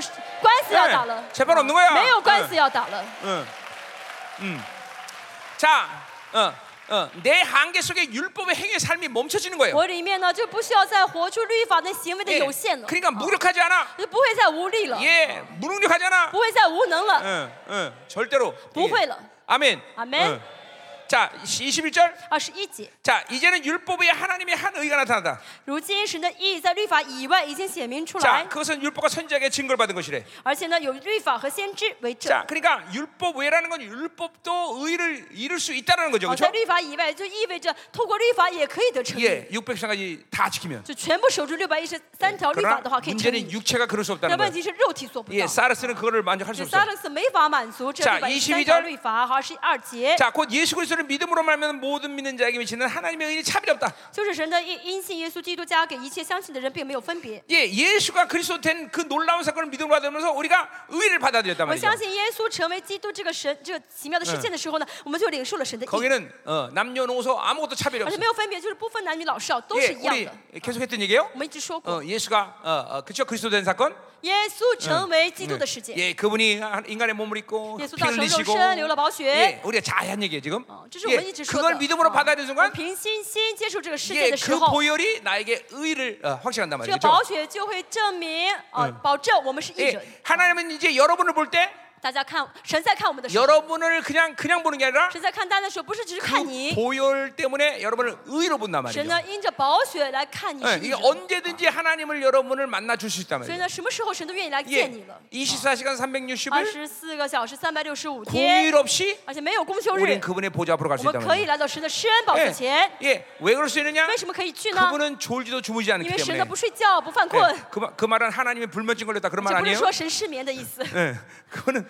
Speaker 2: 官司要打了
Speaker 1: 네，재판없는거야
Speaker 2: 没有官司要打了。
Speaker 1: 응. 응. 자, 어, 어, 내 한계 속에 율법의 행위 삶이 멈춰지는 거예요.
Speaker 2: 我里面呢就不需要再活出律法的行为的
Speaker 1: 예,
Speaker 2: 有限了，
Speaker 1: 그러니까 무력하지 않아.
Speaker 2: 就不会再无力了，
Speaker 1: 예, 무능력하지 않아.
Speaker 2: 不会再无能了。
Speaker 1: 응, 응, 절대로.
Speaker 2: 부-
Speaker 1: 이게.
Speaker 2: 회라.
Speaker 1: 아멘.
Speaker 2: 아멘.
Speaker 1: 응. 자, 21절.
Speaker 2: 二十一节，
Speaker 1: 자, 이제는 율법의 하나님의 한 의가 나타난다.
Speaker 2: 如今神的义在律法以外已经显明出
Speaker 1: 자,
Speaker 2: 来，
Speaker 1: 그것은 율법과 선지자에게 증거를 받은 것이래.
Speaker 2: 而且呢有律法和先知为证。
Speaker 1: 자, 그러니까 율법 외라는 건 율법도 의를 이룰 수 있다는 거죠.
Speaker 2: 哦，
Speaker 1: 그렇죠?
Speaker 2: 在律法以外，就意味着透过律法也可以得成义。
Speaker 1: 예, 613가지 다 지키면.
Speaker 2: 就全部守住六百一十三条律
Speaker 1: 그러나
Speaker 2: 法的话，可以成
Speaker 1: 문제는
Speaker 2: 义。
Speaker 1: 육체가 그럴 수
Speaker 2: 但
Speaker 1: 없다는
Speaker 2: 问
Speaker 1: 거예요.
Speaker 2: 题是肉体做不
Speaker 1: 예,
Speaker 2: 到。
Speaker 1: 사르스는 그거를 만족할 수
Speaker 2: 就
Speaker 1: 없어요.
Speaker 2: 萨勒斯没法满足这
Speaker 1: 자
Speaker 2: 六百一十
Speaker 1: 22
Speaker 2: 三条律法和十二节，
Speaker 1: 자 곧 예수 그리스도를 믿음으로 말하면 모든 믿는 자에게 미치는 하나님의 의는 차별이 없다.
Speaker 2: 就是神的因因信耶稣基督加给一切相信的人并没有分别。
Speaker 1: 예, 예수가 그리스도 된 그 놀라운 사건을 믿음으로 받으면서 우리가 의를 받아들였단
Speaker 2: 我
Speaker 1: 말이죠.
Speaker 2: 相信耶稣成为基督这个神这个奇妙的事件的时候呢，我们就领受了神的义，
Speaker 1: 거기는 어, 남녀노소 아무것도 차별이
Speaker 2: 而且
Speaker 1: 없어요.
Speaker 2: 没有分别，就是不分男女老少都
Speaker 1: 예,
Speaker 2: 是一样
Speaker 1: 우리
Speaker 2: 的。
Speaker 1: 계속했던 얘기예요.
Speaker 2: 我们一直说
Speaker 1: 어,
Speaker 2: 过，
Speaker 1: 예수가 어, 어, 그쵸 그리스도 된 사건.
Speaker 2: 耶稣成为基督的世界，
Speaker 1: 예, 그분이 한- 인간의 몸을 입고
Speaker 2: 예수
Speaker 1: 피를
Speaker 2: 道成肉
Speaker 1: 흘리시고.
Speaker 2: 身流了宝血
Speaker 1: 예, 우리가 자세한 얘기예요 지금.
Speaker 2: 哦，这是我
Speaker 1: 예,
Speaker 2: 们一直说的。
Speaker 1: 그걸 믿음으로
Speaker 2: 哦
Speaker 1: 받아들인
Speaker 2: 我
Speaker 1: 순간
Speaker 2: 凭信心接受这个世界
Speaker 1: 예,
Speaker 2: 的时
Speaker 1: 그
Speaker 2: 候，
Speaker 1: 보혈이 나에게 의를 어, 확실한단
Speaker 2: 这个
Speaker 1: 말이죠.
Speaker 2: 宝血就会证明啊，保证我们是义人。
Speaker 1: 예, 하나님은 이제 여러분을 볼 때
Speaker 2: 大家看，神在看我们的时候，
Speaker 1: 여러분을 그냥 그냥 보는 게 아니라
Speaker 2: 神在看单的时候，不是只是看
Speaker 1: 그
Speaker 2: 你，
Speaker 1: 보혈 때문에 여러분을 의로 본단
Speaker 2: 神
Speaker 1: 말이죠.
Speaker 2: 呢因着宝血来哎看你
Speaker 1: 예,
Speaker 2: 是义
Speaker 1: 이게
Speaker 2: 人。
Speaker 1: 언제든지 하나님을 여러분을 만나 줄 수 있단
Speaker 2: 所
Speaker 1: 말이에요.
Speaker 2: 以呢，什么时候啊神都愿意来
Speaker 1: 예,
Speaker 2: 见你了。
Speaker 1: 24시간
Speaker 2: 二
Speaker 1: 360일
Speaker 2: 十四个小时，三百六十五天
Speaker 1: 공휴일 ， 없이
Speaker 2: 而且没有公休
Speaker 1: 우리는
Speaker 2: 日，
Speaker 1: 그분의 보좌 앞으로 갈
Speaker 2: 我
Speaker 1: 수
Speaker 2: 们
Speaker 1: 있단
Speaker 2: 可以
Speaker 1: 말이에요.
Speaker 2: 来到神的施恩宝座
Speaker 1: 예,
Speaker 2: 前。
Speaker 1: 예, 왜 그럴 수 있느냐?
Speaker 2: 为什么哎可以去呢？
Speaker 1: 그분은 졸지도 주무지
Speaker 2: 因
Speaker 1: 않기
Speaker 2: 为神呢
Speaker 1: 때문에.
Speaker 2: 不哎睡觉，不犯困，
Speaker 1: 예, 그, 말- 그 말은 하나님의 불면증 걸렸다 그런 말
Speaker 2: 这不是
Speaker 1: 아니에요?
Speaker 2: 说神失眠的意思，
Speaker 1: 예, 그거는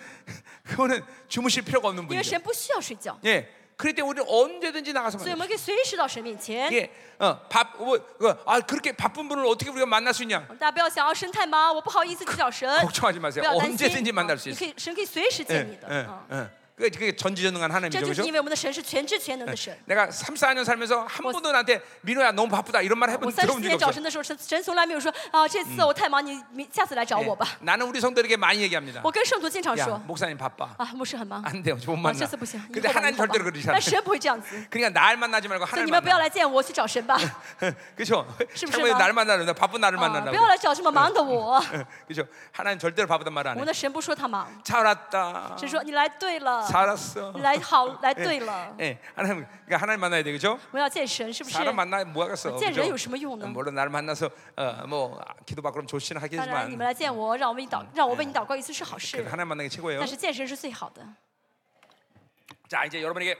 Speaker 1: 그거는 주무실 필요가 없는
Speaker 2: 因为
Speaker 1: 분이죠.
Speaker 2: 神不需要睡觉，
Speaker 1: 예, 그럴 때 우리는 언제든지 나가서
Speaker 2: 所
Speaker 1: 만나.
Speaker 2: 以我们可以随时到神面前。
Speaker 1: 예, 어, 밥, 뭐, 어, 아 그렇게 바쁜 분을 어떻게 우리가 만날 수 있냐?
Speaker 2: 大家不要想啊，神太忙，我不好意思去找神。
Speaker 1: 걱정하지
Speaker 2: 不
Speaker 1: 마세요.
Speaker 2: 要担心，
Speaker 1: 언제든지
Speaker 2: 啊
Speaker 1: 만날 수
Speaker 2: 你
Speaker 1: 있어요.
Speaker 2: 可以神可以随时
Speaker 1: 예,
Speaker 2: 见你的。
Speaker 1: 예,
Speaker 2: 啊
Speaker 1: 예. 그게 그게 전지전능한
Speaker 2: 这
Speaker 1: 하나님이죠,
Speaker 2: 就是
Speaker 1: 그렇죠?
Speaker 2: 因为我们的神是全知全能的神。
Speaker 1: 내가 3, 4년 살면서 한
Speaker 2: 뭐-
Speaker 1: 번도 나한테 민호야 너무 바쁘다 이런 말
Speaker 2: 我
Speaker 1: 해본
Speaker 2: 三十四
Speaker 1: 들어본 적이
Speaker 2: 年找
Speaker 1: 없어.
Speaker 2: 神的时候，神神从来没有说啊，这次我太忙，你你下次来找
Speaker 1: 예,
Speaker 2: 我吧。
Speaker 1: 나는 우리 성도에게 많이 얘기합니다.
Speaker 2: 我跟圣徒经常
Speaker 1: 야
Speaker 2: 说
Speaker 1: 목사님 바빠.
Speaker 2: 啊，牧师很忙，
Speaker 1: 안 돼요, 못
Speaker 2: 啊，
Speaker 1: 만나.
Speaker 2: 这次不行，以
Speaker 1: 근데
Speaker 2: 后吧
Speaker 1: 하나님
Speaker 2: 以后吧
Speaker 1: 절대로 그러지
Speaker 2: 但
Speaker 1: 않아요.
Speaker 2: 神不会这样子，
Speaker 1: 그러니까 날 만나지 말고
Speaker 2: 所以
Speaker 1: 하나님
Speaker 2: 你们不要
Speaker 1: 만나.
Speaker 2: 来见我，去找神吧。
Speaker 1: 그렇죠?
Speaker 2: 심심하다.
Speaker 1: 참고로 날 만나는데 바쁜 나를
Speaker 2: 啊，
Speaker 1: 만나려고.
Speaker 2: 不要来找这么忙的我。
Speaker 1: 嗯 그렇죠? 하나님 절대로 바쁘단 말
Speaker 2: 我
Speaker 1: 안
Speaker 2: 们
Speaker 1: 해.
Speaker 2: 的神不说他忙，
Speaker 1: 잘 왔다.
Speaker 2: 神说你来对了，
Speaker 1: 살았어.
Speaker 2: 你来好来对了。
Speaker 1: 예, 하나님 그러니까 하나님 만나야 돼, 그렇죠?
Speaker 2: 我们要见神，是不是？
Speaker 1: 사람 만나 뭐 하겠어?
Speaker 2: 어째
Speaker 1: 그죠?
Speaker 2: 人有什么用呢?
Speaker 1: 물론 나를 만나서 어, 뭐 기도 받고 그럼 좋지는
Speaker 2: 当然，你
Speaker 1: 하겠지만
Speaker 2: 们来见我，让我为你祷，让我为你祷告一次是好
Speaker 1: 그래도
Speaker 2: 事，
Speaker 1: 하나님 만나는 게 최고예요.
Speaker 2: 但是见神是最好的。
Speaker 1: 자 이제 여러분에게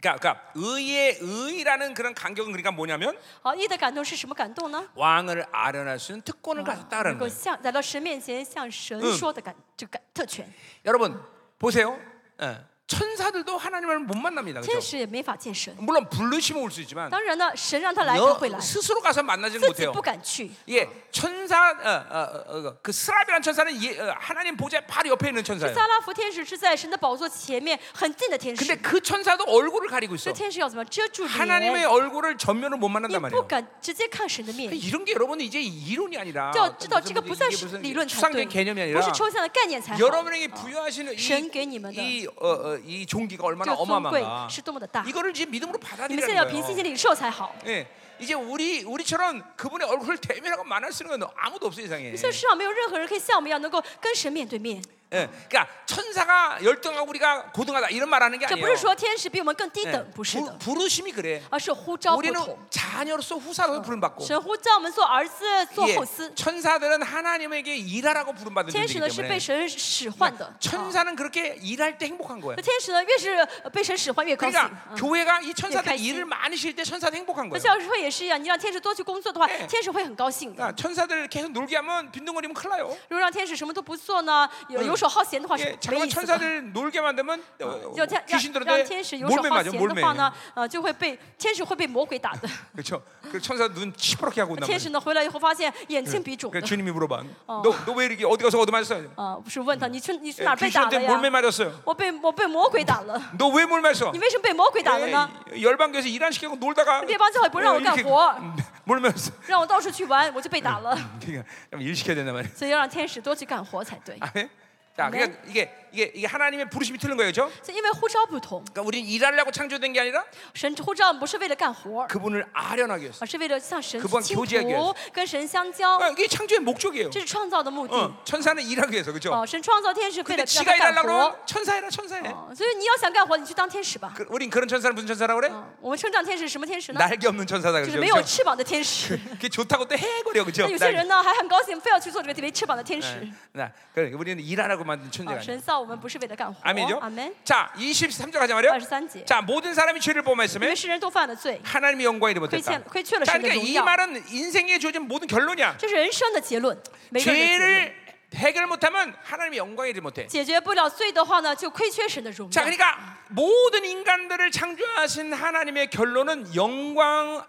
Speaker 1: 그러니까, 그러니까 의의 의라는 그런 간격은 그러니까 뭐냐면
Speaker 2: 好，义的感动是什么感动呢？
Speaker 1: 왕을 아련할 수 있는 특권을
Speaker 2: 能
Speaker 1: 가졌다라는
Speaker 2: 够
Speaker 1: 거예요.
Speaker 2: 向来到神面前向神说的感这个感特权，
Speaker 1: 여러분 보세요. 예. 천사들도 하나님을 못 만납니다.
Speaker 2: 天
Speaker 1: 그렇죠?
Speaker 2: 使也没法见神。
Speaker 1: 물론 부르심은 올 수 있지만
Speaker 2: 当然呢，嗯神让他来，他会来
Speaker 1: 너 ， 스스로 가서 만나지는
Speaker 2: 自己
Speaker 1: 못해요.
Speaker 2: 不敢去。
Speaker 1: 예, 천사 어, 어, 어, 어, 그 스라비란 천사는 예, 어, 하나님 보좌 바로 옆에 있는 천사예요.
Speaker 2: 撒拉弗天使是在神的宝座前面很近的天
Speaker 1: 근데
Speaker 2: 使，
Speaker 1: 그 천사도 얼굴을 가리고
Speaker 2: 这
Speaker 1: 있어.
Speaker 2: 天使要怎么遮住脸
Speaker 1: 하나님의 ？ 얼굴을 전면을 못
Speaker 2: 也
Speaker 1: 만난단
Speaker 2: 不
Speaker 1: 말이에요. 그러니까
Speaker 2: 敢直接看神的面。
Speaker 1: 이런 게 여러분 이제 이론이 아니라
Speaker 2: 要知
Speaker 1: 무슨
Speaker 2: 道哎这个
Speaker 1: 뭐지,
Speaker 2: 不再
Speaker 1: 이게
Speaker 2: 是
Speaker 1: 무슨
Speaker 2: 理论才
Speaker 1: 추상적인
Speaker 2: 对，
Speaker 1: 개념이
Speaker 2: 不
Speaker 1: 아니라
Speaker 2: 是抽象的概念才好。
Speaker 1: 여러분에게 부여하시는 이,
Speaker 2: 神给你们的。
Speaker 1: 이 어, 어, 이 종기가
Speaker 2: 这
Speaker 1: 얼마나
Speaker 2: 个尊贵
Speaker 1: 어마어마한가.
Speaker 2: 是多么的大！
Speaker 1: 이거를 이제 믿음으로
Speaker 2: 你们现在要
Speaker 1: 받아들이는
Speaker 2: 凭信
Speaker 1: 거예요.
Speaker 2: 心领受才好。
Speaker 1: 예, 이제 우리 우리처럼 그분의 얼굴을 대면하고 만날 수 있는 건 아무도 없어 세상에.
Speaker 2: 这世上没有任何人可以像我们一样能够跟神面对面。
Speaker 1: 예, 그러니까 천사가 열등하고 우리가 고등하다 이런 말하는 게
Speaker 2: 这
Speaker 1: 아니에요.
Speaker 2: 不是说天使比我们更低
Speaker 1: 예,
Speaker 2: 等，不是
Speaker 1: 부-
Speaker 2: 的，
Speaker 1: 부르심이 그래.
Speaker 2: 而是呼召不
Speaker 1: 우리는
Speaker 2: 同。
Speaker 1: 자녀로서 후사로서 부름받고
Speaker 2: 神呼召我们做儿子、做
Speaker 1: 예,
Speaker 2: 后嗣，
Speaker 1: 천사들은 하나님에게 일하라고 부름받은
Speaker 2: 天
Speaker 1: 존재이기
Speaker 2: 使呢是
Speaker 1: 때문에
Speaker 2: 被神使唤的。啊
Speaker 1: 천사는 그렇게 일할 때 행복한 거예요.
Speaker 2: 那天使呢，越是呃被神使唤越高兴。
Speaker 1: 그러니까
Speaker 2: 嗯
Speaker 1: 교회가 이 천사들
Speaker 2: 예,
Speaker 1: 일을 많이 쉴 때 천사는 행복한
Speaker 2: 那
Speaker 1: 거예요.
Speaker 2: 教会也是一样，你让天使多去工作的话，
Speaker 1: 哎
Speaker 2: 天使会很高兴的。
Speaker 1: 그러니까 천사들 계속 놀게 하면 빈둥거리면 큰일 나요.
Speaker 2: 如果让天使什么都不做呢，有游手好闲的话是
Speaker 1: 예,
Speaker 2: 没
Speaker 1: 잠깐만
Speaker 2: 意思的。
Speaker 1: 천사들 놀게 만들면 어, 어,
Speaker 2: 就天让
Speaker 1: 귀신들한테
Speaker 2: 让天使游手
Speaker 1: 몰매
Speaker 2: 好
Speaker 1: 맞아
Speaker 2: 闲的
Speaker 1: 몰매.
Speaker 2: 话呢，呃，就会被天使会被魔鬼打的。
Speaker 1: 그렇죠. 그 천사 눈 시퍼렇게 하고 온단
Speaker 2: 天
Speaker 1: 말이에요.
Speaker 2: 使呢回来以后发现眼睛鼻肿
Speaker 1: 그러니까
Speaker 2: 的，
Speaker 1: 주님이 물어봐.
Speaker 2: 어.
Speaker 1: 너 너 왜 이렇게 어디 가서 얻어맞았어?
Speaker 2: 啊，不是问他你去你去哪儿被打了
Speaker 1: 귀신한테 몰매
Speaker 2: 呀？
Speaker 1: 맞았어.
Speaker 2: 我被我被魔鬼打了，
Speaker 1: 너 왜 몰매 맞어?
Speaker 2: 你为什么被魔鬼打了呢？
Speaker 1: 예, 열방교에서 일 안 시키고 놀다가 어, 그러니까 음,
Speaker 2: 列邦教会不让我干活。
Speaker 1: 뭐? 몰면서
Speaker 2: 让我到处去玩，我就被打了。
Speaker 1: 그러니까 좀일 시켜야 된단 말이에요.
Speaker 2: 所以要让天使多去干活才对。
Speaker 1: 아멘? 자, 그러니까 이게 이게 이게 하나님의 부르심이 틀린 거예요, 그렇죠?
Speaker 2: 所以因为呼召不同，
Speaker 1: 그러니까 우리는 일하려고 창조된 게 아니라
Speaker 2: 神呼召不是为了干活，
Speaker 1: 그분을 아련하게 했어.
Speaker 2: 而是为了向神
Speaker 1: 그분과
Speaker 2: 倾
Speaker 1: 교제하기위해서
Speaker 2: 吐，跟神相交，
Speaker 1: 그러니까 이게 창조의 목적이에요.
Speaker 2: 这是创造的目的。
Speaker 1: 어, 천사는 일하기 위해서, 그렇죠?
Speaker 2: 哦，神创造天使为
Speaker 1: 근데
Speaker 2: 了让
Speaker 1: 지가 그러니까
Speaker 2: 他
Speaker 1: 일하려고 어.
Speaker 2: 干活。
Speaker 1: 그러면 천사해라, 천사해.
Speaker 2: 哦，所以你要想干活，你去当天使吧。
Speaker 1: 그, 우린 그런 천사를 무슨 천사라고 그래?
Speaker 2: 嗯，我们成长天使是什么天使呢？
Speaker 1: 날개 없는 천사다
Speaker 2: 就是
Speaker 1: 어. 그죠?
Speaker 2: 没有
Speaker 1: 그죠?
Speaker 2: 翅膀的天使。
Speaker 1: 그게 좋다고 또 해거려 그죠?
Speaker 2: 那有些人呢还很高兴，非要去做这个没翅膀的天使
Speaker 1: 네, 。 네. 그래 우리는 일하라고 만든
Speaker 2: 啊，
Speaker 1: 천재가 아니야.
Speaker 2: 神造我们不是为了干活。
Speaker 1: 아멘이죠?
Speaker 2: 阿门。
Speaker 1: 자, 23절 가자 말이요.
Speaker 2: 23절.
Speaker 1: 자, 모든 사람이 죄를
Speaker 2: 因
Speaker 1: 범했으면
Speaker 2: 为世人都犯了罪，
Speaker 1: 하나님의 영광이 되지 못했다.
Speaker 2: 회취한- 회취하는
Speaker 1: 자, 그러니까
Speaker 2: 신의
Speaker 1: 이
Speaker 2: 영광.
Speaker 1: 말은 인생에 주어진 모든 결론이야.
Speaker 2: 这是人生的结论。每个人的结论
Speaker 1: 죄를 해결 못하면 하나님의 영광이 되지 못해.
Speaker 2: 解决不了罪的话呢，就亏缺神的荣
Speaker 1: 자,
Speaker 2: 耀。
Speaker 1: 그러니까 모든 인간들을 창조하신 하나님의 결론은 영광에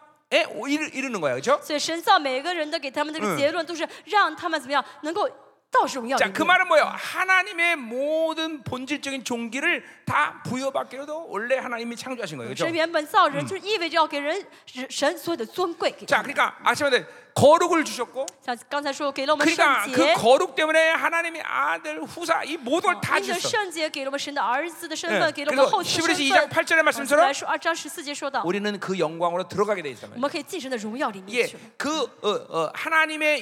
Speaker 1: 이르- 이르는 거야, 그렇죠?
Speaker 2: 所以神造每个人的给他们这
Speaker 1: 嗯
Speaker 2: 个结论都是让他们怎么样能够到荣耀里
Speaker 1: 자, 그
Speaker 2: 面。
Speaker 1: 말은 뭐예요? 하나님의 모든 본질적인 종기를 다 부여받기로도 원래 하나님이 창조하신 거예요,
Speaker 2: 神
Speaker 1: 그렇죠?
Speaker 2: 原本造人，就是意味着要给人神所有的尊贵给他
Speaker 1: 자,
Speaker 2: 们。
Speaker 1: 그러니까 아시면 돼. 거룩을 주셨고
Speaker 2: 像刚才说，给了我们圣
Speaker 1: 그러니까
Speaker 2: 洁
Speaker 1: 그 ， 거룩 때문에 하나님의 아들 후사 이 모든 걸 다
Speaker 2: 因着
Speaker 1: 주셨어.
Speaker 2: 圣洁给了我们神的儿子的身
Speaker 1: 예,
Speaker 2: 份，给了我们后嗣
Speaker 1: 히브리서
Speaker 2: 身
Speaker 1: 2장
Speaker 2: 份。
Speaker 1: 8절의
Speaker 2: 我们
Speaker 1: 말씀처럼
Speaker 2: 来说，二章十四节说到，
Speaker 1: 우리는 그 영광으로 들어가게 돼
Speaker 2: 我
Speaker 1: 있단
Speaker 2: 们可以进神的荣耀里
Speaker 1: 예,
Speaker 2: 面去了。
Speaker 1: 뭐 그 어, 어, 하나님의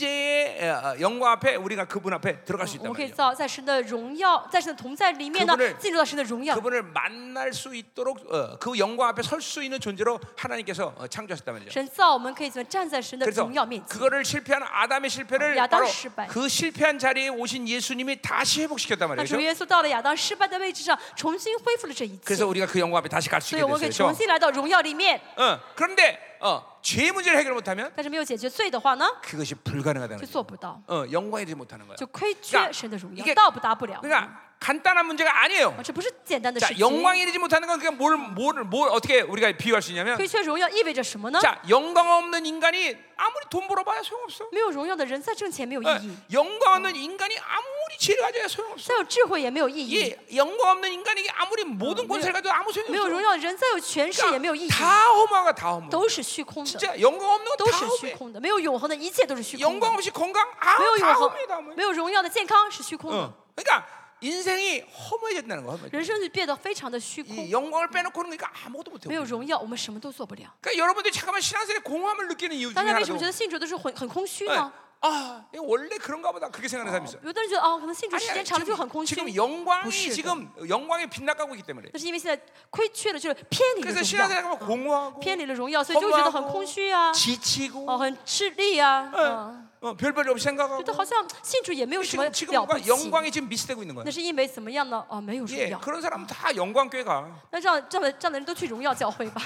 Speaker 1: 임재의 어, 어, 영광 앞에 우리가 그분 앞에 들어갈 수
Speaker 2: 我
Speaker 1: 있단
Speaker 2: 们可以
Speaker 1: 말이에요.
Speaker 2: 造在神的荣耀，在神的同在里面呢
Speaker 1: 그분을 ，
Speaker 2: 进入到神的荣耀。
Speaker 1: 그분을 만날 수 있도록 어, 그 영광 앞에 설 수 있는 존재로 하나님께서 어, 창조하셨단 말이죠.
Speaker 2: 神造我们可以怎么样站在神的
Speaker 1: 그래서
Speaker 2: 荣耀面前？
Speaker 1: 그거를 실패한 아담의 실패를
Speaker 2: 야당
Speaker 1: 바로
Speaker 2: 실패.
Speaker 1: 그 실패한 자리에 오신 예수님이 다시 회복시켰단
Speaker 2: 那
Speaker 1: 말이에요.
Speaker 2: 主
Speaker 1: 그렇죠?
Speaker 2: 耶稣到了亚当失败的位置上，重新恢复了这一切
Speaker 1: 그래서 ， 우리가 그 영광 앞에 다시 갈 수
Speaker 2: 所以
Speaker 1: 있게
Speaker 2: 我们
Speaker 1: 됐어요.
Speaker 2: 可
Speaker 1: 그렇죠?
Speaker 2: 以重新来到荣耀里面。
Speaker 1: 어, 그런데 어, 죄 문제를 해결 못하면
Speaker 2: 但是没有解决罪的话呢，
Speaker 1: 그것이 불가능하다는
Speaker 2: 就
Speaker 1: 거죠.
Speaker 2: 做不到，
Speaker 1: 어, 영광이 되지 못하는 거야.
Speaker 2: 就亏
Speaker 1: 그러니까
Speaker 2: 缺神的荣
Speaker 1: 이게
Speaker 2: 耀，到不达不了。
Speaker 1: 그러니까 간단한 문제가 아니에요.
Speaker 2: 啊，这不是简单的事
Speaker 1: 자,
Speaker 2: 情。
Speaker 1: 영광이 되지 못하는 건 그냥 뭘, 뭘, 뭘 어떻게 우리가 비유할 수 있냐면
Speaker 2: 亏缺荣耀意味着什么呢？
Speaker 1: 자, 영광 없는 인간이 아무리 돈 벌어봐야 소용없어.
Speaker 2: 没有荣耀的人再挣钱没有
Speaker 1: 어,
Speaker 2: 意义，
Speaker 1: 영광 없는 인간이 아무리 지혜를 가져야 소용없어.
Speaker 2: 再有智慧也没有意义，
Speaker 1: 예, 영광 없는 인간에게 아무리 모든 권세를 가져도 아무
Speaker 2: 没有荣
Speaker 1: 어, 소용없어.
Speaker 2: 耀的人再有权势也没有意义，
Speaker 1: 다 허무하가 다 허무.
Speaker 2: 都是虚空的，
Speaker 1: 진짜 영광 없는
Speaker 2: 都
Speaker 1: 건 다
Speaker 2: 是虚
Speaker 1: 허무해.
Speaker 2: 空的，没有永恒的一切都是虚空的，
Speaker 1: 영광
Speaker 2: 没
Speaker 1: 없이 건강 아,
Speaker 2: 有
Speaker 1: 다
Speaker 2: 永
Speaker 1: 허무해, 다
Speaker 2: 恒，
Speaker 1: 허무해.
Speaker 2: 没有荣耀的健康是虚空的，
Speaker 1: 어. 그러니까 인생이 허무해진다는 거야. 허무해.
Speaker 2: 人生就变得非常的虚空
Speaker 1: 이 ， 영광을 빼놓고는 그러니까 아무것도
Speaker 2: 没
Speaker 1: 못해요.
Speaker 2: 有荣耀我们什么都做不了。
Speaker 1: 그러니까 여러분들이 잠깐만 신앙생활 공허함을 느끼는 이유 중에
Speaker 2: 大家为什么觉
Speaker 1: 하나도
Speaker 2: 得信主的时候很很空虚
Speaker 1: 예.
Speaker 2: 呢？
Speaker 1: 아, 아, 이거 원래 그런가 보다 그렇게 생각하는 사람이 있어.
Speaker 2: 有的人觉得哦，可能信主时
Speaker 1: 아니야,
Speaker 2: 间长了就很
Speaker 1: 지금,
Speaker 2: 空虚，
Speaker 1: 지금 영광이
Speaker 2: 不是的
Speaker 1: 지금 영광이 빗나가고 있기 때문에.
Speaker 2: 那是因为现在亏缺的就是偏离了
Speaker 1: 그래서
Speaker 2: 荣耀，
Speaker 1: 신앙생활을 공허하고
Speaker 2: 偏离了荣耀，所以就会觉得很空虚啊，
Speaker 1: 지치고
Speaker 2: 哦，很吃力啊，嗯，哎
Speaker 1: 어, 별별 없이
Speaker 2: 觉得
Speaker 1: 생각하고
Speaker 2: 好像信主也没有什么
Speaker 1: 지금
Speaker 2: 了不
Speaker 1: 지금과
Speaker 2: 起。
Speaker 1: 영광이 지금 미스되고 있는 거야.
Speaker 2: 那是因为怎么样呢？哦，没有荣
Speaker 1: 예,
Speaker 2: 耀。
Speaker 1: 그런 사람은 다 영광 교회 가.
Speaker 2: 那这样这样的这样的人都去荣耀教会吧，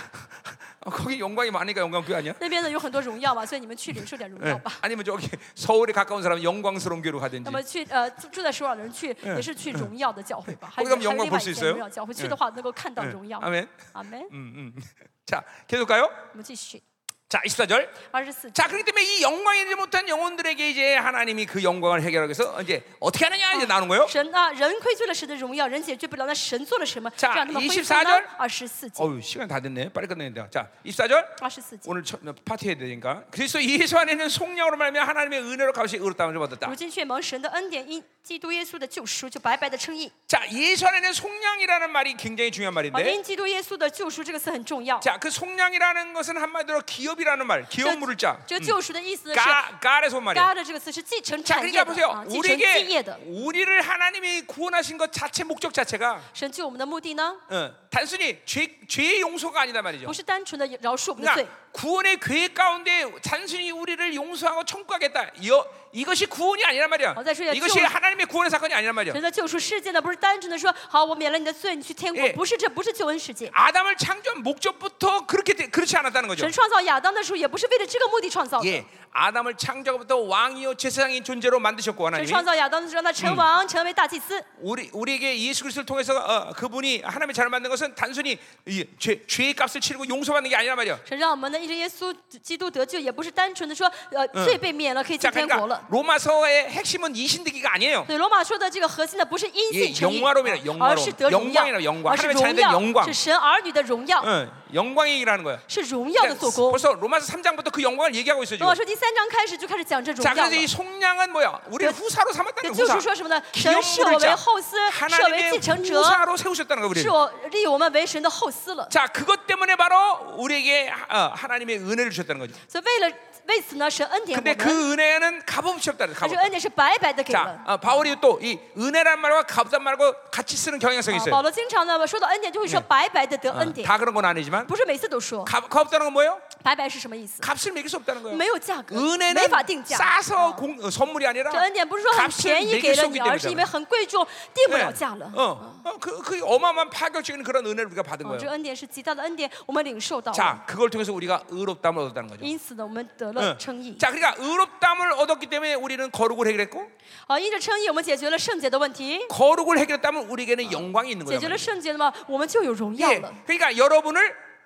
Speaker 1: 어, 거기 영광이 많으니까 영광 교회 아니야?
Speaker 2: 那边呢有很多荣耀嘛，所以你们去领受点荣耀
Speaker 1: 예.
Speaker 2: 吧。
Speaker 1: 아니면 저기 서울에 가까운 사람은 영광스러운 교회로 가든지.
Speaker 2: 那么去呃住住在首尔的人去也是去荣耀的教会吧，还
Speaker 1: 거기 가면
Speaker 2: 有还有
Speaker 1: 영광
Speaker 2: 另外
Speaker 1: 볼수
Speaker 2: 一
Speaker 1: 있
Speaker 2: 间
Speaker 1: 어요
Speaker 2: 哦荣耀教会去的话能够看到
Speaker 1: 예.
Speaker 2: 荣耀。
Speaker 1: 아멘.
Speaker 2: 嗯阿门。嗯
Speaker 1: 음, 음. 자, 계속 가요.
Speaker 2: 我们继续
Speaker 1: 자, 24절.
Speaker 2: 二十四节。
Speaker 1: 자, 그렇기 때문에 이 영광이 되지 못한 영혼들에게 이제 하나님이 그 영광을 해결하기 위해서 이제 어떻게 하느냐 이제 나오는 거예요.
Speaker 2: 神啊，人亏罪了神的荣耀，人解决不了，那神做了什么？
Speaker 1: 자
Speaker 2: 让他们恢复
Speaker 1: 24절
Speaker 2: 呢？二十四节，
Speaker 1: 어우, 시간 다 됐네. 빨리 끝내야 돼. 자, 24절.
Speaker 2: 二十四节。
Speaker 1: 오늘 첫- 파티해야 되니까. 그래서 예수 안에 있는 속량으로 말하면 하나님의 은혜로 값이 의롭다는 을 받았다.
Speaker 2: 如今却蒙神的恩典，因基督耶稣的救赎，就白白的称义。
Speaker 1: 자, 예수 안에 있는 속량이라는 말이 굉장히 중요한
Speaker 2: 啊，
Speaker 1: 말인데.
Speaker 2: 因基督耶稣的救赎这个词很重要。
Speaker 1: 자, 그 속량이라는 것은 한마디로 기업이라는 말. 기업 물을 자.
Speaker 2: 这个救赎的意思呢是
Speaker 1: 가, 가래서 말이야.
Speaker 2: “God” 的这嗯个词是继承
Speaker 1: 자,
Speaker 2: 产业
Speaker 1: 그러니까
Speaker 2: 的，
Speaker 1: 보세요.
Speaker 2: 啊，继承基业
Speaker 1: 우리에게
Speaker 2: 的。
Speaker 1: 우리를 하나님이 구원하신 것 자체 목적 자체가
Speaker 2: 神救我们的目的呢，
Speaker 1: 어, 단순히 죄, 죄의 용서가 아니다 말이죠.
Speaker 2: 不是单纯的饶恕我们的罪
Speaker 1: 그러니까 ， 구원의 계획 가운데 단순히 우리를 용서하고 청구하겠다. 이어, 이것이 구원이 아니란 말이야.
Speaker 2: 어, 사실은
Speaker 1: 이것이
Speaker 2: 좀-
Speaker 1: 하나님의 구원의 사건이 아니란 말이야.
Speaker 2: 神的救赎世界呢，不是单纯的说“好，我免了你的罪，你去天国
Speaker 1: 예 ”，
Speaker 2: 不是这，不是救恩世界。
Speaker 1: 아담을 창조한 목적부터 그렇게 되- 그렇지 않았다는 거죠.
Speaker 2: 神创造亚当的时候，也不是为了这个目的创造的。
Speaker 1: 예, 아담을 창조부터 왕이요 제사장인 존재로 만드셨고
Speaker 2: 神
Speaker 1: 하나님이
Speaker 2: 创造亚当的时候，让他成王，成为大祭司。
Speaker 1: 우리 우리에게 예수 그리스도를 통해서 어, 그분이 하나님의 자녀 만든 것은 단순히 이 죄, 죄의 값을 치르고 용서받는 게 아니란 말이야.
Speaker 2: 神让我们呢，因着耶稣基督得救，也不是单纯的说，呃，罪被免了，可以进
Speaker 1: 자,
Speaker 2: 天国
Speaker 1: 그러니까
Speaker 2: 了。
Speaker 1: 로마서의 핵심은 이신득이가 아니에요.
Speaker 2: 对，罗马说的这个核心呢，不是因
Speaker 1: 예
Speaker 2: 信称义，
Speaker 1: 영화로이라영화로
Speaker 2: 而是得荣耀
Speaker 1: 영광이라영광
Speaker 2: 而是
Speaker 1: 하나님의자녀들영광
Speaker 2: 是神儿女的荣耀，
Speaker 1: 응, 어, 영광의 얘기라는 거야.
Speaker 2: 是荣耀的做工。
Speaker 1: 벌써 로마서 3장부터 그 영광을 얘기하고 있어
Speaker 2: 罗马
Speaker 1: 지금.
Speaker 2: 书第三章开始就开始讲这荣
Speaker 1: 자,
Speaker 2: 耀
Speaker 1: 그래서
Speaker 2: 了
Speaker 1: 이 。 속량은 뭐야? 우리 를
Speaker 2: 그-
Speaker 1: 후사로 삼았다는 거야.
Speaker 2: 这救赎
Speaker 1: 후사.
Speaker 2: 说什么呢？神视我
Speaker 1: 기업물을
Speaker 2: 为
Speaker 1: 자
Speaker 2: 后嗣，设为
Speaker 1: 하나님의
Speaker 2: 继承者，
Speaker 1: 후사로 세우셨다는 거야, 우리를.
Speaker 2: 是我立我们为神的后嗣了。
Speaker 1: 자, 그것 때문에 바로 우리에게 하- 어, 하나님의 은혜를 주셨다는 거죠.
Speaker 2: 所以为了为此呢，神恩典我
Speaker 1: 근데
Speaker 2: 们，
Speaker 1: 그 은혜는 값없이 없다는 거죠.
Speaker 2: 但是
Speaker 1: 값없다.
Speaker 2: 恩典是白白的给啊了
Speaker 1: 자, 。 어, 바울이 또 이 은혜란 말과 값단 말과 같이 쓰는 경향성이
Speaker 2: 啊
Speaker 1: 있어요.
Speaker 2: 保罗经常呢说到恩典，就会说白白的得
Speaker 1: 어,
Speaker 2: 恩典，
Speaker 1: 다 그런 건 아니지만
Speaker 2: 不是每次都说
Speaker 1: 값, 값없다는 건 뭐예요?
Speaker 2: 白白是什么意思？
Speaker 1: 값을 매길 수 없다는 거예요.
Speaker 2: 没有价格，没法定
Speaker 1: 은혜는
Speaker 2: 价。
Speaker 1: 싸서
Speaker 2: 啊
Speaker 1: 공, 어, 선물이 아니라
Speaker 2: 这恩典不是说很
Speaker 1: 값을
Speaker 2: 便宜
Speaker 1: 매길
Speaker 2: 给
Speaker 1: 수
Speaker 2: 了
Speaker 1: 없기
Speaker 2: 你，而是因为
Speaker 1: 때문에
Speaker 2: 很贵重，定不
Speaker 1: 네.
Speaker 2: 了价了。哦
Speaker 1: 어, 어, 그, 그 어마어마한 파격적인 그런 은혜를 우리가 받은
Speaker 2: 哦，这
Speaker 1: 거예요.
Speaker 2: 恩典是极大的恩典，我们领受到了，
Speaker 1: 자, 그걸 통해서 우리가 의롭다함을 얻었다는 거죠.
Speaker 2: 因此呢，我们得
Speaker 1: 응.
Speaker 2: 了称义。
Speaker 1: 자, 그러니까 의롭다함을 얻었기 때문에 우리는 거룩을 해결했고
Speaker 2: 好，因着称义，我们解决了圣洁的问题，
Speaker 1: 거룩을 해결했다면 우리에게는 영광이 있는
Speaker 2: 解
Speaker 1: 거예요.
Speaker 2: 决了圣洁的嘛，我们就有荣耀
Speaker 1: 예,
Speaker 2: 了。
Speaker 1: 그러니까 여러분을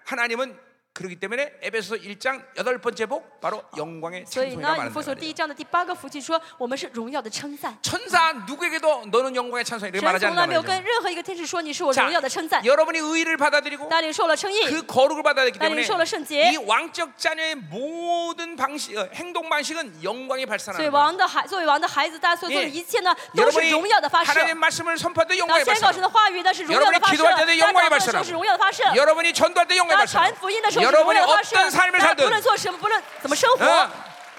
Speaker 1: 하나님은 그렇기 때문에 에베소 1장 여덟 번째 복 바로 영광의
Speaker 2: 所以
Speaker 1: 찬송이라
Speaker 2: 呢，以
Speaker 1: 말하는
Speaker 2: 弗所第一
Speaker 1: 거예요.
Speaker 2: 章的第八个福气说，我们是荣耀的称赞。
Speaker 1: 천사 누구에게도 너는 영광의 찬송 이렇게
Speaker 2: 神
Speaker 1: 말하지
Speaker 2: 从来
Speaker 1: 않는다
Speaker 2: 没有
Speaker 1: 말이죠.
Speaker 2: 跟任何一个天使说你是我
Speaker 1: 자,
Speaker 2: 荣耀的称赞。
Speaker 1: 여러분이 의를 받아들이고
Speaker 2: 大家领受了称义，
Speaker 1: 그 거룩을 받아들였기
Speaker 2: 나
Speaker 1: 때문에
Speaker 2: 링쇼를 신지.
Speaker 1: 이 왕적 자녀의 모든 방식 어, 행동 방식은 영광이
Speaker 2: 所以
Speaker 1: 발산하는 거예요.
Speaker 2: 王的孩，作为王的孩子，大家所做的
Speaker 1: 예
Speaker 2: 一切呢，都是
Speaker 1: 여러분이
Speaker 2: 荣耀的发射。
Speaker 1: 하나님의 말씀을 선포할 때
Speaker 2: 那
Speaker 1: 영광이
Speaker 2: 宣告
Speaker 1: 발산하고
Speaker 2: 神的话语呢是荣耀的发射，
Speaker 1: 여러분이 기도할 때도 영광의
Speaker 2: 大家传福音的时候是荣耀的发射，
Speaker 1: 여러분이 전도할 때 영광이
Speaker 2: 大
Speaker 1: 발산하고
Speaker 2: 家传福音的时候是荣
Speaker 1: 여러분이
Speaker 2: 耀的发嗯射。
Speaker 1: 어떤 삶을
Speaker 2: 大家不
Speaker 1: 살든
Speaker 2: 论做什么，不论怎么生活，
Speaker 1: 어,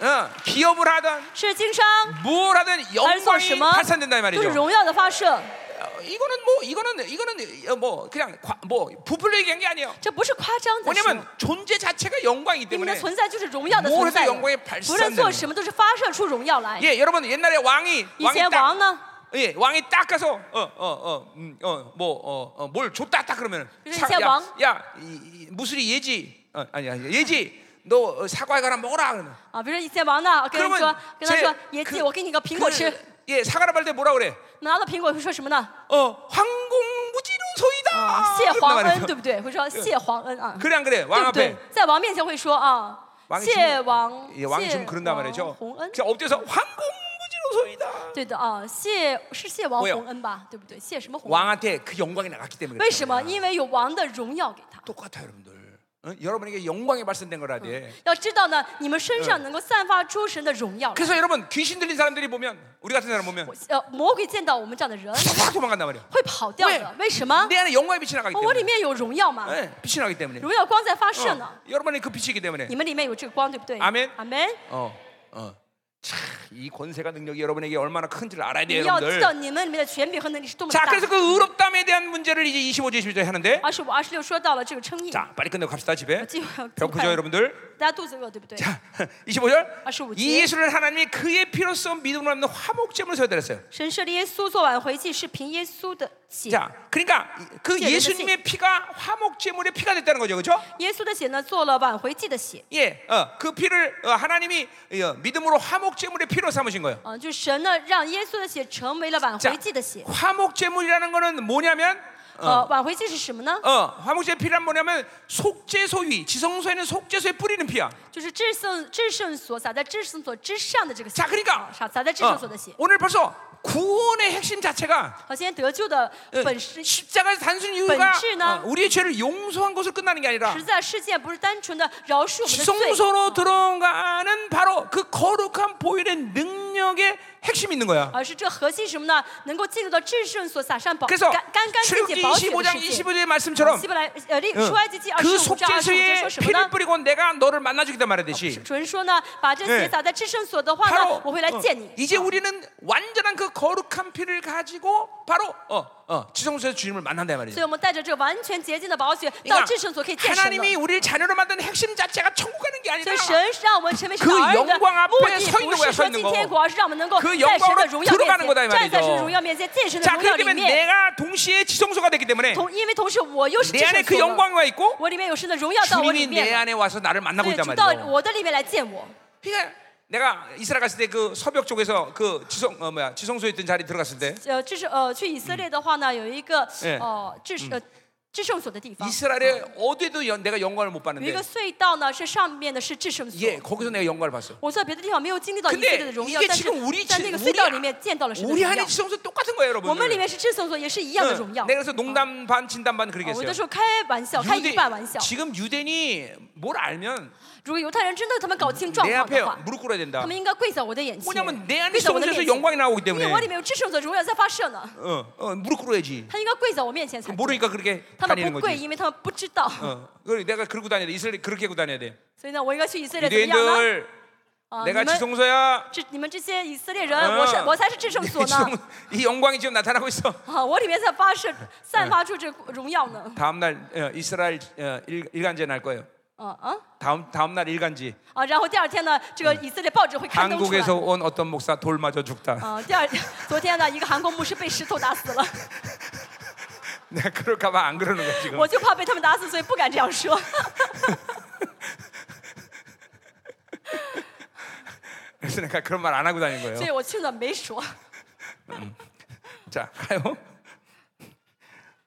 Speaker 1: 어, 기업을 하든
Speaker 2: 是经商
Speaker 1: 뭘 하든
Speaker 2: 还是做什
Speaker 1: 영광이
Speaker 2: 么，
Speaker 1: 발산된다 이
Speaker 2: 都是
Speaker 1: 말이죠.
Speaker 2: 荣耀的发射。
Speaker 1: 어, 이거는 뭐 이거는 이거는 어, 뭐 그냥 과- 뭐 부풀려 얘기한 게 아니에요.
Speaker 2: 这不是夸张的说，
Speaker 1: 왜냐면 존재 자체가 영광이기
Speaker 2: 你们的
Speaker 1: 때문에
Speaker 2: 存在就是荣耀的
Speaker 1: 뭘
Speaker 2: 存
Speaker 1: 해도
Speaker 2: 在的
Speaker 1: 영광이발산되는 ，
Speaker 2: 不论做什么都是发射出荣耀来。
Speaker 1: 예, 여러분 옛날에 왕이
Speaker 2: 以
Speaker 1: 왕이
Speaker 2: 前
Speaker 1: 딱
Speaker 2: 王呢，
Speaker 1: 예, 왕이 딱 가서 어, 음, 어어어뭐어뭘 줬다 딱 그러면
Speaker 2: 그래서 이제 왕-
Speaker 1: 야 이, 이, 무술이 예지 어, 아니야 아니야. 예지 너 어, 사과에 가라 먹어라 그러면
Speaker 2: 啊，比如说以前王呢，跟人说
Speaker 1: 그러면，
Speaker 2: 跟他说
Speaker 1: 제 ，
Speaker 2: 爷记，
Speaker 1: 그-
Speaker 2: 我给你个苹果吃，
Speaker 1: 그- 예 사과를 받을 때 뭐라 그래
Speaker 2: 拿到苹果会说什么呢？
Speaker 1: 어 황공무지로소이다
Speaker 2: 啊，谢
Speaker 1: 그런단
Speaker 2: 皇
Speaker 1: 말이야.
Speaker 2: 恩，对不对？会说谢皇恩啊，
Speaker 1: 그래 안 그래
Speaker 2: 对
Speaker 1: 왕
Speaker 2: 不
Speaker 1: 앞에
Speaker 2: 对？在王面前会说啊，
Speaker 1: 왕이
Speaker 2: 谢
Speaker 1: 지금-
Speaker 2: 王，
Speaker 1: 예,
Speaker 2: 谢
Speaker 1: 왕이 지금 그런단 말이죠
Speaker 2: 王洪恩，
Speaker 1: 그래서 엎드려서 황공무지로소이다
Speaker 2: 对的啊，谢是谢王
Speaker 1: 왜요
Speaker 2: 洪恩吧？对不对？谢什么洪恩？
Speaker 1: 왕한테 그 영광이 나갔기 때문에
Speaker 2: 为
Speaker 1: 그래요.
Speaker 2: 什么？因为有王的荣耀给他。
Speaker 1: 똑같아요 여러분들 어? 여러분에게 영광이 발산된 거라대
Speaker 2: 要知道呢，你们身上能够散发出神的荣耀来。
Speaker 1: 그래서 여러분 귀신 들린 사람들이 보면 우리 같은 사람 보면
Speaker 2: 呃，魔鬼见到我们这样的人
Speaker 1: 팍 도망간단 말이야
Speaker 2: 会跑掉的，
Speaker 1: 왜
Speaker 2: 为什么？
Speaker 1: 내 안에 영광의 빛이 나가기
Speaker 2: 哦我
Speaker 1: 때문에
Speaker 2: 里面有荣耀嘛，
Speaker 1: 예, 빛이 나기 때문에
Speaker 2: 荣耀光在发射
Speaker 1: 어,
Speaker 2: 呢。
Speaker 1: 여러분의 그 빛이기 때문에
Speaker 2: 你们里面有这个光，对不对？
Speaker 1: 阿门
Speaker 2: 阿门。
Speaker 1: 어, 어. 참 이 권세가 능력이 여러분에게 얼마나 큰지를 알아야
Speaker 2: 你
Speaker 1: 돼요,
Speaker 2: 要知道
Speaker 1: 여러분들.
Speaker 2: 你们里面的权柄和能力是多么的
Speaker 1: 자,
Speaker 2: 大。
Speaker 1: 그래서 그 의롭담에 대한 문제를 이제 25절 26절에 하는데
Speaker 2: 二十五、二十六说到了这个称义，
Speaker 1: 자, 빨리 끝내고 갑시다 아. 집에.
Speaker 2: 这个
Speaker 1: 벽
Speaker 2: 快
Speaker 1: 크죠
Speaker 2: 了
Speaker 1: 여러분들.
Speaker 2: 大家肚子饿对不对？
Speaker 1: 자, 25절.
Speaker 2: 25 절.
Speaker 1: 이 예수를 하나님이 그의 피로써 믿음으로 없는 화목제물로 세워드렸어요.
Speaker 2: 神设立耶稣做挽回祭是凭耶稣的血，
Speaker 1: 자, 그러니까 그
Speaker 2: 이제
Speaker 1: 예수님의 피가 화목제물의 피가 됐다는 거죠, 그렇죠?
Speaker 2: 耶稣的血呢做了挽回祭的血，
Speaker 1: 예, 어, 그 피를 어, 하나님이 어, 믿음으로 화목제물의 피로 삼으신 거예요.
Speaker 2: 嗯、就是神呢让耶稣的血成为了挽
Speaker 1: 자
Speaker 2: 回祭的血。
Speaker 1: 화목제물이라는 거는 뭐냐면
Speaker 2: 呃，挽回祭是什么呢？
Speaker 1: 어, 화목제 피란 뭐냐면 속죄소위 지성소에는 속죄소에 뿌리는 피야. 어,
Speaker 2: 就是至圣至圣所洒在至圣所之上的这个血，
Speaker 1: 자
Speaker 2: 啊
Speaker 1: 그러니까
Speaker 2: 洒洒在至
Speaker 1: 어,
Speaker 2: 圣所的血。
Speaker 1: 오늘 벌써 구원의 핵심 자체가
Speaker 2: 好，今天得救的
Speaker 1: 어,
Speaker 2: 本身实
Speaker 1: 십자가의 단순 이유가
Speaker 2: 본질은-
Speaker 1: 어, 우리의 죄를 용서한 것으로 끝나는 게 아니라
Speaker 2: 在事件不是单纯的饶恕我们的罪，
Speaker 1: 지성소로 들어가는 바로 그 거룩한 보혈의 능력의 핵심이 있는 거야.
Speaker 2: 而是这核心是什么呢？能够进入到至圣所洒上宝干
Speaker 1: 그래서
Speaker 2: 干干净净
Speaker 1: 출애굽기
Speaker 2: 宝血的
Speaker 1: 25장
Speaker 2: 世界。
Speaker 1: 25절의 말씀처럼
Speaker 2: 希伯来呃，利出埃及记二十
Speaker 1: 그
Speaker 2: 五章二十五节
Speaker 1: 속죄소에
Speaker 2: 说什么
Speaker 1: 피를
Speaker 2: 呢？
Speaker 1: 뿌리고 내가 너를 만나주겠다 말하듯이
Speaker 2: 主人说呢，把这
Speaker 1: 네
Speaker 2: 血洒在至圣所的话呢
Speaker 1: 바로 ，
Speaker 2: 我会来
Speaker 1: 어,
Speaker 2: 见你。
Speaker 1: 이제 우리는 완전한 그 거룩한 피를 가지고 바로 어, 어, 지성소에서 주님을 만난다
Speaker 2: 所以
Speaker 1: 말이죠.
Speaker 2: 我们带着这完全洁净的宝血到
Speaker 1: 그러니까
Speaker 2: 至圣所可以见神了。
Speaker 1: 하나님이 우리를 자녀로 만든 핵심 자체가 천국 가는 게
Speaker 2: 所
Speaker 1: 아니라
Speaker 2: 以神让我们成为神
Speaker 1: 그
Speaker 2: 的儿
Speaker 1: 영광
Speaker 2: 女的目
Speaker 1: 앞에서
Speaker 2: 的
Speaker 1: 있는거야
Speaker 2: 不是
Speaker 1: 서
Speaker 2: 说
Speaker 1: 있는
Speaker 2: 进
Speaker 1: 거
Speaker 2: 天国，而是让我啊们能够
Speaker 1: 그
Speaker 2: 在神
Speaker 1: 영광으로
Speaker 2: 的荣耀
Speaker 1: 들어가는거다이
Speaker 2: 面前，站在
Speaker 1: 말이죠
Speaker 2: 神的荣耀面前，进神的
Speaker 1: 자
Speaker 2: 荣耀
Speaker 1: 그렇게
Speaker 2: 里
Speaker 1: 되면
Speaker 2: 面。
Speaker 1: 내가 동시에 지성소가 되기 때문에
Speaker 2: 同因为同时我又是至
Speaker 1: 내
Speaker 2: 圣
Speaker 1: 안에 그
Speaker 2: 所了，
Speaker 1: 영광이 있고
Speaker 2: 我里面有神的荣耀到我里
Speaker 1: 주님이 내
Speaker 2: 面了，
Speaker 1: 안에 와서 나를 만나고
Speaker 2: 所以
Speaker 1: 있단
Speaker 2: 就到
Speaker 1: 말이죠.
Speaker 2: 我的里面来见我。
Speaker 1: 그러니까 내가 이스라엘 갔을 때 그 서벽 쪽에서 그 지성 어 뭐야 지성소에 있던 자리 들어갔을 때
Speaker 2: 呃，这是呃去以色列的话呢，有一个
Speaker 1: 예
Speaker 2: 呃至呃至圣所的地方，
Speaker 1: 이스라엘에 어디도 연, 내가 영광을 못
Speaker 2: 有一
Speaker 1: 봤는데
Speaker 2: 个隧道呢，是上面的是至圣所
Speaker 1: 예 。 거기서 내가 영광을 봤어.
Speaker 2: 我在别的地方没有经历到以色列的
Speaker 1: 근데
Speaker 2: 荣耀，
Speaker 1: 이게
Speaker 2: 但是
Speaker 1: 지금 우리
Speaker 2: 在
Speaker 1: 지-
Speaker 2: 那个
Speaker 1: 우리
Speaker 2: 隧道里面见到了神的
Speaker 1: 우리
Speaker 2: 荣耀
Speaker 1: 안에 。 지성소 똑같은 거예요,
Speaker 2: 我们里
Speaker 1: 여러분.
Speaker 2: 面是至圣所，嗯也是一样的荣耀。啊
Speaker 1: 내가 그래서 농담 반 진담 반
Speaker 2: 我有的
Speaker 1: 어. 그러겠어요.
Speaker 2: 时候开玩笑，开一
Speaker 1: 유대,
Speaker 2: 半玩笑。
Speaker 1: 지금 유대인이 뭘 알면
Speaker 2: 如果犹太人真的他们搞清状
Speaker 1: 내
Speaker 2: 况
Speaker 1: 앞에
Speaker 2: 的话，
Speaker 1: 무릎 꿇어야
Speaker 2: 他
Speaker 1: 된다.
Speaker 2: 们应该跪在我的眼前，
Speaker 1: 뭐냐면 내 안에
Speaker 2: 跪在我的面
Speaker 1: 지성소에서
Speaker 2: 前，
Speaker 1: 영광이 나오기
Speaker 2: 因为我里
Speaker 1: 때문에
Speaker 2: 面有至圣所的荣耀在发射呢。
Speaker 1: 어, 어, 무릎 꿇어야지.
Speaker 2: 他应该跪在我面前才对。
Speaker 1: 모르니까 그렇게
Speaker 2: 他们
Speaker 1: 다니는
Speaker 2: 不跪，
Speaker 1: 거지.
Speaker 2: 因为他们不知道。
Speaker 1: 어, 그걸 내가 그러고 다녀야 돼. 이스라엘 그렇게 하고 다녀야 돼.
Speaker 2: 所以呢，我应该去以色列怎么样呢？
Speaker 1: 유대인들
Speaker 2: 啊，你
Speaker 1: 내가
Speaker 2: 们
Speaker 1: 지성소야.
Speaker 2: 这你们这些以色列
Speaker 1: 어
Speaker 2: 人，我是我才是至圣所呢。
Speaker 1: 이 영광이 지금 나타나고 있어.
Speaker 2: 啊，我里面在发射散发出这荣耀呢。
Speaker 1: 다음 날 어, 이스라엘 어, 일, 일간지에 날 거예요.
Speaker 2: 啊啊
Speaker 1: 다음 다음 날 일간지
Speaker 2: 啊！然后第二天呢，这个以色列报纸会刊登出来
Speaker 1: 한국에서 。온 어떤 목사 돌 맞아 죽다.
Speaker 2: 啊，第二昨天呢，一个韩国牧师被石头打死了，
Speaker 1: 내가 그럴까봐 안 그러는 거야 지금.
Speaker 2: 我就怕被他们打死，所以不敢这样说。
Speaker 1: 그래서 내가 그런 말 안 하고 다니는
Speaker 2: 所
Speaker 1: 거예요.
Speaker 2: 以我去了没说。
Speaker 1: 자 가요.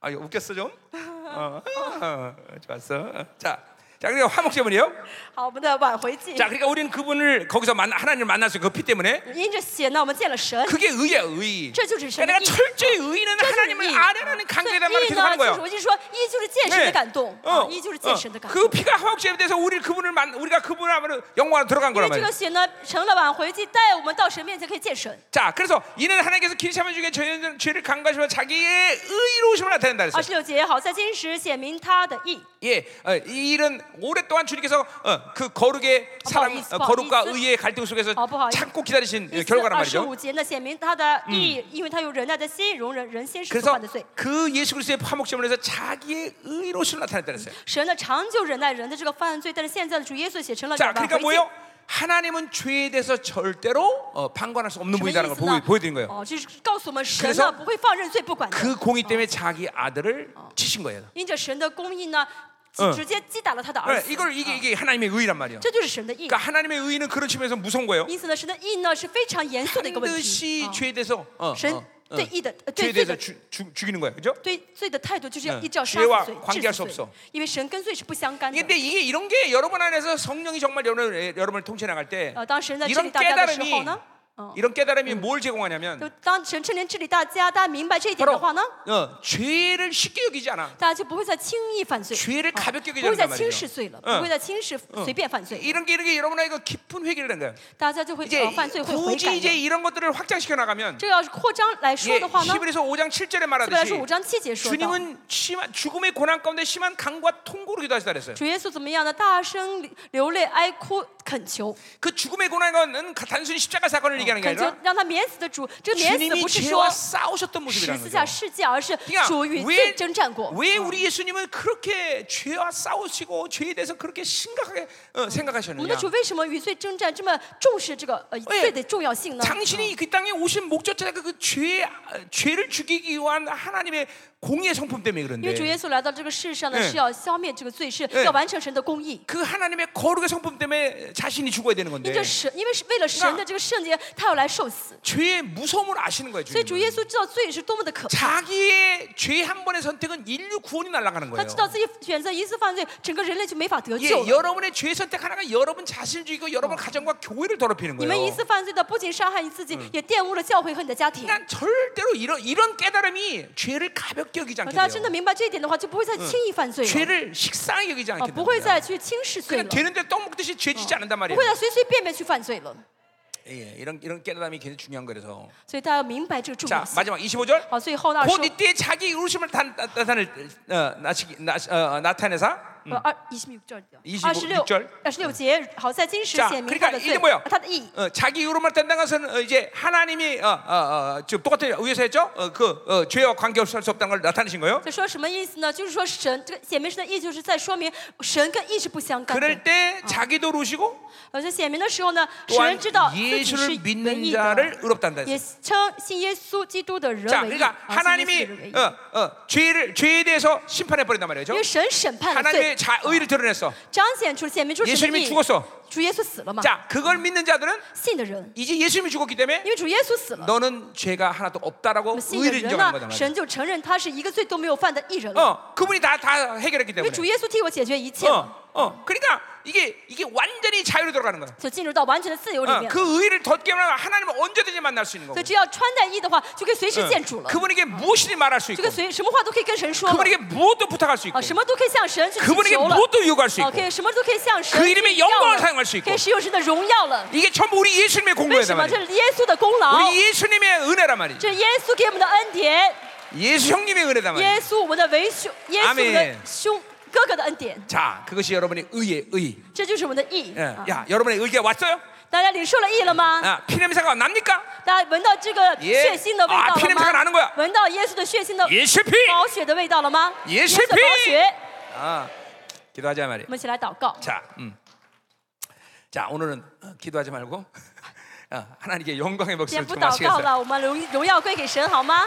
Speaker 1: 아 이거 웃겼어 좀. 어, 어, 좋았어. 자. 자, 그리고 화목제물이요.
Speaker 2: 好，我们的挽回祭
Speaker 1: 자, ， 그러니까 우리는 그분을 거기서 만 하나님을 만났어요. 그 피 때문에.
Speaker 2: 因着血呢，我们见了神。
Speaker 1: 그게 의야 의.
Speaker 2: 저就是
Speaker 1: 그러니까 내가
Speaker 2: 神的义。
Speaker 1: 철저히 의는
Speaker 2: 这就是义
Speaker 1: 하나님을 알아라는 관계에 대한 말을
Speaker 2: 所以义
Speaker 1: 계속 하는
Speaker 2: 呢，就
Speaker 1: 거예요.
Speaker 2: 是我就说，义就是见神的感动，
Speaker 1: 어, 哦
Speaker 2: 啊，义就是见神的感动。
Speaker 1: 그 피가 화목제에 대해서 우리 그분을 만 우리가 그분을 하면 영광으로 들어간
Speaker 2: 因
Speaker 1: 거란
Speaker 2: 为这
Speaker 1: 말이에요.
Speaker 2: 个血呢，成了挽回祭，带我们到神面前可以见神，
Speaker 1: 자, 그래서 이는 하나님께서 길참을 중에 저희는 죄를 강가시며 자기의 의로우심을 나타낸다
Speaker 2: 二
Speaker 1: 그랬어요.
Speaker 2: 十六节也好，在今时显明他的义。
Speaker 1: 예, 어, 이 일은 오랫동안 주님께서 어, 그 거룩의 사랑,
Speaker 2: 이스,
Speaker 1: 어,
Speaker 2: 뭐,
Speaker 1: 거룩과
Speaker 2: 이스.
Speaker 1: 의의 갈등 속에서
Speaker 2: 어, 뭐,
Speaker 1: 참고 기다리신
Speaker 2: 第
Speaker 1: 어,
Speaker 2: 四
Speaker 1: 결과란
Speaker 2: 二十五
Speaker 1: 말이죠.
Speaker 2: 节呢，显明他的义，
Speaker 1: 嗯
Speaker 2: 因为他有忍耐的心，容忍人心是所
Speaker 1: 그래서
Speaker 2: 犯的罪。
Speaker 1: 그 예수 그리스도의 화목제물에서 자기의 의로우심을 나타냈다 그랬어요.
Speaker 2: 神呢，长久忍耐人的这个犯罪，但是现在的主耶稣写成了
Speaker 1: 자,
Speaker 2: 挽回
Speaker 1: 그러니까
Speaker 2: 祭。
Speaker 1: 뭐예요? 하나님은 죄에 대해서 절대로 어, 판관할 수 없는
Speaker 2: 什么意
Speaker 1: 분이라는 걸
Speaker 2: 思
Speaker 1: 보여,
Speaker 2: 呢？
Speaker 1: 보여드린 거예요.
Speaker 2: 哦，就是告诉我们，神
Speaker 1: 그래서
Speaker 2: 呢不会放任罪不管的。
Speaker 1: 그 공의 때문에 자기 아들을 치신 거예요.
Speaker 2: 因着神的公义
Speaker 1: 嗯
Speaker 2: 呢，
Speaker 1: 哎
Speaker 2: 直直接击打了他的儿
Speaker 1: 네,
Speaker 2: 子。哦
Speaker 1: 이걸 이게 이게 하나님의 의란 말이에요.
Speaker 2: 这就是神的义。
Speaker 1: 그러니까 하나님의 의는 그런 측면에서 무서운 거예요.
Speaker 2: 因此呢，神的义呢是非常严肃的一个问题。
Speaker 1: 반드시
Speaker 2: 啊
Speaker 1: 죄에 대해서 어,
Speaker 2: 神
Speaker 1: 어,
Speaker 2: 对义的呃
Speaker 1: 죄에
Speaker 2: 对罪
Speaker 1: 대해서
Speaker 2: 的
Speaker 1: 주, 주, 죽이는 거예요. 그죠?
Speaker 2: 对罪的态度，就是要
Speaker 1: 嗯
Speaker 2: 依照杀
Speaker 1: 죄와
Speaker 2: 死罪、
Speaker 1: 관계할수
Speaker 2: 治死
Speaker 1: 없어
Speaker 2: 罪，因为神跟罪是不相干
Speaker 1: 근데
Speaker 2: 的。
Speaker 1: 이게 이런 게 여러분 안에서 성령이 정말 여러분을 여러분을 통치 나갈 때
Speaker 2: 呃，当神在治理
Speaker 1: 이런
Speaker 2: 大家的时候
Speaker 1: 깨달음이
Speaker 2: 呢，嗯，
Speaker 1: 이런 어. 깨달음이 그 뭘
Speaker 2: 就
Speaker 1: 제공하냐면
Speaker 2: 当神圣灵治理大家，大家明白这一点
Speaker 1: 바로
Speaker 2: 的话呢，
Speaker 1: 어, 죄를 쉽게 여기지 않아.
Speaker 2: 大家就不会再轻易犯罪，
Speaker 1: 죄를
Speaker 2: 啊
Speaker 1: 가볍게여기지
Speaker 2: 不会
Speaker 1: 않는단말이죠
Speaker 2: 再
Speaker 1: 어.
Speaker 2: 轻视罪了，
Speaker 1: 嗯
Speaker 2: 不会再轻视随便犯罪，
Speaker 1: 이런 게 이런 게 여러분에게 깊은 회개를 낸 거예요.
Speaker 2: 大家就会
Speaker 1: 이제
Speaker 2: 呃犯罪会悔改
Speaker 1: 굳이
Speaker 2: 的
Speaker 1: 이제 。 이런 것들을 확장시켜 나가면
Speaker 2: 这个要是扩张来说
Speaker 1: 예,
Speaker 2: 的话呢，
Speaker 1: 히브리서 5장 7절에
Speaker 2: 这本来
Speaker 1: 말하듯이
Speaker 2: 说五章七节说到。
Speaker 1: 주님은 심한, 죽음의 고난 가운데 심한 강과 통고로 기도하시다 그랬어요.
Speaker 2: 主耶稣怎么样呢？大声流泪哀哭，恳求，
Speaker 1: 그 죽음의 고난은 그 단순히 십자가 사건을 얘기하는 게
Speaker 2: 恳求
Speaker 1: 아니라
Speaker 2: 让他免死的主，这个免死
Speaker 1: 주님이
Speaker 2: 不是说
Speaker 1: 죄와 싸우셨던
Speaker 2: 十
Speaker 1: 모습이라는
Speaker 2: 字架
Speaker 1: 거죠.
Speaker 2: 世界，而是主与
Speaker 1: 그러니까
Speaker 2: 罪征战过。
Speaker 1: 왜 우리 예수님은 그렇게 죄와 싸우시고 죄에 대해서 그렇게 심각하게 어,
Speaker 2: 我们的
Speaker 1: 생각하셨느냐?
Speaker 2: 主为什么与罪征战这么重视这个呃
Speaker 1: 왜
Speaker 2: 罪的重要性呢？
Speaker 1: 당신이 그 땅에 오신 목적 자체가 그 죄, 어, 죄를 죽이기 위한 하나님의 공의의 성품 때문에
Speaker 2: 因为主
Speaker 1: 그런데
Speaker 2: 耶稣来到这个世上呢，
Speaker 1: 예
Speaker 2: 是要消灭这个罪，是
Speaker 1: 예
Speaker 2: 要完成神的公义。
Speaker 1: 그 하나님의 거룩의 성품 때문에 자신이 죽어야 되는
Speaker 2: 因
Speaker 1: 건데
Speaker 2: 着神，因为是为了神的这个圣洁，他要来受死。
Speaker 1: 죄의 무서움을 아시는 거예요.
Speaker 2: 所以主
Speaker 1: 주님.
Speaker 2: 耶稣知道罪是多么的可怕，
Speaker 1: 자기의 죄 한 번의 선택은 인류 구원이 날아가는
Speaker 2: 他
Speaker 1: 거예요.
Speaker 2: 知道自己选择一次犯罪，整个人类就没法得
Speaker 1: 예,
Speaker 2: 救了。
Speaker 1: 여러분의 죄 선택 하나가 여러분 자신을 죽이고 여러분 가정과 교회를 더럽히는
Speaker 2: 你们一
Speaker 1: 거예요.
Speaker 2: 次犯罪的，不仅伤害你自己，也玷污了教会和你的家庭。
Speaker 1: 그러니까 절대로 이런 이런 깨달음이 죄를 가볍게 여기지
Speaker 2: 而
Speaker 1: 않게
Speaker 2: 大家真的
Speaker 1: 돼요.
Speaker 2: 明白这一点的话，就不会再轻易犯罪了，
Speaker 1: 죄를 식상하게 여기지
Speaker 2: 啊，
Speaker 1: 않게
Speaker 2: 不会
Speaker 1: 됩니다.
Speaker 2: 再去轻视罪
Speaker 1: 그냥
Speaker 2: 了，
Speaker 1: 아, 되는데 어. 떡 먹듯이 죄 짓지 않는단
Speaker 2: 不
Speaker 1: 말이에요.
Speaker 2: 会再随随便便去犯罪了。
Speaker 1: 예, 이런 이런 깨달음이 굉장히 중요한 거라서.
Speaker 2: 所以大家要明白这个重要
Speaker 1: 자
Speaker 2: 性。
Speaker 1: 마지막 25절.
Speaker 2: 好，最后呢
Speaker 1: 곧
Speaker 2: 说，
Speaker 1: 이때 자기 의심을 단- 나- 나타낼 어, 나시기- 나- 어, 나타내사
Speaker 2: 呃，二一十六节，二十
Speaker 1: 26
Speaker 2: 六
Speaker 1: 절 ，
Speaker 2: 二十六节，啊好在今时
Speaker 1: 자
Speaker 2: 显明
Speaker 1: 그러니까
Speaker 2: 他的罪
Speaker 1: 이게 ， 뭐야?
Speaker 2: 他的意义。
Speaker 1: 어, 자기 의로움을 단당한 것은 어, 이제 하나님이 어, 어, 어, 지금 똑같은 의에서 했죠. 어, 그 어, 죄와 관계없이 할 수 없다는 걸 나타내신 거예요.
Speaker 2: 这说什么意思呢？就是说神这个显明神的意，就是在说明神跟意是不相干的
Speaker 1: 그럴 。때 자기도 루시고
Speaker 2: 而且显明的时候呢，神
Speaker 1: 또한
Speaker 2: 知道自己是
Speaker 1: 예수를
Speaker 2: 唯
Speaker 1: 믿는
Speaker 2: 一的，
Speaker 1: 자를 의롭다 한다
Speaker 2: 也
Speaker 1: 했어요.
Speaker 2: 称信耶稣基督的人
Speaker 1: 자,
Speaker 2: 为义。
Speaker 1: 그러니까
Speaker 2: 啊信耶
Speaker 1: 하나님이
Speaker 2: 稣的人为义
Speaker 1: 어, 어, 죄를 죄에 대해서 심판해 버린단 말이죠.
Speaker 2: 因为神审判了罪
Speaker 1: 하나님의 ，자 의를 드러냈어.
Speaker 2: 彰显出显明出神的
Speaker 1: 예수님이
Speaker 2: 义。
Speaker 1: 죽었어.
Speaker 2: 主耶稣死了嘛？
Speaker 1: 자, 그걸 믿는 자들은
Speaker 2: 信的人，
Speaker 1: 이제 예수님이 죽었기 때문에
Speaker 2: 因为主耶稣死了，
Speaker 1: 너는 죄가 하나도 없다라고
Speaker 2: 我们信的
Speaker 1: 의를
Speaker 2: 人
Speaker 1: 인정하는 거단
Speaker 2: 呢，
Speaker 1: 말이야.
Speaker 2: 神就承认他是一个罪都没有犯的义人了，
Speaker 1: 어, 그분이 다 다 해결했기
Speaker 2: 因为
Speaker 1: 때문에.
Speaker 2: 主耶稣替我解决一切了，
Speaker 1: 어, 어, 그러니까 이게 이게 완전히 자유로 들어가는 거야.
Speaker 2: 就进入到完全的自由里
Speaker 1: 어,
Speaker 2: 面。
Speaker 1: 그 의를 덧게 하면 하나님을 언제든지 만날 수 있는
Speaker 2: 所
Speaker 1: 거고.
Speaker 2: 以只要穿戴义的话，就可以随时见主
Speaker 1: 어,
Speaker 2: 了，
Speaker 1: 그분에게 무엇이든 말할 수
Speaker 2: 就
Speaker 1: 있고,
Speaker 2: 跟随什么话都可以跟神说了，
Speaker 1: 그분에게 무엇도 부탁할 수 있고,
Speaker 2: 啊，什么都可以向神去祈
Speaker 1: 그분에게
Speaker 2: 求了，
Speaker 1: 무엇도 요구할 수
Speaker 2: 啊，
Speaker 1: 있고.
Speaker 2: 可以什么都可以向神
Speaker 1: 그
Speaker 2: 去
Speaker 1: 이름의
Speaker 2: 要
Speaker 1: 영광을
Speaker 2: 了
Speaker 1: 사용할수 있고
Speaker 2: 可以使用神的荣耀了。
Speaker 1: 이게 전부 우리 예수님의
Speaker 2: 为
Speaker 1: 공로이다
Speaker 2: 什么？这
Speaker 1: 말이야.
Speaker 2: 是耶稣的功劳，
Speaker 1: 우리 예수님의 은혜란 말이지.
Speaker 2: 这是耶稣给我们的恩典，
Speaker 1: 예수 형님의 은혜란
Speaker 2: 耶
Speaker 1: 말이지.
Speaker 2: 稣我们的为兄，耶稣我们
Speaker 1: 아멘
Speaker 2: 的兄哥哥的恩典，
Speaker 1: 자, 그것이 여러분의 의의 의.
Speaker 2: 这就是我们的义。
Speaker 1: 예.
Speaker 2: 啊
Speaker 1: 야, 여러분의 의가 왔어요?
Speaker 2: 大家领受了义了吗？
Speaker 1: 아, 피냄새가 납니까?
Speaker 2: 大家闻到这个
Speaker 1: 예
Speaker 2: 血腥的味道
Speaker 1: 아피냄새가나는
Speaker 2: 了
Speaker 1: 거야
Speaker 2: 吗？闻到耶稣的血腥的
Speaker 1: 예수 피.
Speaker 2: 宝血的味道了吗？
Speaker 1: 예수
Speaker 2: 稣的宝
Speaker 1: 피
Speaker 2: 血，
Speaker 1: 아, 기도하자 말이야.
Speaker 2: 我们一起来祷告。
Speaker 1: 자, 음. 자, 오늘은 어, 기도하지 말고 어, 하나님께 영광의
Speaker 2: 今
Speaker 1: 목소리
Speaker 2: 天不
Speaker 1: 좀
Speaker 2: 祷告
Speaker 1: 하시겠어요.
Speaker 2: 了，我们荣荣耀归给神好吗？